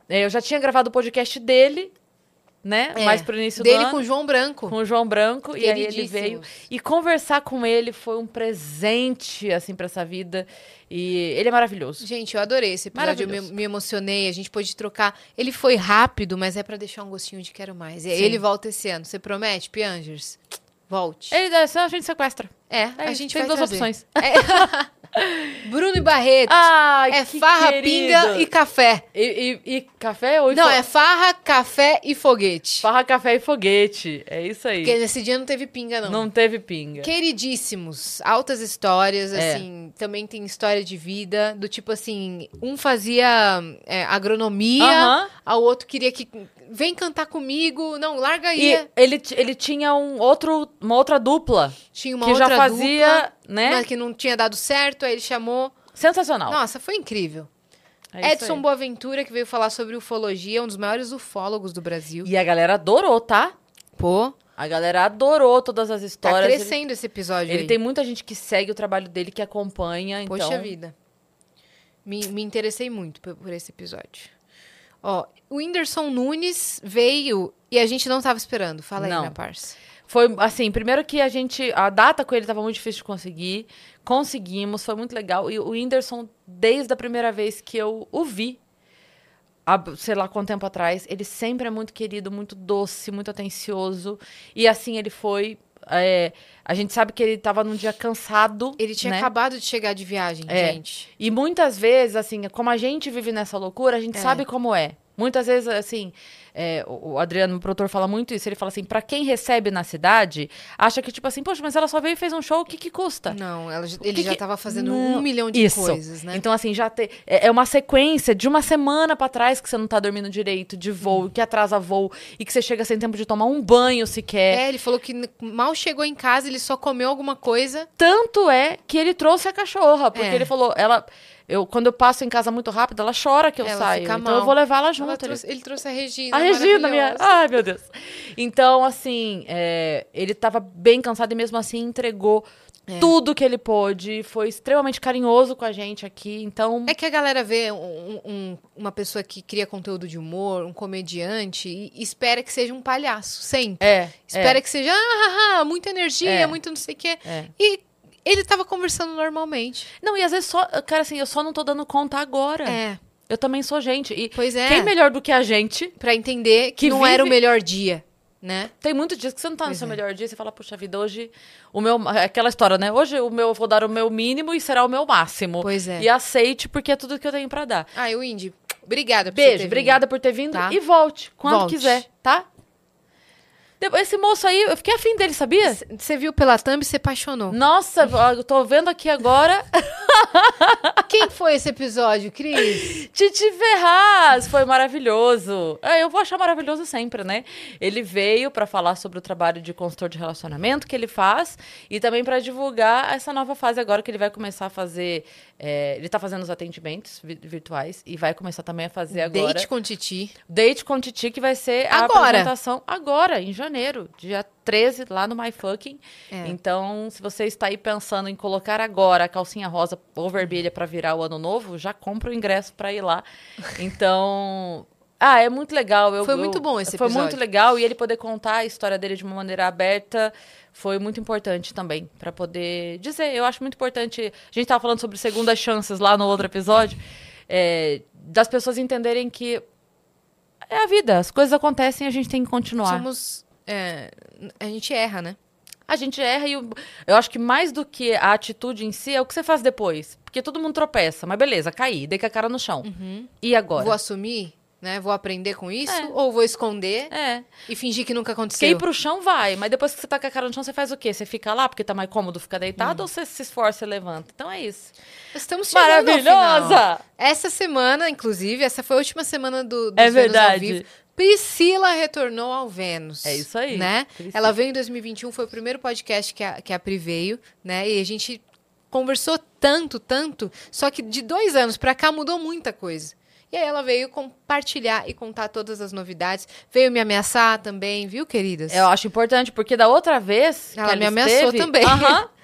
É, Eu já tinha gravado o podcast dele, né?
É,
Mais pro início
dele
do ano.
com o João Branco.
com o João Branco e aí ele
Queridíssimos.
veio e conversar com ele foi um presente assim pra essa vida e ele é maravilhoso.
Gente, eu adorei esse episódio, eu me,
Maravilhoso.
me emocionei, a gente pôde trocar. Ele foi rápido, mas é pra deixar um gostinho de quero mais. E
Sim.
ele volta esse ano, você promete, Piangers? Volte.
Ele é só a gente sequestra.
É,
É
a
isso,
gente
tem
vai
duas
trazer.
opções.
É. Bruno e Barreto.
Ai,
é
que
farra,
querido.
pinga e café.
e, e- e café ou e
Não,
fo-
é farra, café e foguete.
farra, café e foguete. É isso aí.
Porque nesse dia não teve pinga,
não. teve pinga.
Queridíssimos, altas histórias,
É.
assim, também tem história de vida, do tipo assim, um fazia é, agronomia,
Aham.
ao outro queria que. Vem cantar comigo, não, larga aí.
E ele, t- ele tinha um outro, uma outra dupla
Tinha uma
que
outra
já fazia,
dupla,
né?
mas que não tinha dado certo, aí ele chamou.
Sensacional.
Nossa, foi incrível.
É isso
Edson
aí.
Boaventura, que veio falar sobre ufologia, um dos maiores ufólogos do Brasil.
E a galera adorou, tá?
Pô,
A galera adorou todas as
tá
histórias. Ele-
crescendo esse episódio
Ele
aí.
tem muita gente que segue o trabalho dele, que acompanha, então...
Poxa vida. Me, me interessei muito por, por esse episódio. Ó, o Whindersson Nunes veio e a gente não tava esperando. Fala
Não.
aí, minha parça.
Foi, assim, primeiro que a gente... A data com ele tava muito difícil de conseguir. Conseguimos, foi muito legal. E o Whindersson, desde a primeira vez que eu o vi, há, sei lá quanto tempo atrás, ele sempre é muito querido, muito doce, muito atencioso. E assim ele foi é, a gente sabe que ele tava num dia cansado.
Ele tinha
né?
acabado de chegar de viagem,
É.
gente.
E muitas vezes, assim, como a gente vive nessa loucura, a gente sabe como é. Muitas vezes, assim, é, o o Adriano, o produtor, fala muito isso. Ele fala assim, pra quem recebe na cidade, acha que, tipo assim, poxa, mas ela só veio e fez um show, o que que custa?
Não, ela, já-
O
ele
que
já
que-
tava fazendo
Não,
um milhão de
isso.
coisas, né?
Então, assim, já te- é é uma sequência de uma semana pra trás que você não tá dormindo direito, de voo,
Hum.
que atrasa voo, e que você chega sem tempo de tomar um banho sequer.
É, ele falou que n- mal chegou em casa, ele só comeu alguma coisa.
Tanto é que ele trouxe a cachorra, porque
É.
ele falou, ela. Eu, quando eu passo em casa muito rápido, ela chora que eu
Ela
saio.
fica
Então
mal.
eu vou levar ela junto.
Ela
Ele-
trouxe- ele trouxe a Regina.
A Regina, minha.
maravilhosa.
Ai, meu Deus. Então, assim, é, ele tava bem cansado e mesmo assim entregou tudo que ele pôde. Foi extremamente carinhoso com a gente aqui. Então,
É que a galera vê um- um- uma pessoa que cria conteúdo de humor, um comediante, e espera que seja um palhaço, sempre.
é.
Espera que seja, ah, ah, ah, muita energia,
É.
muito não sei o quê.
É.
E ele tava conversando normalmente.
Não, e às vezes só. Cara, assim, eu só não tô dando conta agora.
É.
Eu também sou gente. E
Pois é.
quem melhor do que a gente?
Pra entender que,
Que
não era o
vive-
melhor dia, né?
Tem muitos dias que você não tá no
é.
seu melhor dia, você fala, puxa vida, hoje o meu. é Aquela história, né? Hoje o meu, eu vou dar o meu mínimo e será o meu máximo.
Pois é.
E aceite, porque é tudo que eu tenho pra dar.
Ai, o Indy, obrigada por você ter
Beijo,
vindo.
obrigada por ter vindo.
Tá?
E volte, quando
Volte.
quiser, tá? Depois- Esse moço aí, eu fiquei afim dele, sabia?
C- Você viu pela thumb e se apaixonou.
Nossa, eu tô vendo aqui agora.
Quem foi esse episódio, Cris?
Titi Ferraz, foi maravilhoso. É, eu vou achar maravilhoso sempre, né? Ele veio pra falar sobre o trabalho de consultor de relacionamento que ele faz e também pra divulgar essa nova fase agora que ele vai começar a fazer. é, ele tá fazendo os atendimentos vi- virtuais e vai começar também a fazer agora.
Date com Titi.
Date com Titi, que vai ser a
Agora.
apresentação agora, em janeiro, dia 13, lá no My Fucking.
É.
Então, se você está aí pensando em colocar agora a calcinha rosa ou vermelha para virar o ano novo, já compra o ingresso para ir lá. Então. Ah, é muito legal. Eu,
Foi
eu-
muito bom esse
Foi muito
episódio.
legal. E ele poder contar a história dele de uma maneira aberta foi muito importante também. para poder dizer. Eu acho muito importante. A gente tava falando sobre segundas chances lá no outro episódio. é, das pessoas entenderem que é a vida, as coisas acontecem e a gente tem que continuar.
Somos. é, a gente erra, né?
A gente erra e o- eu acho que mais do que a atitude em si é o que você faz depois. Porque todo mundo tropeça, mas beleza, caí, dei com a cara no chão. E agora?
Vou assumir, né? Vou aprender com isso ou vou esconder
É.
e fingir que nunca aconteceu?
Quem pro chão vai, mas depois que você tá com a cara no chão, você faz o quê? Você fica lá porque tá mais cômodo ficar deitado ou você se esforça e levanta? Então é isso.
Estamos chegando Ao final.
Maravilhosa!
Essa semana, inclusive, essa foi a última semana do, do
É
Vênus
verdade.
ao vivo. Priscila retornou ao Vênus.
É isso aí,
Né?
Priscila.
Ela veio em 2021, foi o primeiro podcast que a, que a Pri veio, né? E a gente conversou tanto, tanto, só que de dois anos pra cá mudou muita coisa. E aí ela veio compartilhar e contar todas as novidades. Veio me ameaçar também, viu, queridas?
Eu acho importante, porque da outra vez. que
Ela me ameaçou
esteve-
também.
Aham.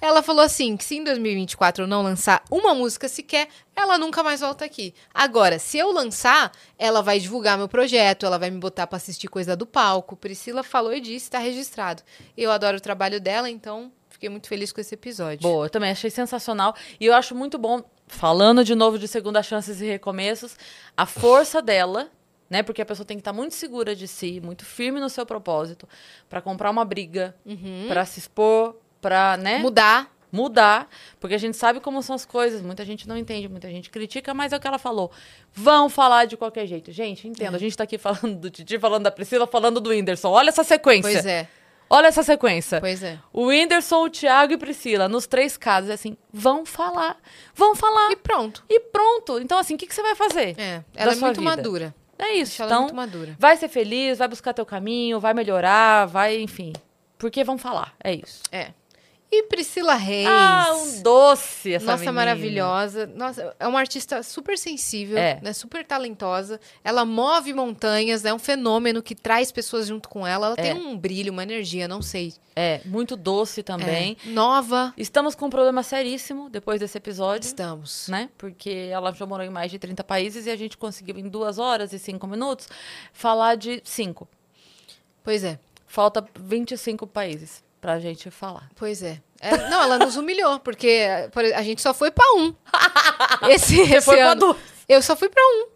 Ela falou assim: que se em 2024 eu não lançar uma música sequer, ela nunca mais volta aqui. Agora, se eu lançar, ela vai divulgar meu projeto, ela vai me botar pra assistir coisa do palco. Priscila falou e disse: tá registrado. Eu adoro o trabalho dela, então fiquei muito feliz com esse episódio.
Boa, eu também achei sensacional. E eu acho muito bom, falando de novo de segunda chances e recomeços, a força dela, né? Porque a pessoa tem que estar muito segura de si, muito firme no seu propósito, pra comprar uma briga,
Uhum.
pra se expor, pra, né?
Mudar.
mudar, porque a gente sabe como são as coisas, muita gente não entende, muita gente critica, mas é o que ela falou. Vão falar de qualquer jeito. Gente,
É.
entenda, a gente tá aqui falando do Titi, falando da Priscila, falando do Whindersson. Olha essa sequência.
Pois é,
Olha essa sequência.
pois é.
O Whindersson, o Thiago e Priscila, nos três casos, é assim, vão falar, vão falar
E pronto.
e, pronto. Então, assim, o que, que você vai fazer?
É,
da
ela é
sua
muito
vida?
madura.
É isso,
Acho ela
então,
muito madura.
vai ser feliz, vai buscar teu caminho, vai melhorar, vai, enfim, porque vão falar, é isso.
É. E Priscila Reis.
Ah, um doce
É
essa
Nossa,
menina.
maravilhosa. Nossa, é uma artista super sensível,
É.
né? Super talentosa. Ela move montanhas, é um fenômeno que traz pessoas junto com ela. Ela tem um brilho, uma energia, não sei.
É, muito doce também.
É. Nova.
Estamos com um problema seríssimo depois desse episódio.
Estamos.
Né? Porque ela já morou em mais de 30 países e a gente conseguiu, em duas horas e cinco minutos, falar de cinco.
Pois é,
Falta 25 países pra gente falar.
pois é. É, não, ela nos humilhou, porque é, por- a gente só foi pra um. Esse, esse
foi pra
ano.
dois.
Eu só fui pra um.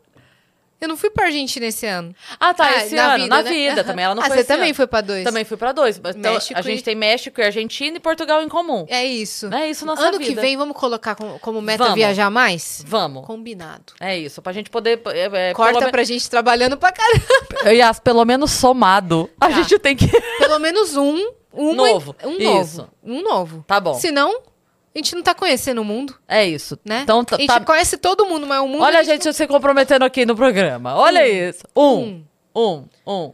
Eu não fui pra Argentina esse ano.
Ah, tá,
Ah,
esse
na
ano,
vida,
na
né?
vida
Aham.
também. Ela não
Ah,
foi
você
esse
também
ano.
foi pra dois.
Também fui pra dois. mas Então,
México
a gente
e-
tem México e Argentina e Portugal em comum.
É isso.
É isso nossa
ano que
vida.
vem, vamos colocar como, como meta
Vamos.
viajar mais?
Vamos.
Combinado.
É isso, pra gente poder. É, é,
Corta
pelo
pra gente trabalhando pra caramba.
me... Yas, pelo menos somado.
Tá.
A gente tem que.
Pelo menos um. uma-
Novo.
Um novo.
Isso.
Um novo.
Tá bom.
Senão, a gente não tá conhecendo o mundo,
É isso.
né?
Então, tá.
a gente
tá-
conhece todo mundo, mas o mundo...
Olha a gente se comprometendo aqui no programa. Olha
Hum.
isso. Um, um, um.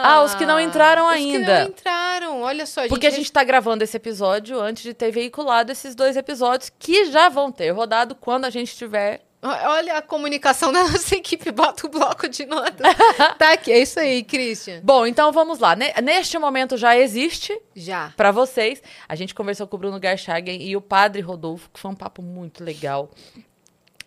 Ah, os que não entraram
Os que
ainda.
não entraram. Olha só,
Porque a gente tá gravando esse episódio antes de ter veiculado esses dois episódios que já vão ter rodado quando a gente tiver.
Olha a comunicação da nossa equipe, bota o bloco de nota. tá aqui, é isso aí, Christian.
Bom, então vamos lá. Ne- Neste momento já existe
Já.
pra vocês. A gente conversou com o Bruno Garchagen e o Padre Rodolfo, que foi um papo muito legal.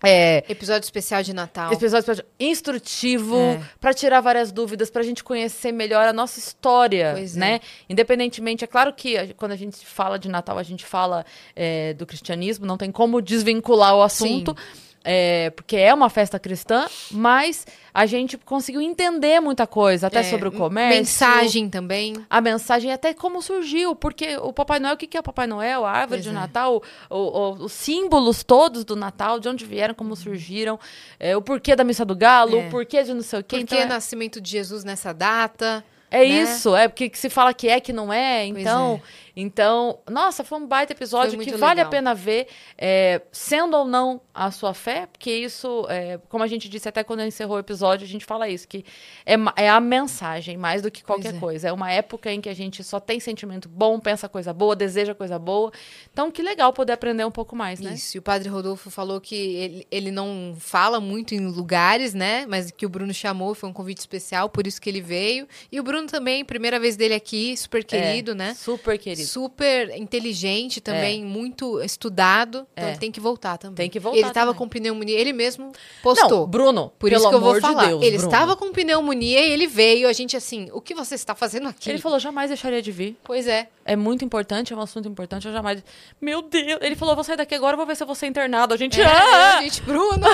É,
Episódio especial de Natal.
Esse episódio foi instrutivo
É.
pra tirar várias dúvidas, pra gente conhecer melhor a nossa história,
Pois é.
né? Independentemente, é claro que a- quando a gente fala de Natal, a gente fala é, do cristianismo, não tem como desvincular o assunto. é, porque é uma festa cristã, mas a gente conseguiu entender muita coisa, até
É,
sobre o comércio.
Mensagem também.
A mensagem é até como surgiu, porque o Papai Noel, o que que é o Papai Noel? A árvore
Pois
de
é.
Natal, o- o- os símbolos todos do Natal, de onde vieram, como surgiram, é, o porquê da missa do galo,
Uhum. É.
o porquê de não sei o quê.
Por
Então,
que
é-
nascimento de Jesus nessa data?
é
né?
isso, é porque que se fala que é, que não é.
Pois
Então, então, nossa, foi um baita episódio
Foi
que
muito
vale a
legal.
pena ver, é, sendo ou não a sua fé, porque isso, é, como a gente disse até quando encerrou o episódio, a gente fala isso, que é, ma- é a mensagem mais do que qualquer
é.
coisa. É uma época em que a gente só tem sentimento bom, pensa coisa boa, deseja coisa boa. Então, que legal poder aprender um pouco mais, né?
Isso, e o padre Rodolfo falou que ele, ele não fala muito em lugares, né? Mas que o Bruno chamou, foi um convite especial, por isso que ele veio. E o Bruno também, primeira vez dele aqui, super querido, né?
É, Super querido.
Super inteligente também, muito estudado. Então
É.
ele tem que voltar também.
Tem que voltar
Ele estava
também.
com pneumonia, ele mesmo
Não,
postou.
Bruno,
por
pelo
isso que eu vou
amor
falar.
de Deus,
ele
Bruno.
estava com pneumonia e ele veio. A gente assim, o que você está fazendo aqui?
Ele falou, jamais deixaria de vir.
Pois é.
É muito importante, é um assunto importante. Eu jamais. Meu Deus! Ele falou: vou sair daqui agora, vou ver se eu vou ser internado. A
É,
gente. Ah!
gente, Bruno!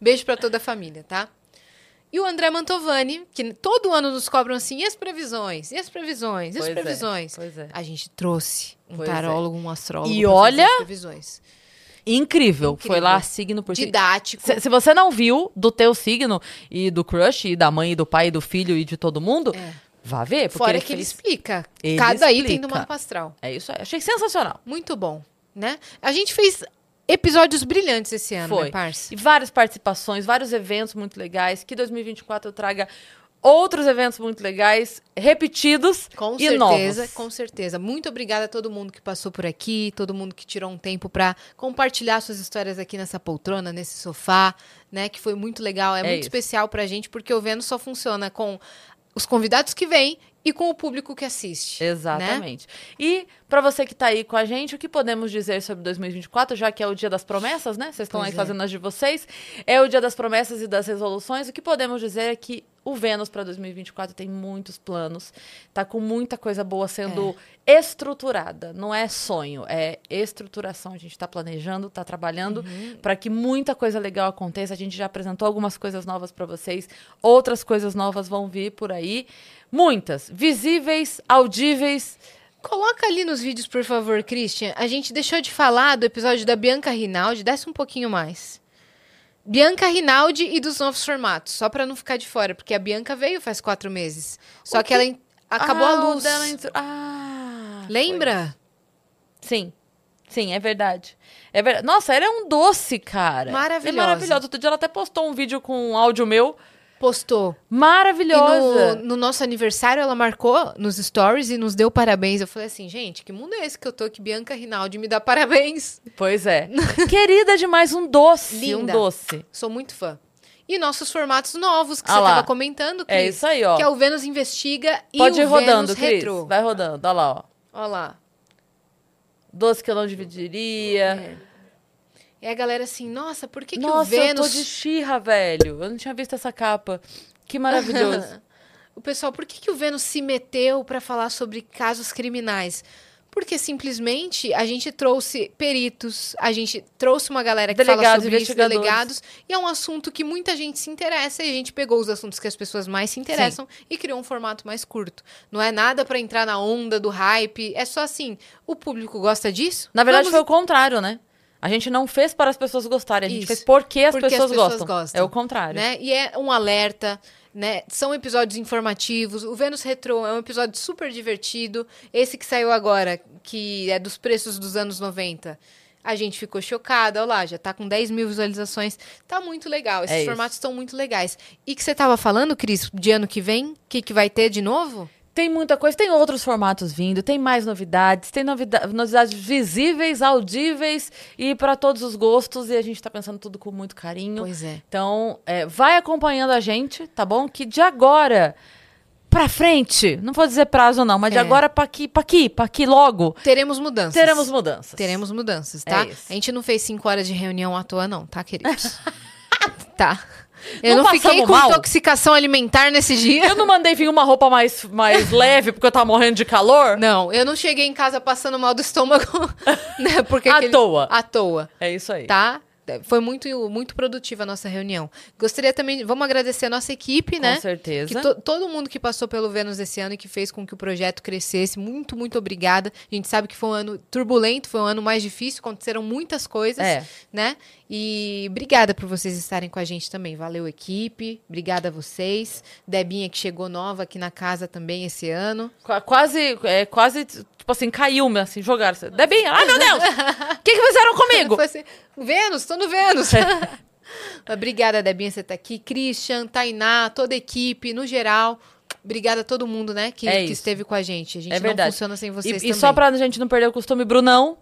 Beijo pra toda a família, tá? E o André Mantovani, que todo ano nos cobram assim, e as previsões? E as previsões? E as
Pois é,
previsões?
pois é.
A gente trouxe um
Pois é.
tarólogo, um astrólogo.
E
pra fazer
olha-
as previsões.
Incrível. Foi
Incrível.
lá, signo por signo.
Didático.
Se, se você não viu do teu signo e do crush, e da mãe, e do pai, e do filho e de todo mundo, vá ver. Porque
É. Fora
ele
que ele
fez-
explica
Ele
cada item
explica.
do mapa astral.
É isso aí. Achei sensacional.
Muito bom, né? A gente fez episódios brilhantes esse ano,
Foi.
né, parce?
E várias participações, vários eventos muito legais. Que 2024 traga outros eventos muito legais, repetidos
Com
e
certeza,
novos.
com certeza. Muito obrigada a todo mundo que passou por aqui, todo mundo que tirou um tempo para compartilhar suas histórias aqui nessa poltrona, nesse sofá, né? Que foi muito legal, é,
É
muito
isso.
especial pra gente, porque o Vênus só funciona com os convidados que vêm e com o público que assiste. né?
Exatamente. E para você que tá aí com a gente, o que podemos dizer sobre 2024, já que é o dia das promessas, né? Vocês estão
Pois
aí
é.
fazendo as de vocês. É o dia das promessas e das resoluções. O que podemos dizer é que o Vênus para 2024 tem muitos planos. Tá com muita coisa boa sendo
É.
estruturada. Não é sonho, é estruturação. A gente tá planejando, tá trabalhando
Uhum.
para que muita coisa legal aconteça. A gente já apresentou algumas coisas novas para vocês. Outras coisas novas vão vir por aí. Muitas, visíveis, audíveis.
Coloca ali nos vídeos, por favor, Christian. A gente deixou de falar do episódio da Bianca Rinaldi, desce um pouquinho mais. Bianca Rinaldi e dos novos formatos, só pra não ficar de fora, porque a Bianca veio faz quatro meses. Só que,
que-
ela en- acabou
Ah,
a
o
luz.
dela entrou- Ah,
Lembra?
foi. Sim. Sim, é verdade. é verdade. Nossa, ela é um doce, cara. Ela É
Maravilhosa.
maravilhosa. Outro dia ela até postou um vídeo com um áudio meu.
Postou. E
Maravilhosa.
no, no nosso aniversário ela marcou nos stories e nos deu parabéns. Eu falei assim, gente, que mundo é esse que eu tô que Bianca Rinaldi me dá parabéns?
Pois é. Querida demais, um doce.
Linda.
Um doce.
Sou muito fã. E nossos formatos novos que
Ah
você
lá.
tava comentando, Cris.
É isso aí, ó.
Que é o Vênus Investiga
Pode
e
ir
o Vênus
rodando, Cris.
Retrô.
Vai rodando. Olha lá, ó.
Olha lá.
Doce que eu não dividiria.
E a galera assim, nossa, por É. que, que o
Nossa, eu tô
Vênus...
de xirra, velho. Eu não tinha visto essa capa. Que maravilhoso.
o pessoal, por que, que o Vênus se meteu pra falar sobre casos criminais? Porque simplesmente a gente trouxe peritos, a gente trouxe uma galera que fala
Delegados,
sobre isso,
investigadores.
delegados, e é um assunto que muita gente se interessa, e a gente pegou os assuntos que as pessoas mais se interessam e criou um formato mais curto. Não é nada pra entrar na onda do hype, é só assim, o público gosta disso?
Na verdade,
Vamos
foi o contrário, né? A gente não fez para as pessoas gostarem, a gente
Isso.
fez porque as,
Porque as
pessoas,
pessoas
gostam.
gostam,
É o contrário.
né? E é um alerta, né? São episódios informativos. O Vênus Retrô é um episódio super divertido. Esse que saiu agora, que é dos preços dos anos 90. A gente ficou chocada, olha lá, já tá com 10 mil visualizações. Tá muito legal, esses
É isso.
formatos estão muito legais. E que você tava falando, Cris, de ano que vem? O que, que vai ter de novo?
Tem muita coisa, tem outros formatos vindo, tem mais novidades, tem novida- novidades visíveis, audíveis e para todos os gostos. E a gente tá pensando tudo com muito carinho.
Pois é.
Então, é, vai acompanhando a gente, tá bom? Que de agora pra frente, não vou dizer prazo não, mas de
É.
agora pra aqui, pra aqui, pra aqui logo,
Teremos mudanças.
teremos mudanças.
Teremos mudanças, tá?
É isso.
a gente não fez cinco horas de reunião à toa, não, tá, queridos? tá. Eu
Não
não, fiquei
passamos
com
mal?
intoxicação alimentar nesse dia.
Eu não mandei vir uma roupa mais, mais leve porque eu tava morrendo de calor.
Não, eu não cheguei em casa passando mal do estômago, né? Porque
À
aquele-
toa.
À toa,
É isso aí.
tá? Foi muito, muito produtiva a nossa reunião. Gostaria também, vamos agradecer a nossa equipe, né?
certeza.
Que to- todo mundo que passou pelo Vênus esse ano e que fez com que o projeto crescesse, muito, muito obrigada. A gente sabe que foi um ano turbulento, foi um ano mais difícil, aconteceram muitas coisas,
É.
né? E obrigada por vocês estarem com a gente também. Valeu, equipe. Obrigada a vocês. Debinha, que chegou nova aqui na casa também esse ano.
Qua- Quase, é, quase, tipo assim, caiu, né, assim, jogaram. assim, Debinha, ai meu Deus! O que, que fizeram comigo?
Foi assim, Vênus, tô no Vênus. Obrigada, Debinha, você tá aqui. Christian, Tainá, toda a equipe, no geral. Obrigada a todo mundo, né, que,
É
que
isso.
esteve com a gente. A gente
É
não
verdade.
funciona sem
E,
vocês
e
também.
só pra gente não perder o costume, Brunão,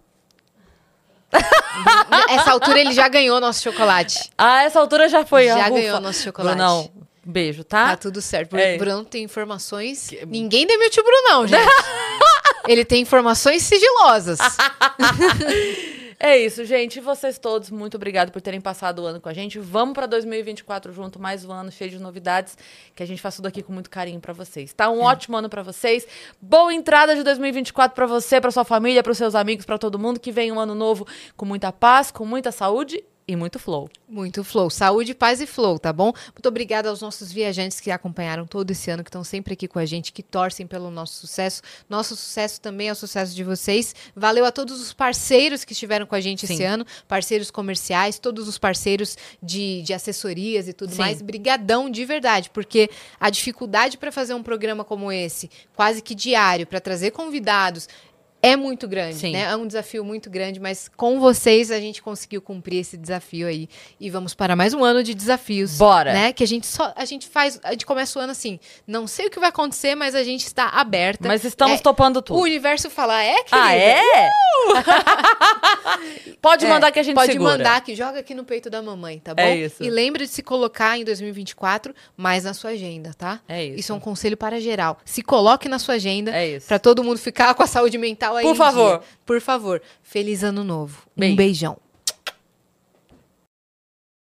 Essa altura ele já ganhou nosso chocolate.
a essa altura já foi.
Já
a rufa.
ganhou nosso chocolate.
Brunão, beijo,
Tá
tá?
tudo certo. Bru-
É.
Brunão tem informações. Ninguém demitiu o Brunão, gente. ele tem informações sigilosas.
É isso, gente. E vocês todos, muito obrigado por terem passado o ano com a gente. Vamos pra 2024 junto, mais um ano cheio de novidades, que a gente faz tudo aqui com muito carinho pra vocês. Tá
É.
um ótimo ano pra vocês. Boa entrada de 2024 pra você, pra sua família, pros seus amigos, pra todo mundo. Que venha um ano novo com muita paz, com muita saúde e muito flow.
Muito flow. Saúde, paz e flow, tá bom? Muito obrigada aos nossos viajantes que acompanharam todo esse ano, que estão sempre aqui com a gente, que torcem pelo nosso sucesso. Nosso sucesso também é o sucesso de vocês. Valeu a todos os parceiros que estiveram com a gente esse
Sim.
ano, parceiros comerciais, todos os parceiros de, de assessorias e tudo
Sim.
mais. Brigadão de verdade, porque a dificuldade para fazer um programa como esse, quase que diário, para trazer convidados, é muito grande,
Sim.
né? É um desafio muito grande, mas com vocês a gente conseguiu cumprir esse desafio aí. E vamos para mais um ano de desafios.
Bora.
Né? Que a gente só. A gente faz. A gente começa o ano assim. Não sei o que vai acontecer, mas a gente está aberta.
Mas estamos
É,
topando tudo.
O universo fala, é, querida?
Ah, é? pode
É,
mandar que a gente
Pode
segura.
mandar que joga aqui no peito da mamãe, tá bom?
É isso.
E lembra de se colocar em 2024 mais na sua agenda, tá?
É isso.
Isso é um conselho para geral. Se coloque na sua agenda
É isso.
para todo mundo ficar com a saúde mental aí.
Por
em
favor.
dia. Por favor. Feliz ano novo. Um
Beijo.
beijão.